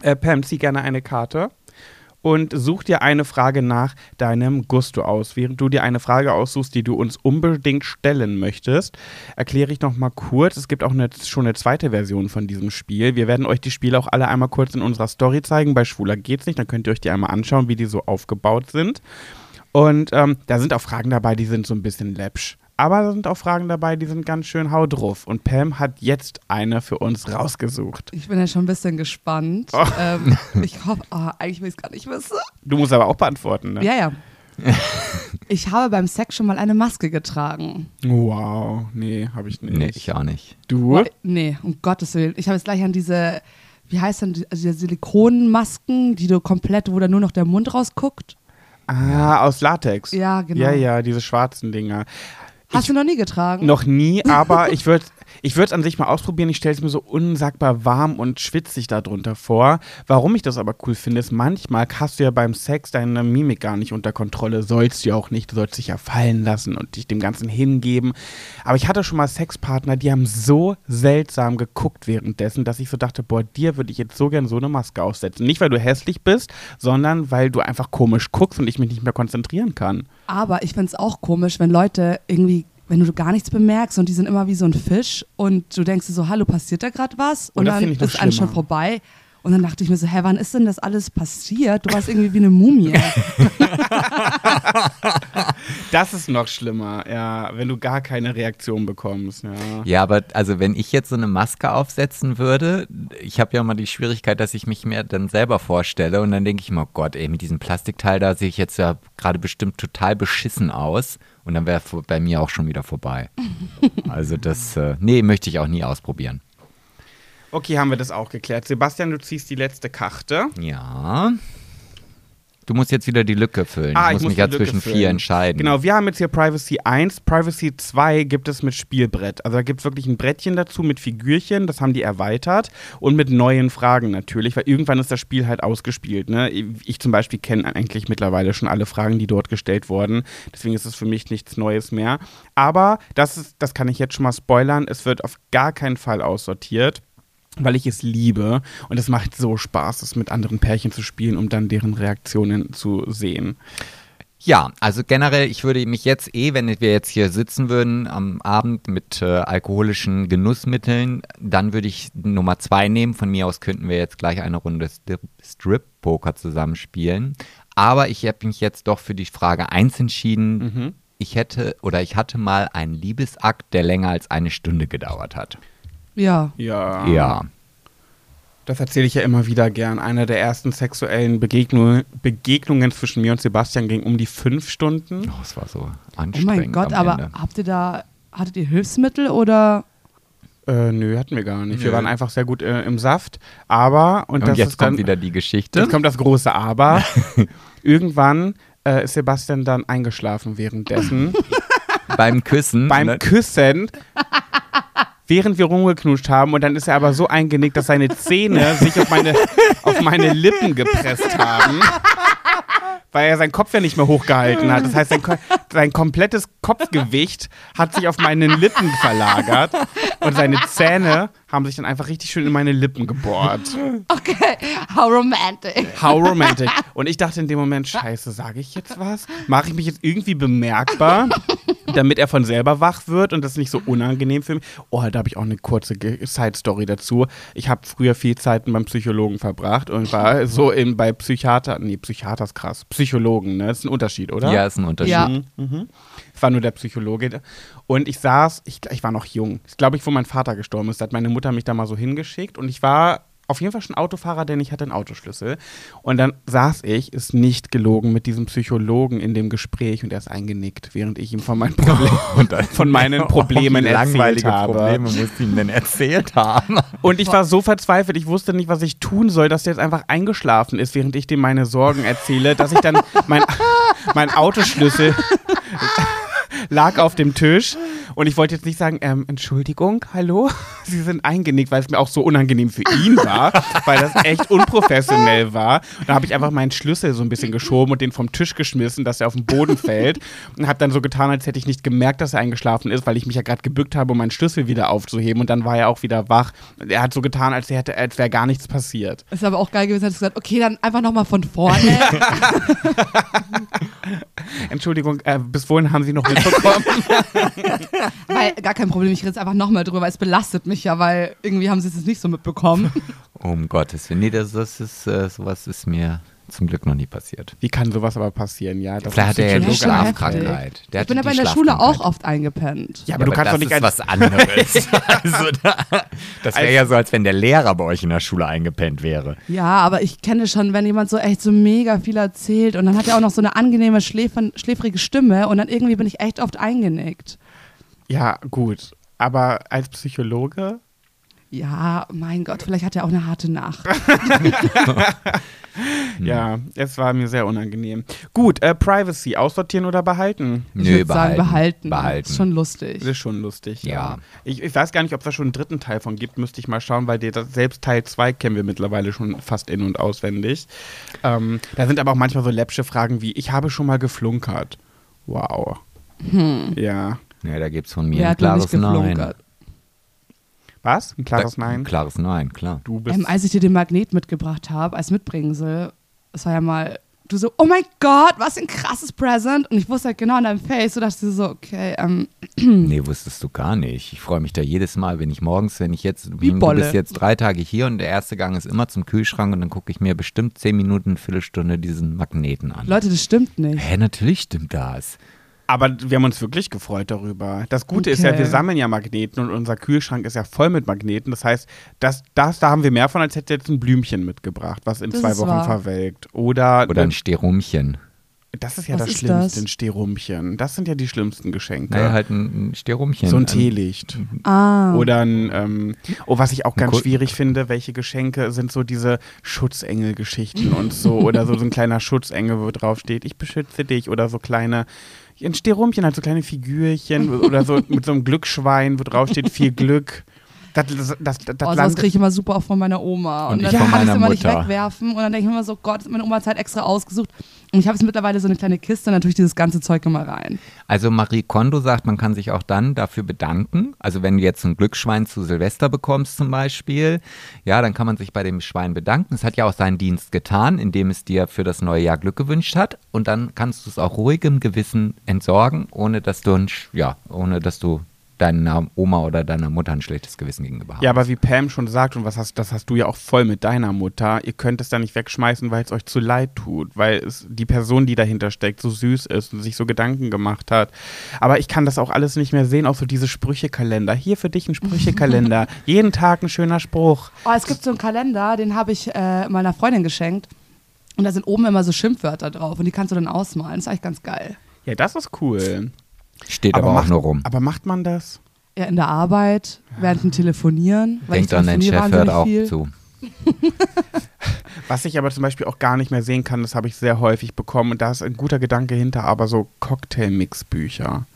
A: äh, Pam, zieh gerne eine Karte und such dir eine Frage nach deinem Gusto aus. Während du dir eine Frage aussuchst, die du uns unbedingt stellen möchtest, erkläre ich noch mal kurz. Es gibt auch eine, schon eine zweite Version von diesem Spiel. Wir werden euch die Spiele auch alle einmal kurz in unserer Story zeigen. Bei Schwuler geht's nicht. Dann könnt ihr euch die einmal anschauen, wie die so aufgebaut sind. Und ähm, da sind auch Fragen dabei, die sind so ein bisschen läppsch. Aber da sind auch Fragen dabei, die sind ganz schön hau drauf. Und Pam hat jetzt eine für uns rausgesucht.
C: Ich bin ja schon ein bisschen gespannt. Ähm, ich hoffe, ah, eigentlich will ich es gar nicht wissen.
A: Du musst aber auch beantworten, ne?
C: Ja, ja. Ich habe beim Sex schon mal eine Maske getragen.
A: Wow, nee, habe ich nicht.
B: nee, ich auch nicht.
A: du?
C: Nee, um Gottes Willen. Ich habe jetzt gleich an diese, wie heißt denn, die- also diese Silikonmasken, die du komplett, wo da nur noch der Mund rausguckt.
A: Ah, aus Latex.
C: Ja, genau.
A: Ja, ja, diese schwarzen Dinger.
C: Hast du noch nie getragen?
A: Noch nie, aber ich würde ich würd's an sich mal ausprobieren. Ich stelle es mir so unsagbar warm und schwitzig darunter vor. Warum ich das aber cool finde, ist, manchmal hast du ja beim Sex deine Mimik gar nicht unter Kontrolle. Sollst du ja auch nicht. Du sollst dich ja fallen lassen und dich dem Ganzen hingeben. Aber ich hatte schon mal Sexpartner, die haben so seltsam geguckt währenddessen, dass ich so dachte, boah, dir würde ich jetzt so gern so eine Maske aufsetzen. Nicht, weil du hässlich bist, sondern weil du einfach komisch guckst und ich mich nicht mehr konzentrieren kann.
C: Aber ich find's auch komisch, wenn Leute irgendwie, wenn du gar nichts bemerkst und die sind immer wie so ein Fisch und du denkst dir so, hallo, passiert da gerade was?
A: Oh,
C: Und
A: das
C: dann
A: find ich noch
C: ist einem schon
A: schlimmer.
C: vorbei. Und dann dachte ich mir so, hä, wann ist denn das alles passiert? Du warst irgendwie wie eine Mumie.
A: Das ist noch schlimmer, ja, wenn du gar keine Reaktion bekommst. Ja.
B: Ja, aber also wenn ich jetzt so eine Maske aufsetzen würde, ich habe ja immer die Schwierigkeit, dass ich mich mir dann selber vorstelle und dann denke ich mir, oh Gott, ey, mit diesem Plastikteil da sehe ich jetzt ja gerade bestimmt total beschissen aus und dann wäre bei mir auch schon wieder vorbei. Also das, äh, nee, möchte ich auch nie ausprobieren.
A: Okay, haben wir das auch geklärt. Sebastian, du ziehst die letzte Karte.
B: Ja. Du musst jetzt wieder die Lücke füllen. ich muss mich
A: Ah, die
B: ja
A: Lücke
B: zwischen vier
A: füllen.
B: entscheiden.
A: Genau, wir haben jetzt hier Privacy 1. Privacy 2 gibt es mit Spielbrett. Also da gibt es wirklich ein Brettchen dazu mit Figürchen, das haben die erweitert und mit neuen Fragen natürlich, weil irgendwann ist das Spiel halt ausgespielt. Ne? Ich zum Beispiel kenne eigentlich mittlerweile schon alle Fragen, die dort gestellt wurden. Deswegen ist es für mich nichts Neues mehr. Aber das, ist, das kann ich jetzt schon mal spoilern. Es wird auf gar keinen Fall aussortiert. Weil ich es liebe und es macht so Spaß, es mit anderen Pärchen zu spielen, um dann deren Reaktionen zu sehen.
B: Ja, also generell, ich würde mich jetzt eh, wenn wir jetzt hier sitzen würden am Abend mit äh, alkoholischen Genussmitteln, dann würde ich Nummer zwei nehmen. Von mir aus könnten wir jetzt gleich eine Runde Strip- Strip-Poker zusammenspielen. Aber ich habe mich jetzt doch für die Frage eins entschieden.
A: Mhm.
B: Ich hätte oder ich hatte mal einen Liebesakt, der länger als eine Stunde gedauert hat.
C: ja.
A: Ja.
B: Ja.
A: Das erzähle ich ja immer wieder gern. Eine der ersten sexuellen Begegnung, Begegnungen zwischen mir und Sebastian ging um die fünf Stunden.
B: Oh, es war so
C: Oh
B: anstrengend.
C: mein Gott,
B: am
C: aber
B: Ende.
C: habt ihr da, hattet ihr Hilfsmittel oder?
B: Oh.
A: Äh, nö, hatten wir gar nicht. Wir
B: Nö.
A: waren einfach sehr gut äh, im Saft. Aber, und,
B: Und
A: das
B: jetzt
A: ist dann,
B: kommt wieder die Geschichte.
A: jetzt kommt das große Aber. Irgendwann äh, ist Sebastian dann eingeschlafen währenddessen.
B: beim Küssen.
A: beim
B: ne?
A: Küssen, während wir rumgeknutscht haben. Und dann ist er aber so eingenickt, dass seine Zähne sich auf meine, auf meine Lippen gepresst haben. Weil er seinen Kopf ja nicht mehr hochgehalten hat. Das heißt, sein, Ko- sein komplettes Kopfgewicht hat sich auf meine Lippen verlagert. Und seine Zähne haben sich dann einfach richtig schön in meine Lippen gebohrt.
C: Okay, how romantic.
A: How romantic. Und ich dachte in dem Moment, scheiße, sage ich jetzt was? Mache ich mich jetzt irgendwie bemerkbar, damit er von selber wach wird und das nicht so unangenehm für mich? Oh, da habe ich auch eine kurze Ge- Side-Story dazu. Ich habe früher viel Zeiten beim Psychologen verbracht und war so in, bei Psychiater, nee, Psychiater ist krass, Psychologen, ne? ist ein Unterschied, oder?
B: Ja, ist ein Unterschied.
C: Ja.
A: Ich war nur der Psychologe. Und ich saß, ich, ich war noch jung. Ich glaube, ich, wo mein Vater gestorben ist, da hat meine Mutter mich da mal so hingeschickt. Und ich war auf jeden Fall schon Autofahrer, denn ich hatte einen Autoschlüssel. Und dann saß ich, ist nicht gelogen, mit diesem Psychologen in dem Gespräch und er ist eingenickt, während ich ihm von meinen, Problem, von meinen Problemen erzählt
B: langweilige
A: habe.
B: Probleme muss ich ihm denn erzählt haben.
A: Und ich war so verzweifelt, ich wusste nicht, was ich tun soll, dass der jetzt einfach eingeschlafen ist, während ich dem meine Sorgen erzähle, dass ich dann mein, mein Autoschlüssel lag auf dem Tisch und ich wollte jetzt nicht sagen, ähm, Entschuldigung, hallo, Sie sind eingenickt, weil es mir auch so unangenehm für ihn war, weil das echt unprofessionell war. Und da habe ich einfach meinen Schlüssel so ein bisschen geschoben und den vom Tisch geschmissen, dass er auf den Boden fällt und habe dann so getan, als hätte ich nicht gemerkt, dass er eingeschlafen ist, weil ich mich ja gerade gebückt habe, um meinen Schlüssel wieder aufzuheben und dann war er auch wieder wach. Und er hat so getan, als, hätte, als wäre gar nichts passiert.
C: Ist aber auch geil gewesen, hättest du gesagt, okay, dann einfach nochmal von vorne.
A: Entschuldigung, äh, bis wohin haben Sie noch mitbekommen?
C: weil, gar kein Problem, ich rede jetzt einfach nochmal drüber, es belastet mich ja, weil irgendwie haben sie es jetzt nicht so mitbekommen.
B: Um Gottes Willen. Nee, das, das ist, äh, sowas ist mir zum Glück noch nie passiert.
A: Wie kann sowas aber passieren? Ja, das
B: Vielleicht hat
A: ist
B: er ja die
C: Psychologe
B: Schlafkrankheit. Der
C: ich bin
B: hatte
C: aber
B: die
C: in der Schule auch
B: Schlafkrankheit.
C: oft eingepennt.
A: Ja, aber du kannst
B: das
A: doch nicht
B: ist
A: als
B: was anderes. also da, das wäre
A: Als-
B: ja so, als wenn der Lehrer bei euch in der Schule eingepennt wäre.
C: Ja, aber ich kenne schon, wenn jemand so echt so mega viel erzählt und dann hat er auch noch so eine angenehme, schläfern, schläfrige Stimme und dann irgendwie bin ich echt oft eingenickt.
A: Ja, gut. Aber als Psychologe?
C: Ja, mein Gott, vielleicht hat er auch eine harte Nacht.
B: Hm.
A: Ja, es war mir sehr unangenehm. Gut, äh, Privacy, aussortieren oder behalten?
C: Ich würde sagen, behalten.
B: behalten.
C: Ist schon lustig.
A: Das ist schon lustig.
B: Ja.
A: Ich, ich weiß gar nicht, ob es da schon einen dritten Teil von gibt, müsste ich mal schauen, weil der, das, selbst Teil 2 kennen wir mittlerweile schon fast in- und auswendig. Ähm, da sind aber auch manchmal so läppsche Fragen wie, ich habe schon mal geflunkert. Wow. Ja.
B: Ja, da gibt es von
C: Wer
B: mir ein
C: hat noch
B: klares
C: nicht
B: Nein.
C: geflunkert?
A: Was? Ein klares
B: Da-
A: Nein?
B: Klares Nein, klar.
A: Du bist...
C: Ähm, als ich dir den Magnet mitgebracht habe, als Mitbringsel, das war ja mal, du so, oh mein Gott, was ein krasses Present. Und ich wusste halt genau an deinem Face, du dachtest dir so, okay, ähm,
B: Nee, wusstest du gar nicht. Ich freue mich da jedes Mal, wenn ich morgens, wenn ich jetzt,
C: Wie
B: du
C: Bolle.
B: bist jetzt drei Tage hier und der erste Gang ist immer zum Kühlschrank und dann gucke ich mir bestimmt zehn Minuten, Viertelstunde diesen Magneten an.
C: Leute, das stimmt nicht.
B: Hä, natürlich stimmt das.
A: Aber wir haben uns wirklich gefreut darüber. Das Gute ist ja,
C: Okay.
A: wir sammeln ja Magneten und unser Kühlschrank ist ja voll mit Magneten. Das heißt, das, das, da haben wir mehr von, als hätte jetzt ein Blümchen mitgebracht, was in
C: Das
A: zwei
C: ist
A: Wochen
C: wahr.
A: verwelkt. Oder,
B: Oder ein Sterumchen.
A: das ist ja
C: Was
A: das
C: ist
A: Schlimmste,
C: das?
A: ein Stehrumchen. Das sind ja die schlimmsten Geschenke.
B: Naja, halt ein, ein Sterumchen.
A: so ein
B: Ein-
A: Teelicht.
C: Ah,
A: Oder ein, ähm, oh, was ich auch ganz
B: Kul-
A: schwierig finde, welche Geschenke sind so diese Schutzengel-Geschichten und so. Oder so, so ein kleiner Schutzengel, wo drauf steht, ich beschütze dich. Oder so kleine, ein Sterumchen, halt so kleine Figürchen. Oder so mit so einem Glücksschwein, wo drauf steht, viel Glück. Das, das, das, das
C: oh, sowas
A: landet-
C: kriege ich immer super auch von meiner Oma.
B: Und
C: Und,
B: ich
C: dann
B: von
C: kann ich es
B: meiner
C: immer nicht
B: Mutter.
C: wegwerfen. Und dann denke ich mir immer so, Gott, meine Oma hat halt extra ausgesucht. Und ich habe jetzt mittlerweile so eine kleine Kiste und dann tue ich dieses ganze Zeug immer rein.
B: Also Marie Kondo sagt, man kann sich auch dann dafür bedanken. Also wenn du jetzt ein Glücksschwein zu Silvester bekommst zum Beispiel, ja, dann kann man sich bei dem Schwein bedanken. Es hat ja auch seinen Dienst getan, indem es dir für das neue Jahr Glück gewünscht hat. Und dann kannst du es auch ruhig im Gewissen entsorgen, ohne dass du, ein, Sch- ja, ohne dass du deiner Oma oder deiner Mutter ein schlechtes Gewissen gegenüber hast.
A: Ja, aber wie Pam schon sagt, und was hast, das hast du ja auch voll mit deiner Mutter, ihr könnt es da nicht wegschmeißen, weil es euch zu leid tut, weil es die Person, die dahinter steckt, so süß ist und sich so Gedanken gemacht hat. Aber ich kann das auch alles nicht mehr sehen, auch so diese Sprüchekalender. Hier für dich ein Sprüchekalender. Jeden Tag ein schöner Spruch.
C: Oh, es gibt so einen Kalender, den habe ich äh, meiner Freundin geschenkt. Und da sind oben immer so Schimpfwörter drauf und die kannst du dann ausmalen. Das ist eigentlich ganz geil.
A: Ja, das ist cool.
B: Steht aber, auch
A: macht,
B: nur rum.
A: Aber macht man das?
C: Ja, in der Arbeit, während dem Telefonieren. Weil
B: Denkt
C: ich
B: an den
C: telefoniere
B: Chef, hört
C: wahnsinnig
B: auch
C: viel.
B: zu.
A: Was ich aber zum Beispiel auch gar nicht mehr sehen kann, das habe ich sehr häufig bekommen und da ist ein guter Gedanke hinter, aber so Cocktail-Mix-Bücher.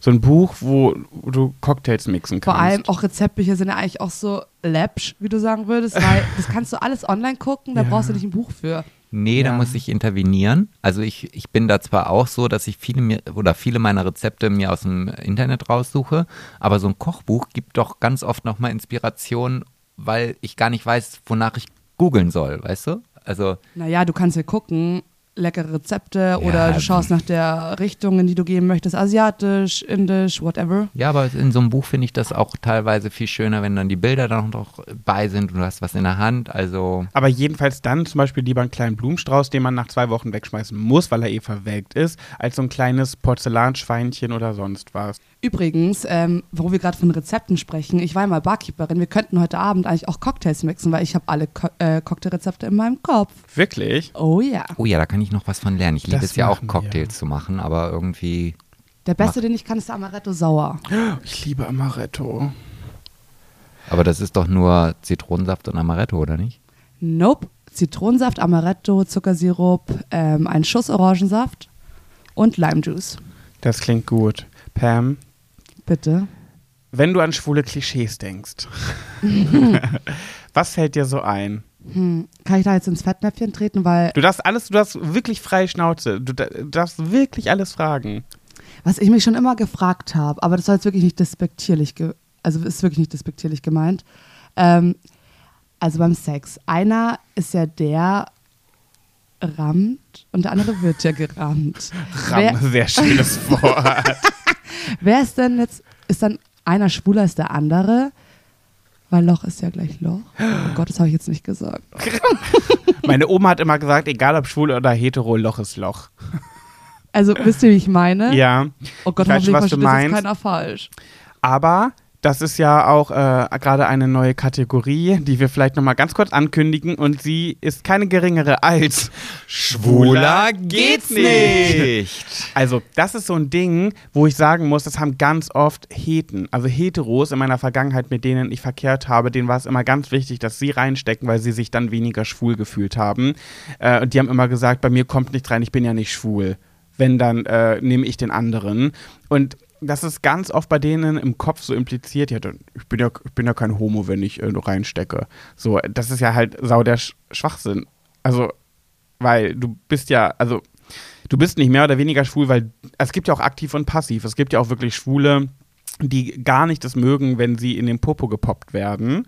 A: so ein Buch, wo du Cocktails mixen
C: Vor
A: kannst.
C: allem auch Rezeptbücher sind ja eigentlich auch so läppsch, wie du sagen würdest, weil das kannst du alles online gucken, da
A: Ja.
C: brauchst du nicht ein Buch für.
B: Nee, da
A: Ja.
B: muss ich intervenieren. Also ich, ich bin da zwar auch so, dass ich viele mir oder viele meiner Rezepte mir aus dem Internet raussuche, aber so ein Kochbuch gibt doch ganz oft nochmal Inspiration, weil ich gar nicht weiß, wonach ich googeln soll, weißt du? Also
C: Naja, du kannst ja gucken, leckere Rezepte oder du schaust nach der Richtung, in die du gehen möchtest, asiatisch, indisch, whatever.
B: ja, aber in so einem Buch finde ich das auch teilweise viel schöner, wenn dann die Bilder dann noch bei sind und du hast was in der Hand. Also
A: Aber jedenfalls dann zum Beispiel lieber einen kleinen Blumenstrauß, den man nach zwei Wochen wegschmeißen muss, weil er eh verwelkt ist, als so ein kleines Porzellanschweinchen oder sonst was.
C: Übrigens, ähm, wo wir gerade von Rezepten sprechen, ich war mal Barkeeperin, wir könnten heute Abend eigentlich auch Cocktails mixen, weil ich habe alle Co äh, Cocktailrezepte in meinem Kopf.
A: Wirklich?
C: Oh ja.
B: Oh ja, da kann ich noch was von lernen. Ich liebe
A: Das
B: es ja auch,
A: machen wir.
B: Cocktails zu machen, aber irgendwie.
C: Der beste, den ich kann, ist der Amaretto Sauer.
A: Oh, Ich liebe Amaretto.
B: Aber das ist doch nur Zitronensaft und Amaretto, oder nicht?
C: Nope. Zitronensaft, Amaretto, Zuckersirup, ähm, ein Schuss Orangensaft und Limejuice.
A: Das klingt gut. Pam,
C: Bitte.
A: wenn du an schwule Klischees denkst, was fällt dir so ein?
C: Kann ich da jetzt ins Fettnäpfchen treten, weil
A: Du darfst alles, du darfst wirklich freie Schnauze. Du da- darfst wirklich alles fragen.
C: was ich mich schon immer gefragt habe, aber das soll jetzt wirklich nicht despektierlich, ge also ist wirklich nicht despektierlich gemeint. Ähm, also beim Sex. Einer ist ja der rammt und der andere wird ja gerammt.
A: Ram, sehr schönes Wort.
C: Wer ist denn jetzt, ist dann einer schwuler als der andere? Weil Loch ist ja gleich Loch. Oh Gott, das habe ich jetzt nicht gesagt.
A: Meine Oma hat immer gesagt, egal ob schwul oder hetero, Loch ist Loch.
C: Also wisst ihr, wie ich meine?
A: Ja.
C: Oh Gott,
A: Ich weiß schon, was du
C: hoffentlich versteht das jetzt
A: meinst.
C: keiner falsch.
A: Aber das ist ja auch äh, gerade eine neue Kategorie, die wir vielleicht nochmal ganz kurz ankündigen. Und sie ist keine geringere als Also, das ist so ein Ding, wo ich sagen muss, das haben ganz oft Heten, also Heteros in meiner Vergangenheit, mit denen ich verkehrt habe, denen war es immer ganz wichtig, dass sie reinstecken, weil sie sich dann weniger schwul gefühlt haben. Äh, und die haben immer gesagt, bei mir kommt nichts rein, ich bin ja nicht schwul. Wenn, dann äh, nehme ich den anderen. Und das ist ganz oft bei denen im Kopf so impliziert, ja, dann- ich bin ja, ich bin ja kein Homo, wenn ich äh, nur reinstecke. So, das ist ja halt sau der Sch Schwachsinn. Also, weil du bist ja, also du bist nicht mehr oder weniger schwul, weil es gibt ja auch aktiv und passiv. Es gibt ja auch wirklich Schwule, die gar nicht das mögen, wenn sie in den Popo gepoppt werden,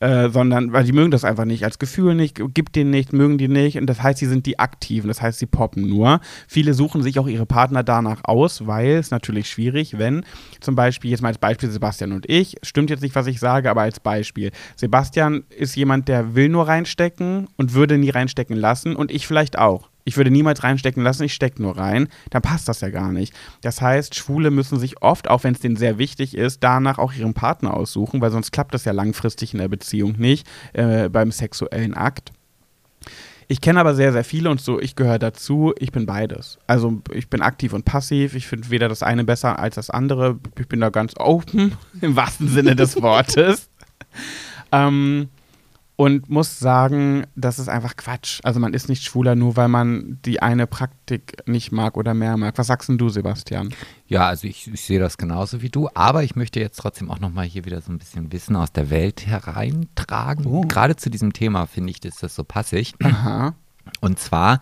A: äh, sondern weil die mögen das einfach nicht als Gefühl nicht, gibt denen nicht, mögen die nicht und das heißt, sie sind die Aktiven, das heißt, sie poppen nur. Viele suchen sich auch ihre Partner danach aus, weil es natürlich schwierig, wenn zum Beispiel, jetzt mal als Beispiel Sebastian und ich, stimmt jetzt nicht, was ich sage, aber als Beispiel, Sebastian ist jemand, der will nur reinstecken und würde nie reinstecken lassen und ich vielleicht auch. Ich würde niemals reinstecken lassen, ich stecke nur rein, dann passt das ja gar nicht. Das heißt, Schwule müssen sich oft, auch wenn es denen sehr wichtig ist, danach auch ihren Partner aussuchen, weil sonst klappt das ja langfristig in der Beziehung nicht, äh, beim sexuellen Akt. Ich kenne aber sehr, sehr viele und so, ich gehöre dazu, ich bin beides. Also ich bin aktiv und passiv, ich finde weder das eine besser als das andere, ich bin da ganz open, im wahrsten Sinne des Wortes. ähm, und muss sagen, das ist einfach Quatsch. Also man ist nicht schwuler, nur weil man die eine Praktik nicht mag oder mehr mag. Was sagst denn du, Sebastian?
B: Ja, also ich, ich sehe das genauso wie du, aber ich möchte jetzt trotzdem auch nochmal hier wieder so ein bisschen Wissen aus der Welt hereintragen.
A: Oh.
B: Gerade zu diesem Thema finde ich, ist das so passig.
A: Aha.
B: Und zwar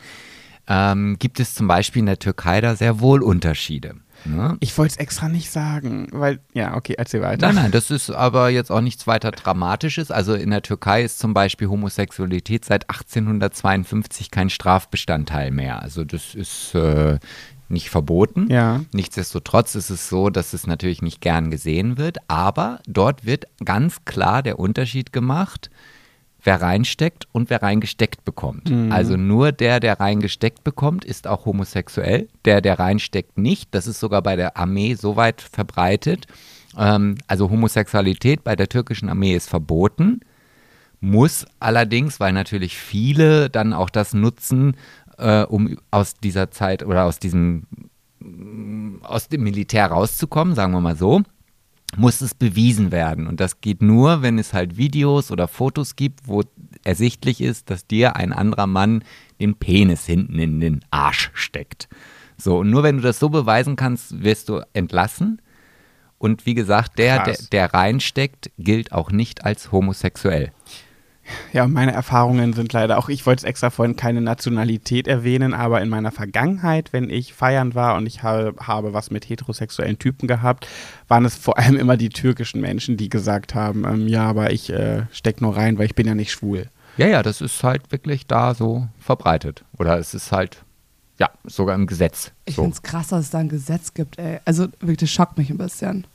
B: ähm, gibt es zum Beispiel in der Türkei da sehr wohl Unterschiede. Ne?
A: Ich wollte es extra nicht sagen, weil, ja, okay, erzähl weiter.
B: Nein, nein, das ist aber jetzt auch nichts weiter Dramatisches. Also in der Türkei ist zum Beispiel Homosexualität seit 1852 kein Strafbestandteil mehr. Also das ist äh, nicht verboten.
A: Ja.
B: Nichtsdestotrotz ist es so, dass es natürlich nicht gern gesehen wird, aber dort wird ganz klar der Unterschied gemacht, wer reinsteckt und wer reingesteckt bekommt. Also nur der, der reingesteckt bekommt, ist auch homosexuell. Der, der reinsteckt, nicht. Das ist sogar bei der Armee so weit verbreitet. Ähm, also Homosexualität bei der türkischen Armee ist verboten muss allerdings, weil natürlich viele dann auch das nutzen, äh, um aus dieser Zeit oder aus diesem mm, aus dem Militär rauszukommen, sagen wir mal so, muss es bewiesen werden. Und das geht nur, wenn es halt Videos oder Fotos gibt, wo ersichtlich ist, dass dir ein anderer Mann den Penis hinten in den Arsch steckt. So, und nur wenn du das so beweisen kannst, wirst du entlassen. Und wie gesagt, der, der,
A: Krass.
B: der reinsteckt, gilt auch nicht als homosexuell.
A: Ja, und meine Erfahrungen sind leider auch, ich wollte es extra vorhin keine Nationalität erwähnen, aber in meiner Vergangenheit, wenn ich feiern war und ich habe, habe was mit heterosexuellen Typen gehabt, waren es vor allem immer die türkischen Menschen, die gesagt haben, ähm, ja, aber ich äh, steck nur rein, weil ich bin ja nicht schwul.
B: Ja, ja, das ist halt wirklich da so verbreitet. Oder es ist halt, ja, sogar im Gesetz.
C: Ich
B: So.
C: find's krass, dass es da ein Gesetz gibt, ey. Also wirklich, das schockt mich ein bisschen.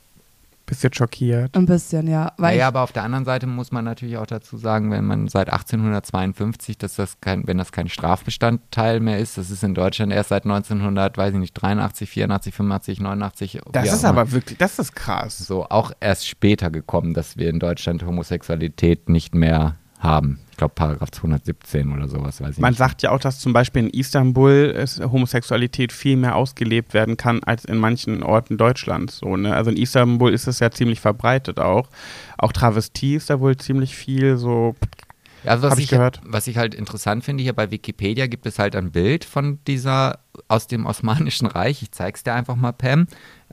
A: Bist jetzt schockiert?
C: Ein bisschen, ja. Weil
B: naja,
C: ich,
B: aber auf der anderen Seite muss man natürlich auch dazu sagen, wenn man seit 1852, dass das kein, wenn das kein Strafbestandteil mehr ist, das ist in Deutschland erst seit 1900, weiß ich nicht, 83, 84, 85, 89.
A: Das
B: wie auch
A: ist
B: immer.
A: aber wirklich, das ist krass.
B: so auch erst später gekommen, dass wir in Deutschland Homosexualität nicht mehr haben. Ich glaube, Paragraph 217 oder sowas, weiß ich
A: Man
B: nicht.
A: sagt ja auch, dass zum Beispiel in Istanbul es, Homosexualität viel mehr ausgelebt werden kann als in manchen Orten Deutschlands. So, ne? Also in Istanbul ist es ja ziemlich verbreitet auch. Auch Travestie ist da wohl ziemlich viel so.
B: Also was
A: Hab ich
B: ich,
A: gehört.
B: was ich halt interessant finde, hier bei Wikipedia gibt es halt ein Bild von dieser aus dem Osmanischen Reich, ich zeig's dir einfach mal, Pam,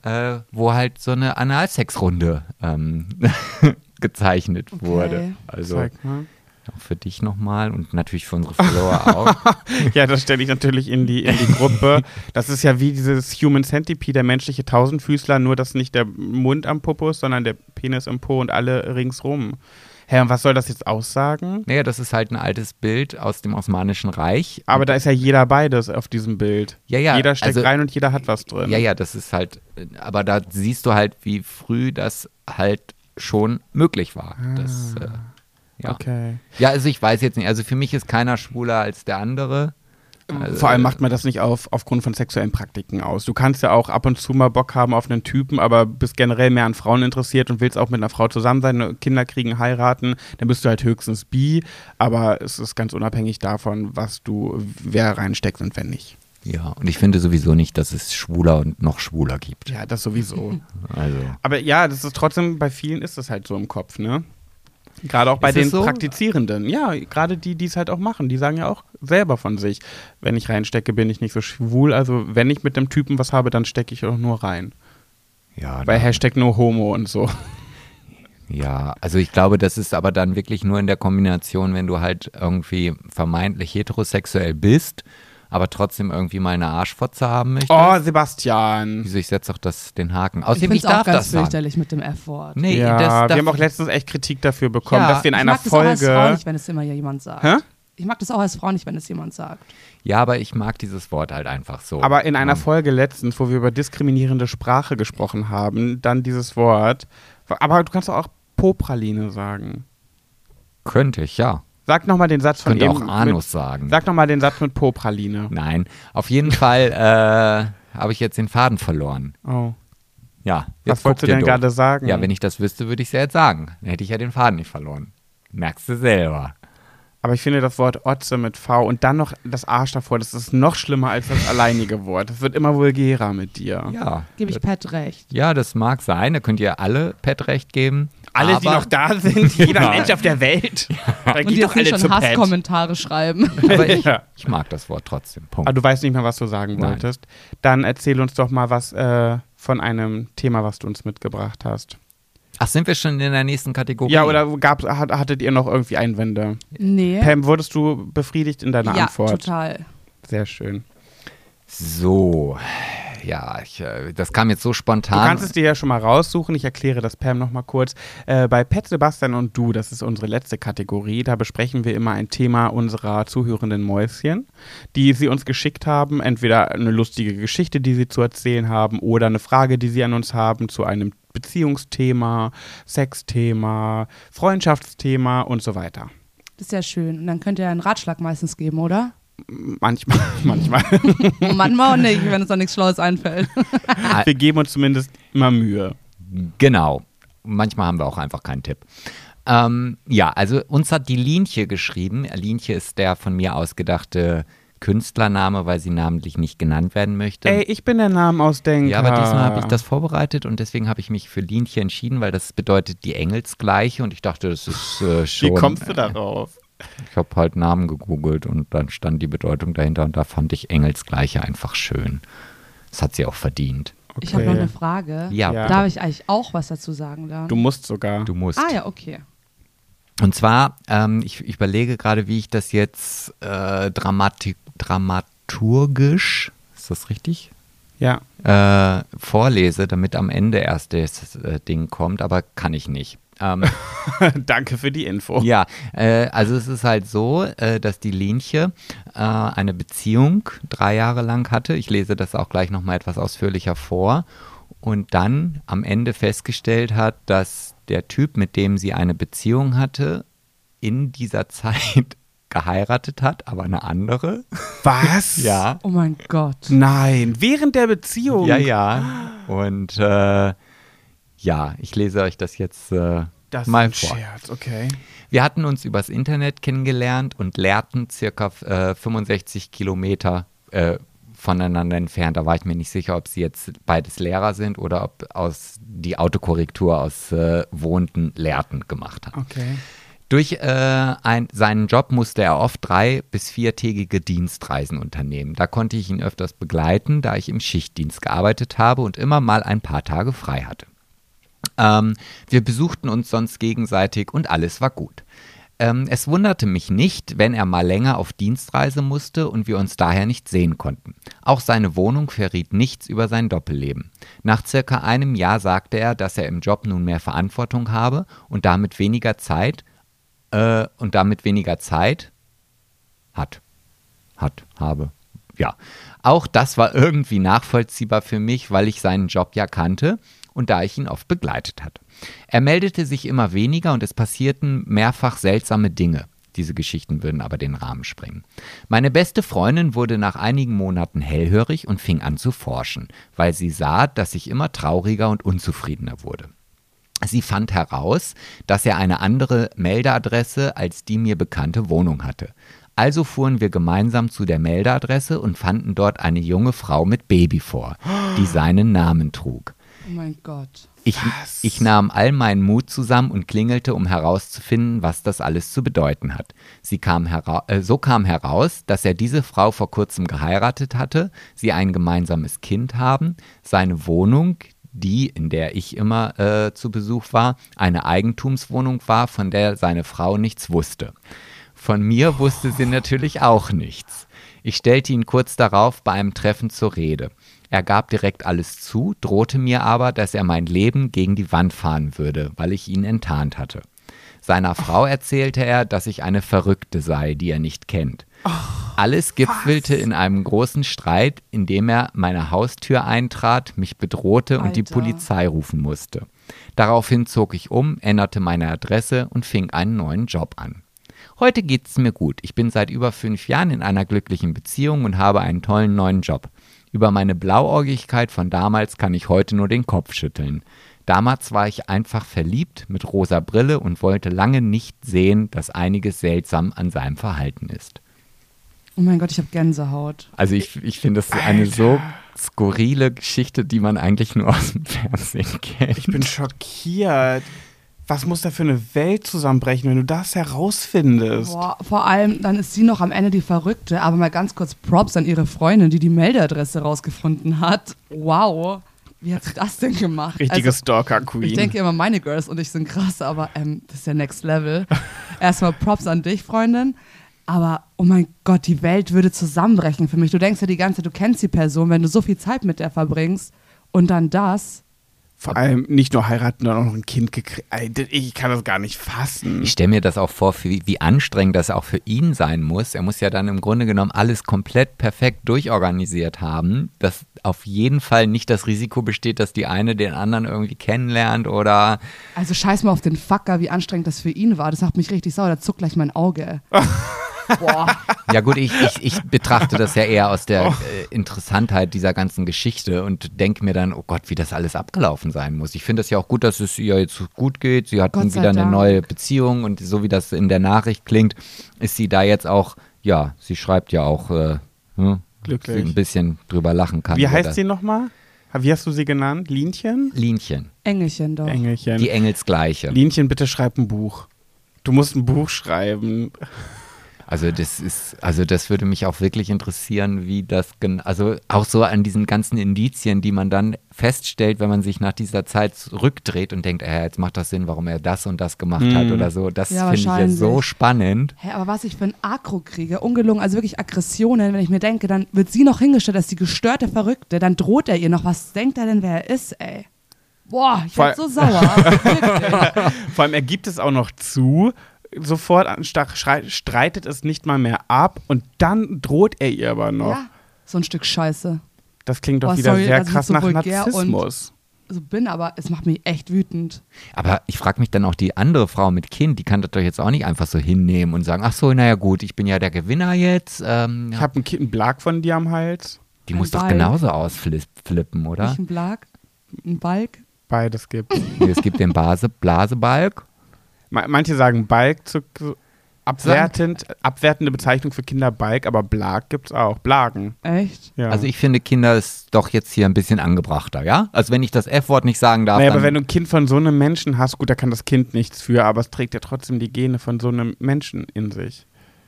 B: äh, wo halt so eine Analsexrunde ähm, gezeichnet wurde. Also
A: Zeig mal.
B: auch für dich nochmal und natürlich für unsere Follower auch.
A: Ja, das stelle ich natürlich in die, in die Gruppe. Das ist ja wie dieses Human Centipede, der menschliche Tausendfüßler, nur dass nicht der Mund am Popo ist, sondern der Penis am Po und alle ringsrum. Hä, und was soll das jetzt aussagen?
B: Naja, das ist halt ein altes Bild aus dem Osmanischen Reich.
A: Aber da ist ja jeder beides auf diesem Bild.
B: Ja, ja,
A: Jeder steckt
B: also-
A: rein und jeder hat was drin.
B: Ja, ja, das ist halt, aber da siehst du halt, wie früh das halt schon möglich war. Das, äh, ja.
A: Ah. Okay.
B: ja, also ich weiß jetzt nicht. Also für mich ist keiner schwuler als der andere. Also,
A: Vor allem macht man das nicht auf, aufgrund von sexuellen Praktiken aus. Du kannst ja auch ab und zu mal Bock haben auf einen Typen, aber bist generell mehr an Frauen interessiert und willst auch mit einer Frau zusammen sein, ne, Kinder kriegen, heiraten, dann bist du halt höchstens bi, aber es ist ganz unabhängig davon, was du, wer reinsteckst und wer nicht.
B: Ja, und ich finde sowieso nicht, dass es schwuler und noch schwuler gibt.
A: Ja, das sowieso.
B: Also.
A: aber ja, das ist trotzdem, bei vielen ist das halt so im Kopf, ne? Gerade auch bei
B: Ist es
A: den
B: so?
A: Praktizierenden. Ja, gerade die, die es halt auch machen. Die sagen ja auch selber von sich, wenn ich reinstecke, bin ich nicht so schwul. Also wenn ich mit dem Typen was habe, dann stecke ich auch nur rein.
B: Ja,
A: Bei
B: da-
A: Hashtag no homo und so.
B: ja, also ich glaube, das ist aber dann wirklich nur in der Kombination, wenn du halt irgendwie vermeintlich heterosexuell bist, aber trotzdem irgendwie mal eine Arschfotze haben möchtest.
A: Oh, Sebastian.
B: Wieso, ich setze doch das, den Haken.
C: ich
B: Außerdem,
C: find's
B: ich,
C: auch
B: darf
C: ganz
B: das sagen.
C: fürchterlich mit dem F-Wort.
B: Nee,
A: ja,
B: das,
A: wir
B: das,
A: haben auch letztens echt Kritik dafür bekommen,
B: Ja,
A: dass wir in
C: ich
A: einer
C: mag das auch als Frau
A: Folge.
C: nicht, wenn es immer jemand sagt.
A: Hä?
C: Ich mag das auch als Frau nicht, wenn es jemand sagt.
B: ja, aber ich mag dieses Wort halt einfach so.
A: Aber in einer
B: Ja.
A: Folge letztens, wo wir über diskriminierende Sprache gesprochen haben, dann dieses Wort. Aber du kannst doch auch Popraline sagen.
B: Könnte ich, ja.
A: Sag nochmal den Satz von
B: Könnte
A: eben.
B: auch Anus
A: Mit,
B: sagen.
A: sag nochmal den Satz mit Popraline.
B: Nein, auf jeden Fall äh, habe ich jetzt den Faden verloren.
A: Oh. Was
B: Ja, jetzt guck
A: wolltest du
B: dir
A: denn
B: doof.
A: gerade sagen?
B: Ja, wenn ich das wüsste, würde ich es ja jetzt sagen. Dann hätte ich ja den Faden nicht verloren. Merkst du selber.
A: Aber ich finde das Wort Otze mit V und dann noch das Arsch davor, das ist noch schlimmer als das alleinige Wort. Das wird immer vulgärer mit dir.
B: Ja,
C: Gebe ich Pat recht.
B: ja das mag sein. Da könnt ihr alle Pet recht geben.
A: Alle,
B: aber
A: die noch da sind, jeder
B: Ja.
A: Mensch auf der Welt. Da
C: Und
A: geht
C: die
A: doch
C: jetzt nicht
A: alle zu
C: schon
A: Pat.
C: Hasskommentare schreiben.
B: aber ich,
A: Ja.
B: ich mag das Wort trotzdem.
A: Aber
B: Punkt.
A: Ah, du weißt nicht mehr, was du sagen
B: Nein.
A: wolltest. Dann erzähl uns doch mal was äh, von einem Thema, was du uns mitgebracht hast.
B: Ach, sind wir schon in der nächsten Kategorie?
A: Ja, oder gab's, hat, hattet ihr noch irgendwie Einwände?
C: Nee.
A: Pam, wurdest du befriedigt in deiner
C: ja,
A: Antwort?
C: total.
A: Sehr schön.
B: So, ja, ich, äh, das kam jetzt so
A: Du
B: spontan.
A: kannst es dir ja schon mal raussuchen. Ich erkläre das Pam nochmal kurz. Äh, bei Pet Sebastian und Du, das ist unsere letzte Kategorie, da besprechen wir immer ein Thema unserer zuhörenden Mäuschen, die sie uns geschickt haben. Entweder eine lustige Geschichte, die sie zu erzählen haben, oder eine Frage, die sie an uns haben zu einem Beziehungsthema, Sexthema, Freundschaftsthema und so weiter.
C: Das ist ja schön. Und dann könnt ihr einen Ratschlag meistens geben, oder? Oh
A: Manchmal, manchmal.
C: Manchmal auch nicht, wenn uns noch nichts Schlaues einfällt.
A: Wir geben uns zumindest immer Mühe.
B: Äh, Genau. Manchmal haben wir auch einfach keinen Tipp. Ähm, ja, also uns hat die Lienche geschrieben. Lienche ist der von mir ausgedachte Künstlername, weil sie namentlich nicht genannt werden möchte.
A: Ey, ich bin der Namenausdenker.
B: ja, aber diesmal habe ich das vorbereitet und deswegen habe ich mich für Lienche entschieden, weil das bedeutet die Engelsgleiche und ich dachte, das ist äh,
A: Wie
B: schon.
A: kommst du darauf?
B: Ich habe halt Namen gegoogelt und dann stand die Bedeutung dahinter und da fand ich Engelsgleiche einfach schön. Das hat sie auch verdient.
C: Ich habe noch
A: Okay.
C: eine Frage.
B: Ja,
A: Ja.
C: Darf ich eigentlich auch was dazu sagen? Dann?
A: Du musst sogar.
B: du musst.
C: ah ja, okay.
B: Und zwar, ähm, ich, ich überlege gerade, wie ich das jetzt äh, dramati- dramaturgisch, ist das richtig?
A: Ja.
B: Äh, vorlese, damit am Ende erst das äh, Ding kommt, aber kann ich nicht. Ähm,
A: Danke für die Info.
B: Ja, äh, also es ist halt so, äh, dass die Lienche äh, eine Beziehung drei Jahre lang hatte. Ich lese das auch gleich nochmal etwas ausführlicher vor. Und dann am Ende festgestellt hat, dass der Typ, mit dem sie eine Beziehung hatte, in dieser Zeit geheiratet hat, aber eine andere.
A: Was?
B: Ja.
C: Oh mein Gott.
A: Nein, während der Beziehung.
B: Ja, ja. Und äh, ja, ich lese euch das jetzt äh,
A: Das ist
B: mal
A: ein
B: vor.
A: Scherz, okay.
B: Wir hatten uns übers Internet kennengelernt und lernten circa äh, 65 Kilometer äh, voneinander entfernt. Da war ich mir nicht sicher, ob sie jetzt beides Lehrer sind oder ob aus die Autokorrektur aus äh, Wohnten Lehrten gemacht hat.
A: Okay.
B: Durch äh, ein, seinen Job musste er oft drei- bis viertägige Dienstreisen unternehmen. Da konnte ich ihn öfters begleiten, da ich im Schichtdienst gearbeitet habe und immer mal ein paar Tage frei hatte. Ähm, wir besuchten uns sonst gegenseitig und alles war gut. Ähm, es wunderte mich nicht, wenn er mal länger auf Dienstreise musste und wir uns daher nicht sehen konnten. Auch seine Wohnung verriet nichts über sein Doppelleben. Nach circa einem Jahr sagte er, dass er im Job nun mehr Verantwortung habe und damit weniger Zeit äh, und damit weniger Zeit hat hat, habe. Ja. Auch das war irgendwie nachvollziehbar für mich, weil ich seinen Job ja kannte und da ich ihn oft begleitet hatte. Er meldete sich immer weniger und es passierten mehrfach seltsame Dinge. Diese Geschichten würden aber den Rahmen sprengen. Meine beste Freundin wurde nach einigen Monaten hellhörig und fing an zu forschen, weil sie sah, dass ich immer trauriger und unzufriedener wurde. Sie fand heraus, dass er eine andere Meldeadresse als die mir bekannte Wohnung hatte. Also fuhren wir gemeinsam zu der Meldeadresse und fanden dort eine junge Frau mit Baby vor, die seinen Namen trug.
C: Oh mein Gott.
B: Ich,
A: Was?
B: ich nahm all meinen Mut zusammen und klingelte, um herauszufinden, was das alles zu bedeuten hat. Sie kam hera äh, so kam heraus, dass er diese Frau vor kurzem geheiratet hatte, sie ein gemeinsames Kind haben, seine Wohnung, die, in der ich immer äh, zu Besuch war, eine Eigentumswohnung war, von der seine Frau nichts wusste. Von mir wusste sie natürlich auch nichts. Ich stellte ihn kurz darauf bei einem Treffen zur Rede. Er gab direkt alles zu, drohte mir aber, dass er mein Leben gegen die Wand fahren würde, weil ich ihn enttarnt hatte. Seiner Frau erzählte er, dass ich eine Verrückte sei, die er nicht kennt. Alles gipfelte in einem großen Streit, in dem er meine Haustür eintrat, mich bedrohte und die
C: Alter.
B: Polizei rufen musste. Daraufhin zog ich um, änderte meine Adresse und fing einen neuen Job an. Heute geht's mir gut. Ich bin seit über fünf Jahren in einer glücklichen Beziehung und habe einen tollen neuen Job. Über meine Blauäugigkeit von damals kann ich heute nur den Kopf schütteln. Damals war ich einfach verliebt mit rosa Brille und wollte lange nicht sehen, dass einiges seltsam an seinem Verhalten ist.
C: Oh mein Gott, ich habe Gänsehaut.
B: Also ich, ich finde, das ist eine so skurrile Geschichte, die man eigentlich nur aus dem Fernsehen kennt.
A: Ich bin schockiert. Was muss da für eine Welt zusammenbrechen, wenn du das herausfindest?
C: Boah, vor allem, dann ist sie noch am Ende die Verrückte. Aber mal ganz kurz Props an ihre Freundin, die die Meldeadresse rausgefunden hat. Wow. Wie hat sie das denn gemacht? Also,
A: Richtige
C: Ich
A: Stalker-Queen.
C: denke immer, meine Girls und ich sind krass, aber ähm, das ist ja Next Level. Erstmal Props an dich, Freundin. Aber oh mein Gott, die Welt würde zusammenbrechen für mich. Du denkst ja die ganze Zeit, du kennst die Person, wenn du so viel Zeit mit der verbringst und dann das.
A: Vor allem nicht nur heiraten, sondern auch noch ein Kind gekriegt. Ich kann das gar nicht fassen.
B: Ich stelle mir das auch vor, wie, wie anstrengend das auch für ihn sein muss. Er muss ja dann im Grunde genommen alles komplett perfekt durchorganisiert haben, dass auf jeden Fall nicht das Risiko besteht, dass die eine den anderen irgendwie kennenlernt oder
C: Also scheiß mal auf den Fucker, wie anstrengend das für ihn war. Das macht mich richtig sauer, da zuckt gleich mein Auge. Boah.
B: Ja gut, ich, ich, ich betrachte das ja eher aus
A: Oh.
B: der äh, Interessantheit dieser ganzen Geschichte und denke mir dann, oh Gott, wie das alles abgelaufen sein muss. Ich finde es ja auch gut, dass es ihr jetzt gut geht. Sie hat
C: Gott
B: nun
C: sei
B: wieder eine
C: Dank.
B: neue Beziehung und so wie das in der Nachricht klingt, ist sie da jetzt auch, ja, sie schreibt ja auch, äh, hm,
A: Glücklich.
B: dass sie ein bisschen drüber lachen kann.
A: Wie
B: über
A: heißt
B: das-
A: sie nochmal? Wie hast du sie genannt? Linchen?
B: Linchen,
C: Engelchen doch.
A: Engelchen.
B: Oh. die Engelsgleiche.
A: Linchen, bitte schreib ein Buch. Du musst ein Buch schreiben.
B: Also das ist, also das würde mich auch wirklich interessieren, wie das, gen- also auch so an diesen ganzen Indizien, die man dann feststellt, wenn man sich nach dieser Zeit zurückdreht und denkt, äh, jetzt macht das Sinn, warum er das und das gemacht hat oder so. Das
C: Ja,
B: finde ich ja so
C: wahrscheinlich.
B: spannend.
C: Hä, aber was ich für ein Akro kriege, ungelungen, also wirklich Aggressionen, wenn ich mir denke, dann wird sie noch hingestellt als die gestörte Verrückte, dann droht er ihr noch. Was denkt er denn, wer er ist, ey? Boah, ich werd
A: Vor-
C: so sauer. Wirklich.
A: Vor allem, er gibt es auch noch zu, sofort anstach, schrei- streitet es nicht mal mehr ab und dann droht er ihr aber
B: genau.
A: noch.
C: ja, so ein Stück Scheiße.
A: Das klingt doch
C: Boah,
A: wieder
C: sorry,
A: sehr
C: das ist
A: krass
C: so
A: nach
C: vulgär und-
A: Narzissmus.
C: So Also bin, aber es macht mich echt wütend.
B: Aber ich frage mich dann auch, die andere Frau mit Kind, die kann das doch jetzt auch nicht einfach so hinnehmen und sagen, ach so, naja gut, ich bin ja der Gewinner jetzt. Ähm,
A: Ich habe einen Blag von dir am Hals.
B: die muss doch
C: Ball.
B: genauso ausflippen, oder?
C: Nicht ein Blag, ein Balk.
A: Beides gibt
B: Nee, es gibt den Base Blasebalg.
A: Ma- Manche sagen Balk zu, zu abwertend, abwertende Bezeichnung für Kinder Balk, aber Blag gibt's auch. Blagen.
C: Echt?
A: Ja.
B: Also ich finde, Kinder ist doch jetzt hier ein bisschen angebrachter, ja? Also wenn ich das F-Wort nicht sagen darf,
A: naja,
B: dann
A: aber wenn du ein Kind von so einem Menschen hast, gut, da kann das Kind nichts für, aber es trägt ja trotzdem die Gene von so einem Menschen in sich.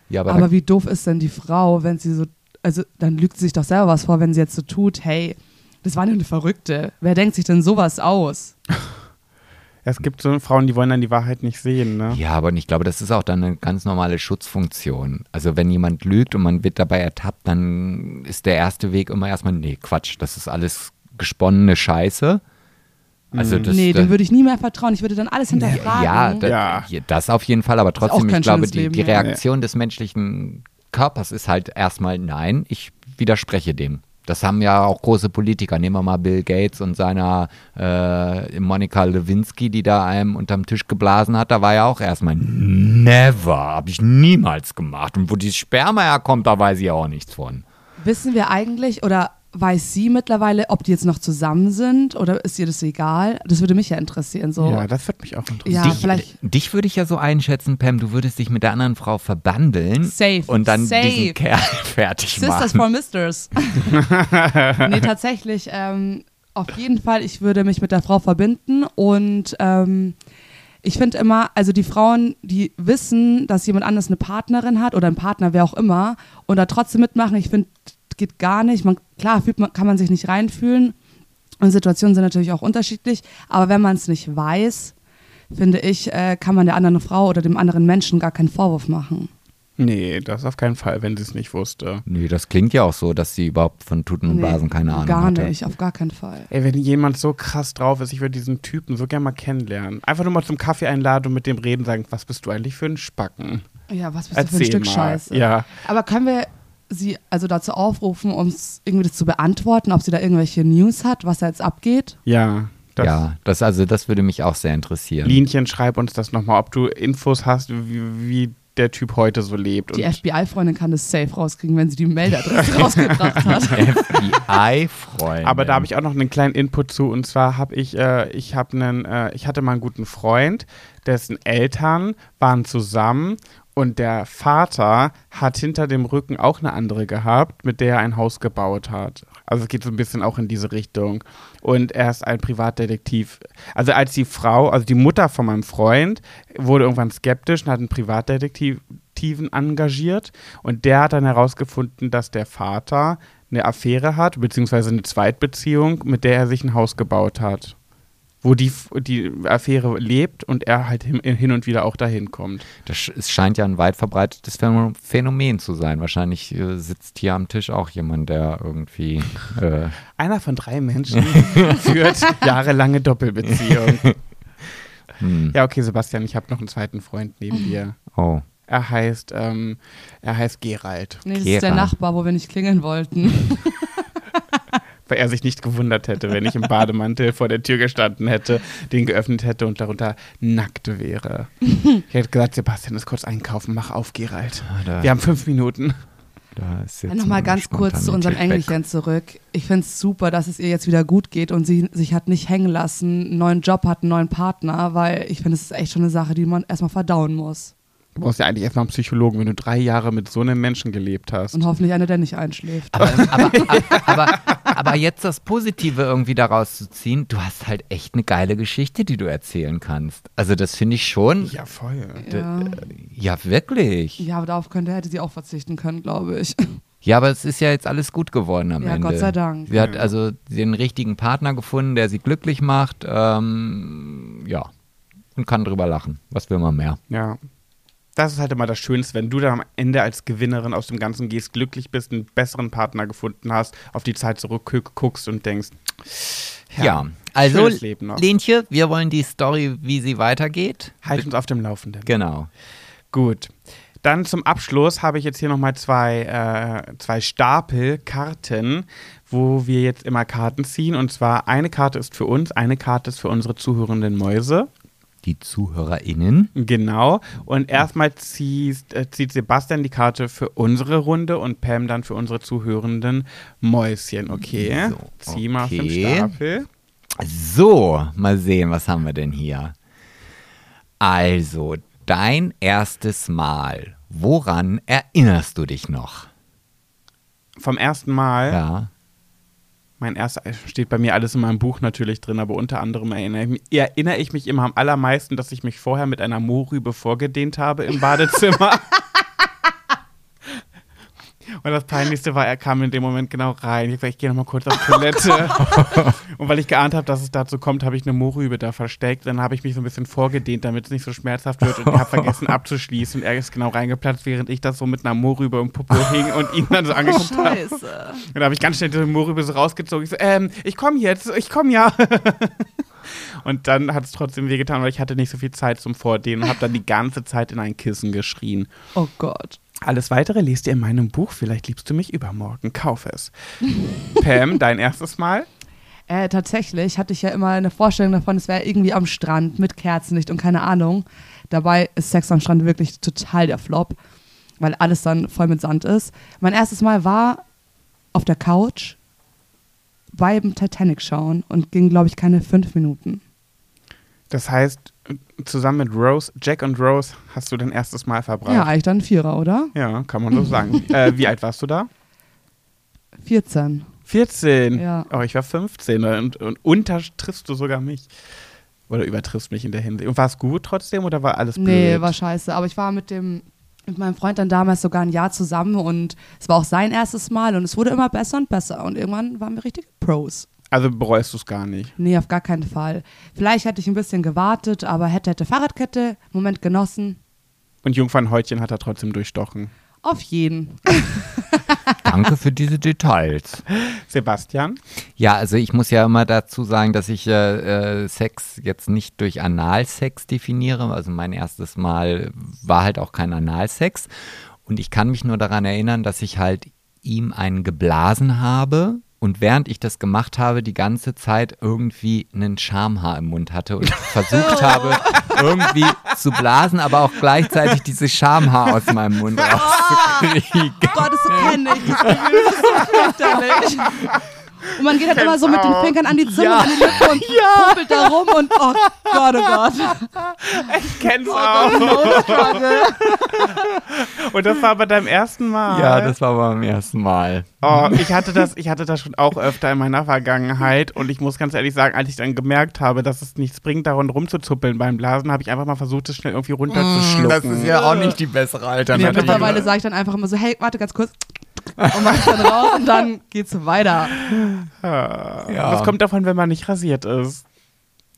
B: ja, aber,
C: Aber, wie doof ist denn die Frau, wenn sie so, also dann lügt sie sich doch selber was vor, wenn sie jetzt so tut, hey, das war nur eine Verrückte. Wer denkt sich denn sowas aus?
A: Es gibt so Frauen, die wollen dann die Wahrheit nicht sehen, ne?
B: ja, aber ich glaube, das ist auch dann eine ganz normale Schutzfunktion. Also wenn jemand lügt und man wird dabei ertappt, dann ist der erste Weg immer erstmal, nee, Quatsch, das ist alles gesponnene Scheiße. Also
A: Mhm.
B: das,
C: nee,
B: das,
C: dem würde ich nie mehr vertrauen. Ich würde dann alles hinterfragen.
B: ja, da,
A: Ja.
B: ja, das auf jeden Fall, aber
C: auch
B: trotzdem, ich
C: kein
B: glaube,
C: schönes
B: die,
C: Leben,
B: die
C: ja.
B: Reaktion des menschlichen Körpers ist halt erstmal, nein, ich widerspreche dem. Das haben ja auch große Politiker. Nehmen wir mal Bill Gates und seiner äh, Monika Lewinsky, die da einem unterm Tisch geblasen hat. Da war ja auch erstmal, never, habe ich niemals gemacht. Und wo dieses Sperma herkommt, da weiß ich auch nichts von.
C: Wissen wir eigentlich oder weiß sie mittlerweile, ob die jetzt noch zusammen sind oder ist ihr das egal? Das würde mich ja interessieren. So.
A: Ja, das würde mich auch interessieren.
C: Oh. Ja,
B: dich,
C: Ah, vielleicht-
B: dich würde ich ja so einschätzen, Pam, du würdest dich mit der anderen Frau verbandeln
C: Safe,
B: und dann
C: safe.
B: diesen Kerl fertig machen.
C: Sisters for Misters. nee, tatsächlich, ähm, auf jeden Fall, ich würde mich mit der Frau verbinden und ähm, ich finde immer, also die Frauen, die wissen, dass jemand anders eine Partnerin hat oder ein Partner, wer auch immer, und da trotzdem mitmachen, ich finde, geht gar nicht. Man, klar, fühlt man, kann man sich nicht reinfühlen und Situationen sind natürlich auch unterschiedlich, aber wenn man es nicht weiß, finde ich, äh, kann man der anderen Frau oder dem anderen Menschen gar keinen Vorwurf machen.
A: Nee, das auf keinen Fall, wenn sie es nicht wusste.
B: Nee, das klingt ja auch so, dass sie überhaupt von Tuten und
C: Nee,
B: Blasen keine Ahnung
C: Gar
B: hatte.
C: nicht, auf gar keinen Fall.
A: Ey, wenn jemand so krass drauf ist, ich würde diesen Typen so gerne mal kennenlernen. Einfach nur mal zum Kaffee einladen und mit dem reden, sagen, was bist du eigentlich für ein Spacken?
C: Ja, was bist du für
A: Erzähl
C: ein Stück
A: mal.
C: Scheiße.
A: Ja.
C: Aber können wir sie also dazu aufrufen, uns irgendwie das zu beantworten, ob sie da irgendwelche News hat, was da jetzt abgeht?
A: Ja, das
B: ja, das also das würde mich auch sehr interessieren.
A: Linchen, schreib uns das nochmal, ob du Infos hast, wie, wie der Typ heute so lebt.
C: Die
A: und
C: FBI-Freundin kann das safe rauskriegen, wenn sie die Meldeadresse rausgebracht hat.
B: FBI-Freundin.
A: Aber da habe ich auch noch einen kleinen Input zu. Und zwar habe ich, äh, ich habe einen, äh, ich hatte mal einen guten Freund, dessen Eltern waren zusammen und der Vater hat hinter dem Rücken auch eine andere gehabt, mit der er ein Haus gebaut hat. Also es geht so ein bisschen auch in diese Richtung. Und er ist ein Privatdetektiv. Also als die Frau, also die Mutter von meinem Freund, wurde irgendwann skeptisch und hat einen Privatdetektiv Detektiven engagiert und der hat dann herausgefunden, dass der Vater eine Affäre hat, beziehungsweise eine Zweitbeziehung, mit der er sich ein Haus gebaut hat. Wo die, F- die Affäre lebt und er halt hin, hin und wieder auch dahin kommt.
B: das sch- es scheint ja ein weit verbreitetes Phänom- Phänomen zu sein. Wahrscheinlich äh, sitzt hier am Tisch auch jemand, der irgendwie. Äh,
A: Einer von drei Menschen führt jahrelange Doppelbeziehung.
B: hm,
A: Ja, okay, Sebastian, ich habe noch einen zweiten Freund neben dir.
B: oh.
A: Er heißt, ähm, er heißt Gerald,
C: Nee, das ist der
B: Gera.
C: Nachbar, wo wir nicht klingeln wollten.
A: weil er sich nicht gewundert hätte, wenn ich im Bademantel vor der Tür gestanden hätte, den geöffnet hätte und darunter nackt wäre. Ich hätte gesagt, Sebastian ist kurz einkaufen, mach auf, Gerald.
B: Ah, Da,
A: Wir haben fünf Minuten.
B: da ist jetzt
C: Nochmal
B: meine
C: ganz kurz zu unserem
B: Spontanität weg.
C: Engelchen zurück. Ich finde es super, dass es ihr jetzt wieder gut geht und sie sich hat nicht hängen lassen, einen neuen Job hat, einen neuen Partner, weil ich finde, es ist echt schon eine Sache, die man erstmal verdauen muss.
A: Du brauchst ja eigentlich erstmal einen Psychologen, wenn du drei Jahre mit so einem Menschen gelebt hast.
C: Und hoffentlich einer, der nicht einschläft.
B: Aber, aber, aber, aber Aber jetzt das Positive irgendwie daraus zu ziehen, du hast halt echt eine geile Geschichte, die du erzählen kannst. Also das finde ich schon.
A: Ja, voll.
B: d-
C: Ja.
B: äh, ja, wirklich.
C: Ja, aber darauf könnte, hätte sie auch verzichten können, glaube ich.
B: Ja, aber es ist ja jetzt alles gut geworden am
C: Ja,
B: Ende.
C: Gott sei Dank.
B: Sie hat
A: Ja.
B: also den richtigen Partner gefunden, der sie glücklich macht. Ähm, ja. Und kann drüber lachen. Was will man mehr?
A: Ja. Das ist halt immer das Schönste, wenn du dann am Ende als Gewinnerin aus dem Ganzen gehst, glücklich bist, einen besseren Partner gefunden hast, auf die Zeit zurückguckst und denkst,
B: Ja. Also,
A: schönes Leben noch.
B: Lenche, wir wollen die Story, wie sie weitergeht.
A: halt uns auf dem Laufenden.
B: Genau.
A: Gut. Dann zum Abschluss habe ich jetzt hier nochmal zwei, äh, zwei Stapel Karten, wo wir jetzt immer Karten ziehen. Und zwar eine Karte ist für uns, eine Karte ist für unsere zuhörenden Mäuse.
B: Die ZuhörerInnen.
A: Genau. Und erstmal zieht, äh, zieht Sebastian die Karte für unsere Runde und Pam dann für unsere zuhörenden Mäuschen. Okay.
B: So,
A: Zieh mal
B: okay.
A: fünf Stapel.
B: So, mal sehen, was haben wir denn hier? Also, dein erstes Mal. Woran erinnerst du dich noch?
A: Vom ersten Mal.
B: Ja.
A: Mein erster, steht bei mir alles in meinem Buch natürlich drin, aber unter anderem erinnere ich, mich- erinnere ich mich immer am allermeisten, dass ich mich vorher mit einer Mohrrübe vorgedehnt habe im Badezimmer. Und das Peinlichste war, er kam in dem Moment genau rein. Ich hab gesagt, ich gehe nochmal kurz auf Toilette. Und weil ich geahnt habe, dass es dazu kommt, habe ich eine Mohrrübe da versteckt. Dann habe ich mich so ein bisschen vorgedehnt, damit es nicht so schmerzhaft wird. Und ich habe vergessen abzuschließen. Und er ist genau reingeplatzt, während ich das so mit einer Mohrrübe im Popo hing und ihn dann so angeguckt habe.
C: Scheiße.
A: Und da habe ich ganz schnell den Mohrrübe so rausgezogen. Ich so, ähm, ich komme jetzt, ich komme ja. und dann hat es trotzdem wehgetan, weil ich hatte nicht so viel Zeit zum Vordehnen und habe dann die ganze Zeit in ein Kissen geschrien.
C: Oh Gott.
A: Alles Weitere lest ihr in meinem Buch. Vielleicht liebst du mich übermorgen. Kauf es. Pam, dein erstes Mal?
C: Äh, tatsächlich hatte ich ja immer eine Vorstellung davon, es wäre irgendwie am Strand mit Kerzenlicht und keine Ahnung. Dabei ist Sex am Strand wirklich total der Flop, weil alles dann voll mit Sand ist. Mein erstes Mal war auf der Couch beim Titanic schauen und ging, glaube ich, keine fünf Minuten.
A: Das heißt, zusammen mit Rose, Jack und Rose, hast du dein erstes Mal verbracht.
C: Ja, eigentlich dann ein Vierer, oder?
A: Ja, kann man so sagen. äh, wie alt warst du da?
C: 14.
A: 14.
C: Ja.
A: Oh, ich war 15 und, und untertriffst du sogar mich. Oder übertriffst mich in der Hinsicht. Und war es gut trotzdem oder war alles blöd?
C: Nee, war scheiße. Aber ich war mit dem mit meinem Freund dann damals sogar ein Jahr zusammen und es war auch sein erstes Mal und es wurde immer besser und besser und irgendwann waren wir richtig Pros.
A: Also bereust du es gar nicht.
C: Nee, auf gar keinen Fall. Vielleicht hätte ich ein bisschen gewartet, aber hätte, hätte Fahrradkette, Moment genossen.
A: Und Jungfernhäutchen hat er trotzdem durchstochen.
C: Auf jeden.
B: Danke für diese Details.
A: Sebastian?
B: Ja, also ich muss ja immer dazu sagen, dass ich äh, äh, Sex jetzt nicht durch Analsex definiere. Also mein erstes Mal war halt auch kein Analsex. Und ich kann mich nur daran erinnern, dass ich halt ihm einen geblasen habe. Und während ich das gemacht habe, die ganze Zeit irgendwie einen Schamhaar im Mund hatte und versucht habe, irgendwie zu blasen, aber auch gleichzeitig dieses Schamhaar aus meinem Mund rauszukriegen.
C: Oh Gott, das kenne ich. Das Gefühl das ist so fürchterlich. Und man geht halt immer so mit den Fingern an die Zunge
B: Ja.
C: und an die Lippe und popelt da rum und oh Gott, oh Gott.
A: Ich kenn's auch.
C: No struggle.
A: Und das war bei deinem ersten Mal.
B: Ja, das war beim ersten Mal.
A: Oh, ich hatte das, ich hatte das schon auch öfter in meiner Vergangenheit und ich muss ganz ehrlich sagen, als ich dann gemerkt habe, dass es nichts bringt, daran rumzuzuppeln beim Blasen, habe ich einfach mal versucht, es schnell irgendwie runterzuschlucken.
B: Mm, ja auch nicht die bessere
C: Nee,
A: natürlich.
C: mittlerweile sage ich dann einfach immer so, hey, warte ganz kurz. Und mach es dann raus und dann geht's weiter.
B: Ja.
A: Das kommt davon, wenn man nicht rasiert ist.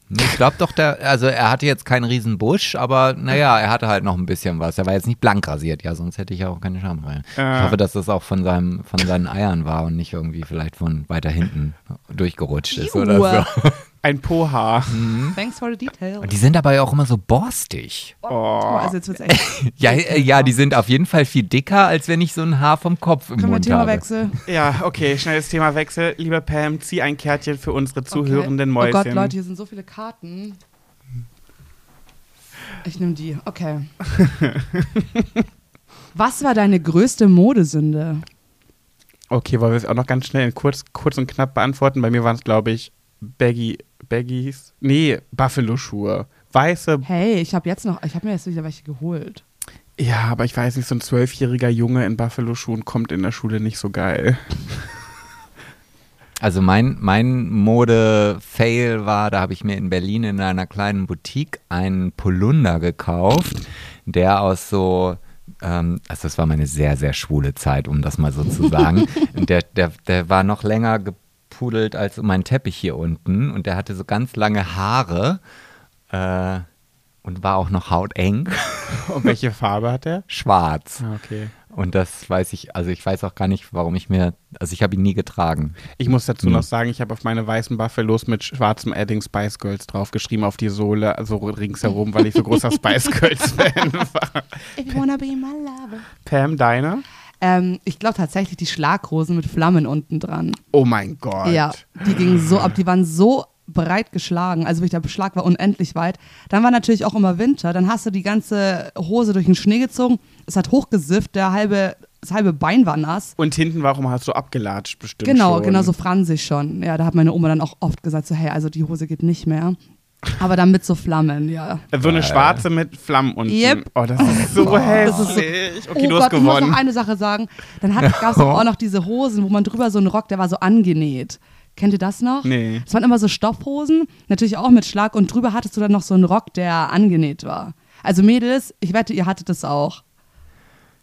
B: Ich glaube doch, der, also er hatte jetzt keinen riesen Busch, aber naja, er hatte halt noch ein bisschen was. Er war jetzt nicht blank rasiert, ja, sonst hätte ich ja auch keine Schamreihe.
A: Äh.
B: Ich hoffe, dass das auch von, seinem, von seinen Eiern war und nicht irgendwie vielleicht von weiter hinten durchgerutscht ist oder
C: Juhu.
B: so.
A: Ein Poha.
C: Mhm. Thanks for the detail.
B: Und die sind dabei auch immer so borstig.
C: Oh, also jetzt wird's echt.
B: Ja, äh, ja, die sind auf jeden Fall viel dicker, als wenn ich so ein Haar vom Kopf im
C: Können wir
B: Mund
C: Thema
B: habe.
C: wechseln?
A: Ja, okay, schnelles Themawechsel. Liebe Pam, zieh ein Kärtchen für unsere zuhörenden
C: okay.
A: Mäuschen.
C: Oh Gott, Leute, hier sind so viele Karten. Ich nehme die. Okay. Was war deine größte Modesünde?
A: Okay, wollen wir es auch noch ganz schnell in kurz, kurz und knapp beantworten? Bei mir waren es, glaube ich, Baggy, Baggies. Nee, Buffalo-Schuhe. Weiße.
C: Hey, ich habe jetzt noch, ich habe mir jetzt wieder welche geholt.
A: Ja, aber ich weiß nicht, so ein zwölfjähriger Junge in Buffalo-Schuhen kommt in der Schule nicht so geil.
B: Also mein, mein Mode-Fail war, da habe ich mir in Berlin in einer kleinen Boutique einen Polunder gekauft, der aus so, ähm, also das war meine sehr, sehr schwule Zeit, um das mal so zu sagen. Und der, der, der war noch länger gepudelt als mein Teppich hier unten und der hatte so ganz lange Haare äh, und war auch noch hauteng,
A: Und welche Farbe hat er?
B: schwarz.
A: Ah, okay.
B: Und das weiß ich, also ich weiß auch gar nicht, warum ich mir, also ich habe ihn nie getragen.
A: Ich muss dazu
C: Hm.
A: noch sagen, ich habe auf meine weißen Buffalos mit schwarzem Adding Spice Girls draufgeschrieben auf die Sohle, also ringsherum, weil ich so großer Spice Girls-Fan war.
C: If you wanna be my lover.
A: Pam, deine?
C: Ähm, ich glaube tatsächlich die Schlagrosen mit Flammen unten dran.
A: Oh mein Gott.
C: Ja, die gingen so ab, die waren so breit geschlagen, also wirklich der Beschlag war unendlich weit. Dann war natürlich auch immer Winter, dann hast du die ganze Hose durch den Schnee gezogen, es hat hochgesifft, der halbe, das halbe Bein war nass.
A: Und hinten, warum hast du abgelatscht bestimmt
C: Genau,
A: schon.
C: genau so fransig schon. Ja, da hat meine Oma dann auch oft gesagt so, hey, also die Hose geht nicht mehr. Aber dann mit so Flammen, ja.
A: Äh, So eine schwarze mit Flammen unten.
C: Yep.
A: Oh, das ist so
C: Das ist so-
A: hässlich. okay, du
C: oh Gott,
A: hast
C: ich muss
A: gewonnen.
C: noch eine Sache sagen. Dann gab es auch noch diese Hosen, wo man drüber so einen Rock, der war so angenäht. Kennt ihr das noch?
A: Nee.
C: Das waren immer so Stoffhosen, natürlich auch mit Schlag. Und drüber hattest du dann noch so einen Rock, der angenäht war. Also Mädels, ich wette, ihr hattet das auch.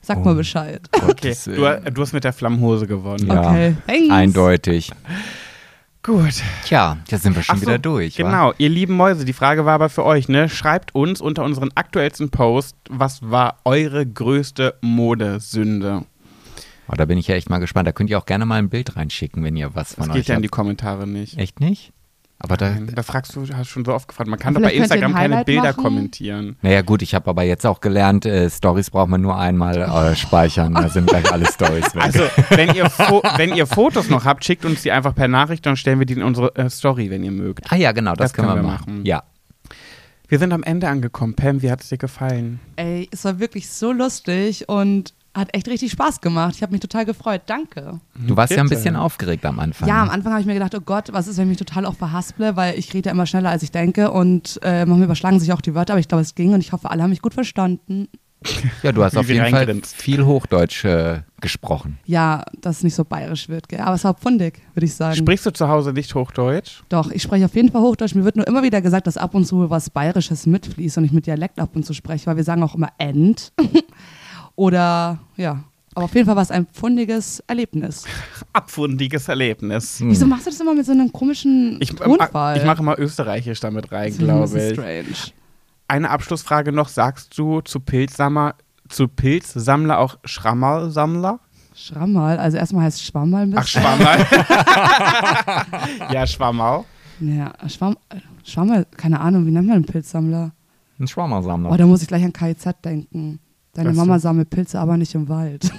C: Sag
A: Oh.
C: mal Bescheid.
A: Okay,
B: äh,
A: du, du hast mit der Flammenhose gewonnen.
B: Ja,
C: Okay, thanks.
B: eindeutig.
A: Gut.
B: Tja, da sind wir schon
A: Ach so,
B: wieder durch. wa?
A: Genau, ihr lieben Mäuse, die Frage war aber für euch, ne? Schreibt uns unter unseren aktuellsten Post, was war eure größte Modesünde?
B: Oh, da bin ich ja echt mal gespannt. Da könnt ihr auch gerne mal ein Bild reinschicken, wenn ihr was von
A: Das
B: euch
A: geht ja in die
B: habt.
A: Kommentare nicht.
B: Echt nicht? Aber da,
A: Da fragst du, hast schon so oft gefragt. Man kann doch bei
C: Vielleicht könnt ihr
A: Instagram
C: ein
A: keine
C: Highlight
A: Bilder
C: machen.
A: kommentieren.
B: naja gut, ich habe aber jetzt auch gelernt, äh, Stories braucht man nur einmal äh, speichern. Da sind gleich alle Stories weg.
A: Also, wenn ihr, Fo wenn ihr Fotos noch habt, schickt uns die einfach per Nachricht, dann stellen wir die in unsere äh, Story, wenn ihr mögt.
B: ah ja, genau,
A: das
B: das, können wir
A: können wir
B: machen.
A: machen.
B: Ja.
A: Wir sind am Ende angekommen. Pam, wie hat es dir gefallen?
C: Ey, es war wirklich so lustig und hat echt richtig Spaß gemacht. Ich habe mich total gefreut. Danke.
B: Du warst ja ein
A: Bitte.
B: bisschen aufgeregt am Anfang.
C: Ja, am Anfang habe ich mir gedacht, oh Gott, was ist, wenn ich mich total auch verhasple, weil ich rede ja immer schneller, als ich denke und äh, manchmal überschlagen sich auch die Wörter, aber ich glaube, es ging und ich hoffe, alle haben mich gut verstanden.
B: ja du hast
A: Wie
B: auf
A: wir
B: jeden Fall
A: reingrinst.
B: viel Hochdeutsch äh, gesprochen.
C: Ja, dass es nicht so bayerisch wird, gell? aber es war pfundig, würde ich sagen.
A: Sprichst du zu Hause nicht Hochdeutsch?
C: Doch, ich spreche auf jeden Fall Hochdeutsch. Mir wird nur immer wieder gesagt, dass ab und zu was Bayerisches mitfließt und ich mit Dialekt ab und zu spreche, weil wir sagen auch immer end. Oder ja, aber auf jeden Fall war es ein pfundiges Erlebnis.
A: Abfundiges Erlebnis.
C: Wieso machst du das immer mit so einem komischen
A: Hm. Ich, ähm,
C: Tonfall?
A: ich mache mal Österreichisch damit rein,
C: Das ist ein bisschen
A: glaube ich.
C: Strange.
A: Eine Abschlussfrage noch. Sagst du zu Pilzsammler, zu Pilzsammler auch Schrammerlsammler?
C: Schrammal, also erstmal heißt Schwammal ein bisschen.
A: Ach, Schwammerl. ja, Schwammau.
C: Naja, Schwamm, äh, Schwammerl, keine Ahnung, wie nennt man einen Pilzsammler?
B: Ein Schwammersammler.
C: Oh, da muss ich gleich an KIZ denken. Deine
A: Ach so.
C: Mama sammelt Pilze, aber nicht im Wald.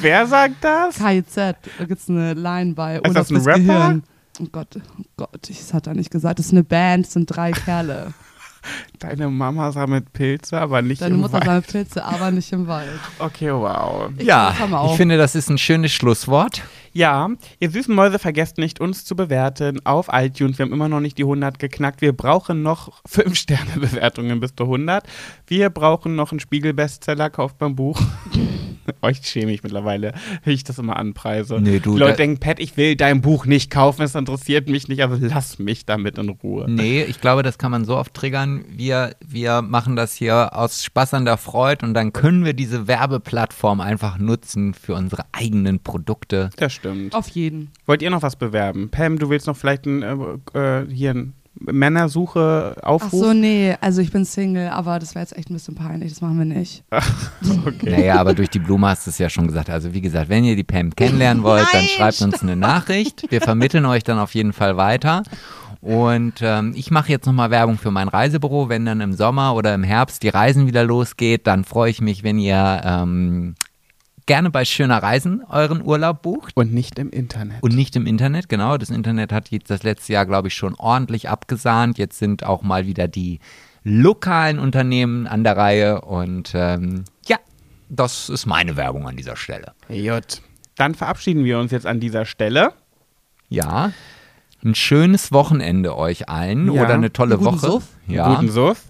A: Wer sagt das?
C: KIZ, da gibt's eine Line bei.
A: Ist das
C: Urlaub
A: ein
C: des
A: Rapper?
C: Gehirn. Oh Gott, oh Gott, ich das hat er nicht gesagt. Das ist eine Band, das sind drei Kerle.
A: Deine Mama sammelt Pilze, aber nicht
C: Deine
A: im
C: Mutter
A: Wald.
C: sammelt Pilze, aber nicht im Wald.
A: Okay, wow.
B: ja,
C: das haben wir auch.
B: ich finde, das ist ein schönes Schlusswort.
A: Ja, ihr süßen Mäuse, vergesst nicht, uns zu bewerten auf iTunes. Wir haben immer noch nicht die 100 geknackt. Wir brauchen noch 5-Sterne-Bewertungen bis zu 100. Wir brauchen noch einen Spiegel-Bestseller, kauft beim Buch. Euch schäme ich mittlerweile, wie ich das immer anpreise.
B: Nee, du,
A: die Leute
B: da-
A: denken, Pat, ich will dein Buch nicht kaufen, es interessiert mich nicht, also lass mich damit in Ruhe.
B: Nee, ich glaube, das kann man so oft triggern. Wir, wir machen das hier aus Spaß an der Freude und dann können wir diese Werbeplattform einfach nutzen für unsere eigenen Produkte.
A: Das stimmt.
C: Auf jeden.
A: Wollt ihr noch was bewerben? Pam, du willst noch vielleicht ein, äh, äh, hier ein Männersuche
C: Ach
A: aufrufen?
C: so, nee, also ich bin Single, aber das wäre jetzt echt ein bisschen peinlich, das machen wir nicht.
B: Naja, aber durch die Blume hast du es ja schon gesagt. Also wie gesagt, wenn ihr die Pam kennenlernen wollt, dann
C: Nein,
B: schreibt uns eine Nachricht. Wir vermitteln euch dann auf jeden Fall weiter. Und ähm, ich mache jetzt nochmal Werbung für mein Reisebüro. Wenn dann im Sommer oder im Herbst die Reisen wieder losgeht, dann freue ich mich, wenn ihr ähm, gerne bei Schöner Reisen euren Urlaub bucht.
A: Und nicht im Internet.
B: Und nicht im Internet, genau. Das Internet hat jetzt das letzte Jahr, glaube ich, schon ordentlich abgesahnt. Jetzt sind auch mal wieder die lokalen Unternehmen an der Reihe. Und ähm, ja, das ist meine Werbung an dieser Stelle.
A: Jut. Dann verabschieden wir uns jetzt an dieser Stelle.
B: Ja. Ein schönes Wochenende euch allen
A: Ja.
B: oder eine tolle
C: Einen guten
B: Woche.
C: Suff.
B: Ja.
A: Guten Suff.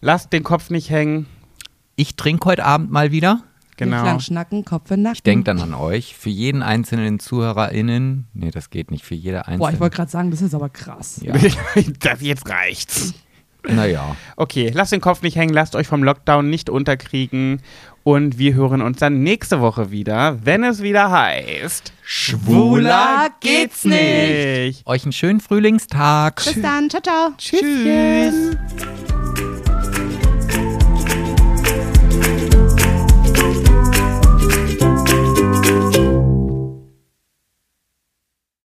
A: Lasst den Kopf nicht hängen.
B: Ich trinke heute Abend mal wieder.
A: Genau.
C: Nicht lang schnacken, Kopf in Nacken.
B: Ich denke dann an euch. Für jeden einzelnen ZuhörerInnen. Nee, das geht nicht. Für jede einzelne.
C: Boah, ich wollte gerade sagen, das ist aber krass.
B: Ja.
A: das, jetzt reicht's.
B: Naja.
A: Okay, lasst den Kopf nicht hängen, lasst euch vom Lockdown nicht unterkriegen. Und wir hören uns dann nächste Woche wieder, wenn es wieder heißt:
B: Schwuler geht's nicht. Euch einen schönen Frühlingstag.
C: Bis dann, ciao, ciao.
A: Tschüss.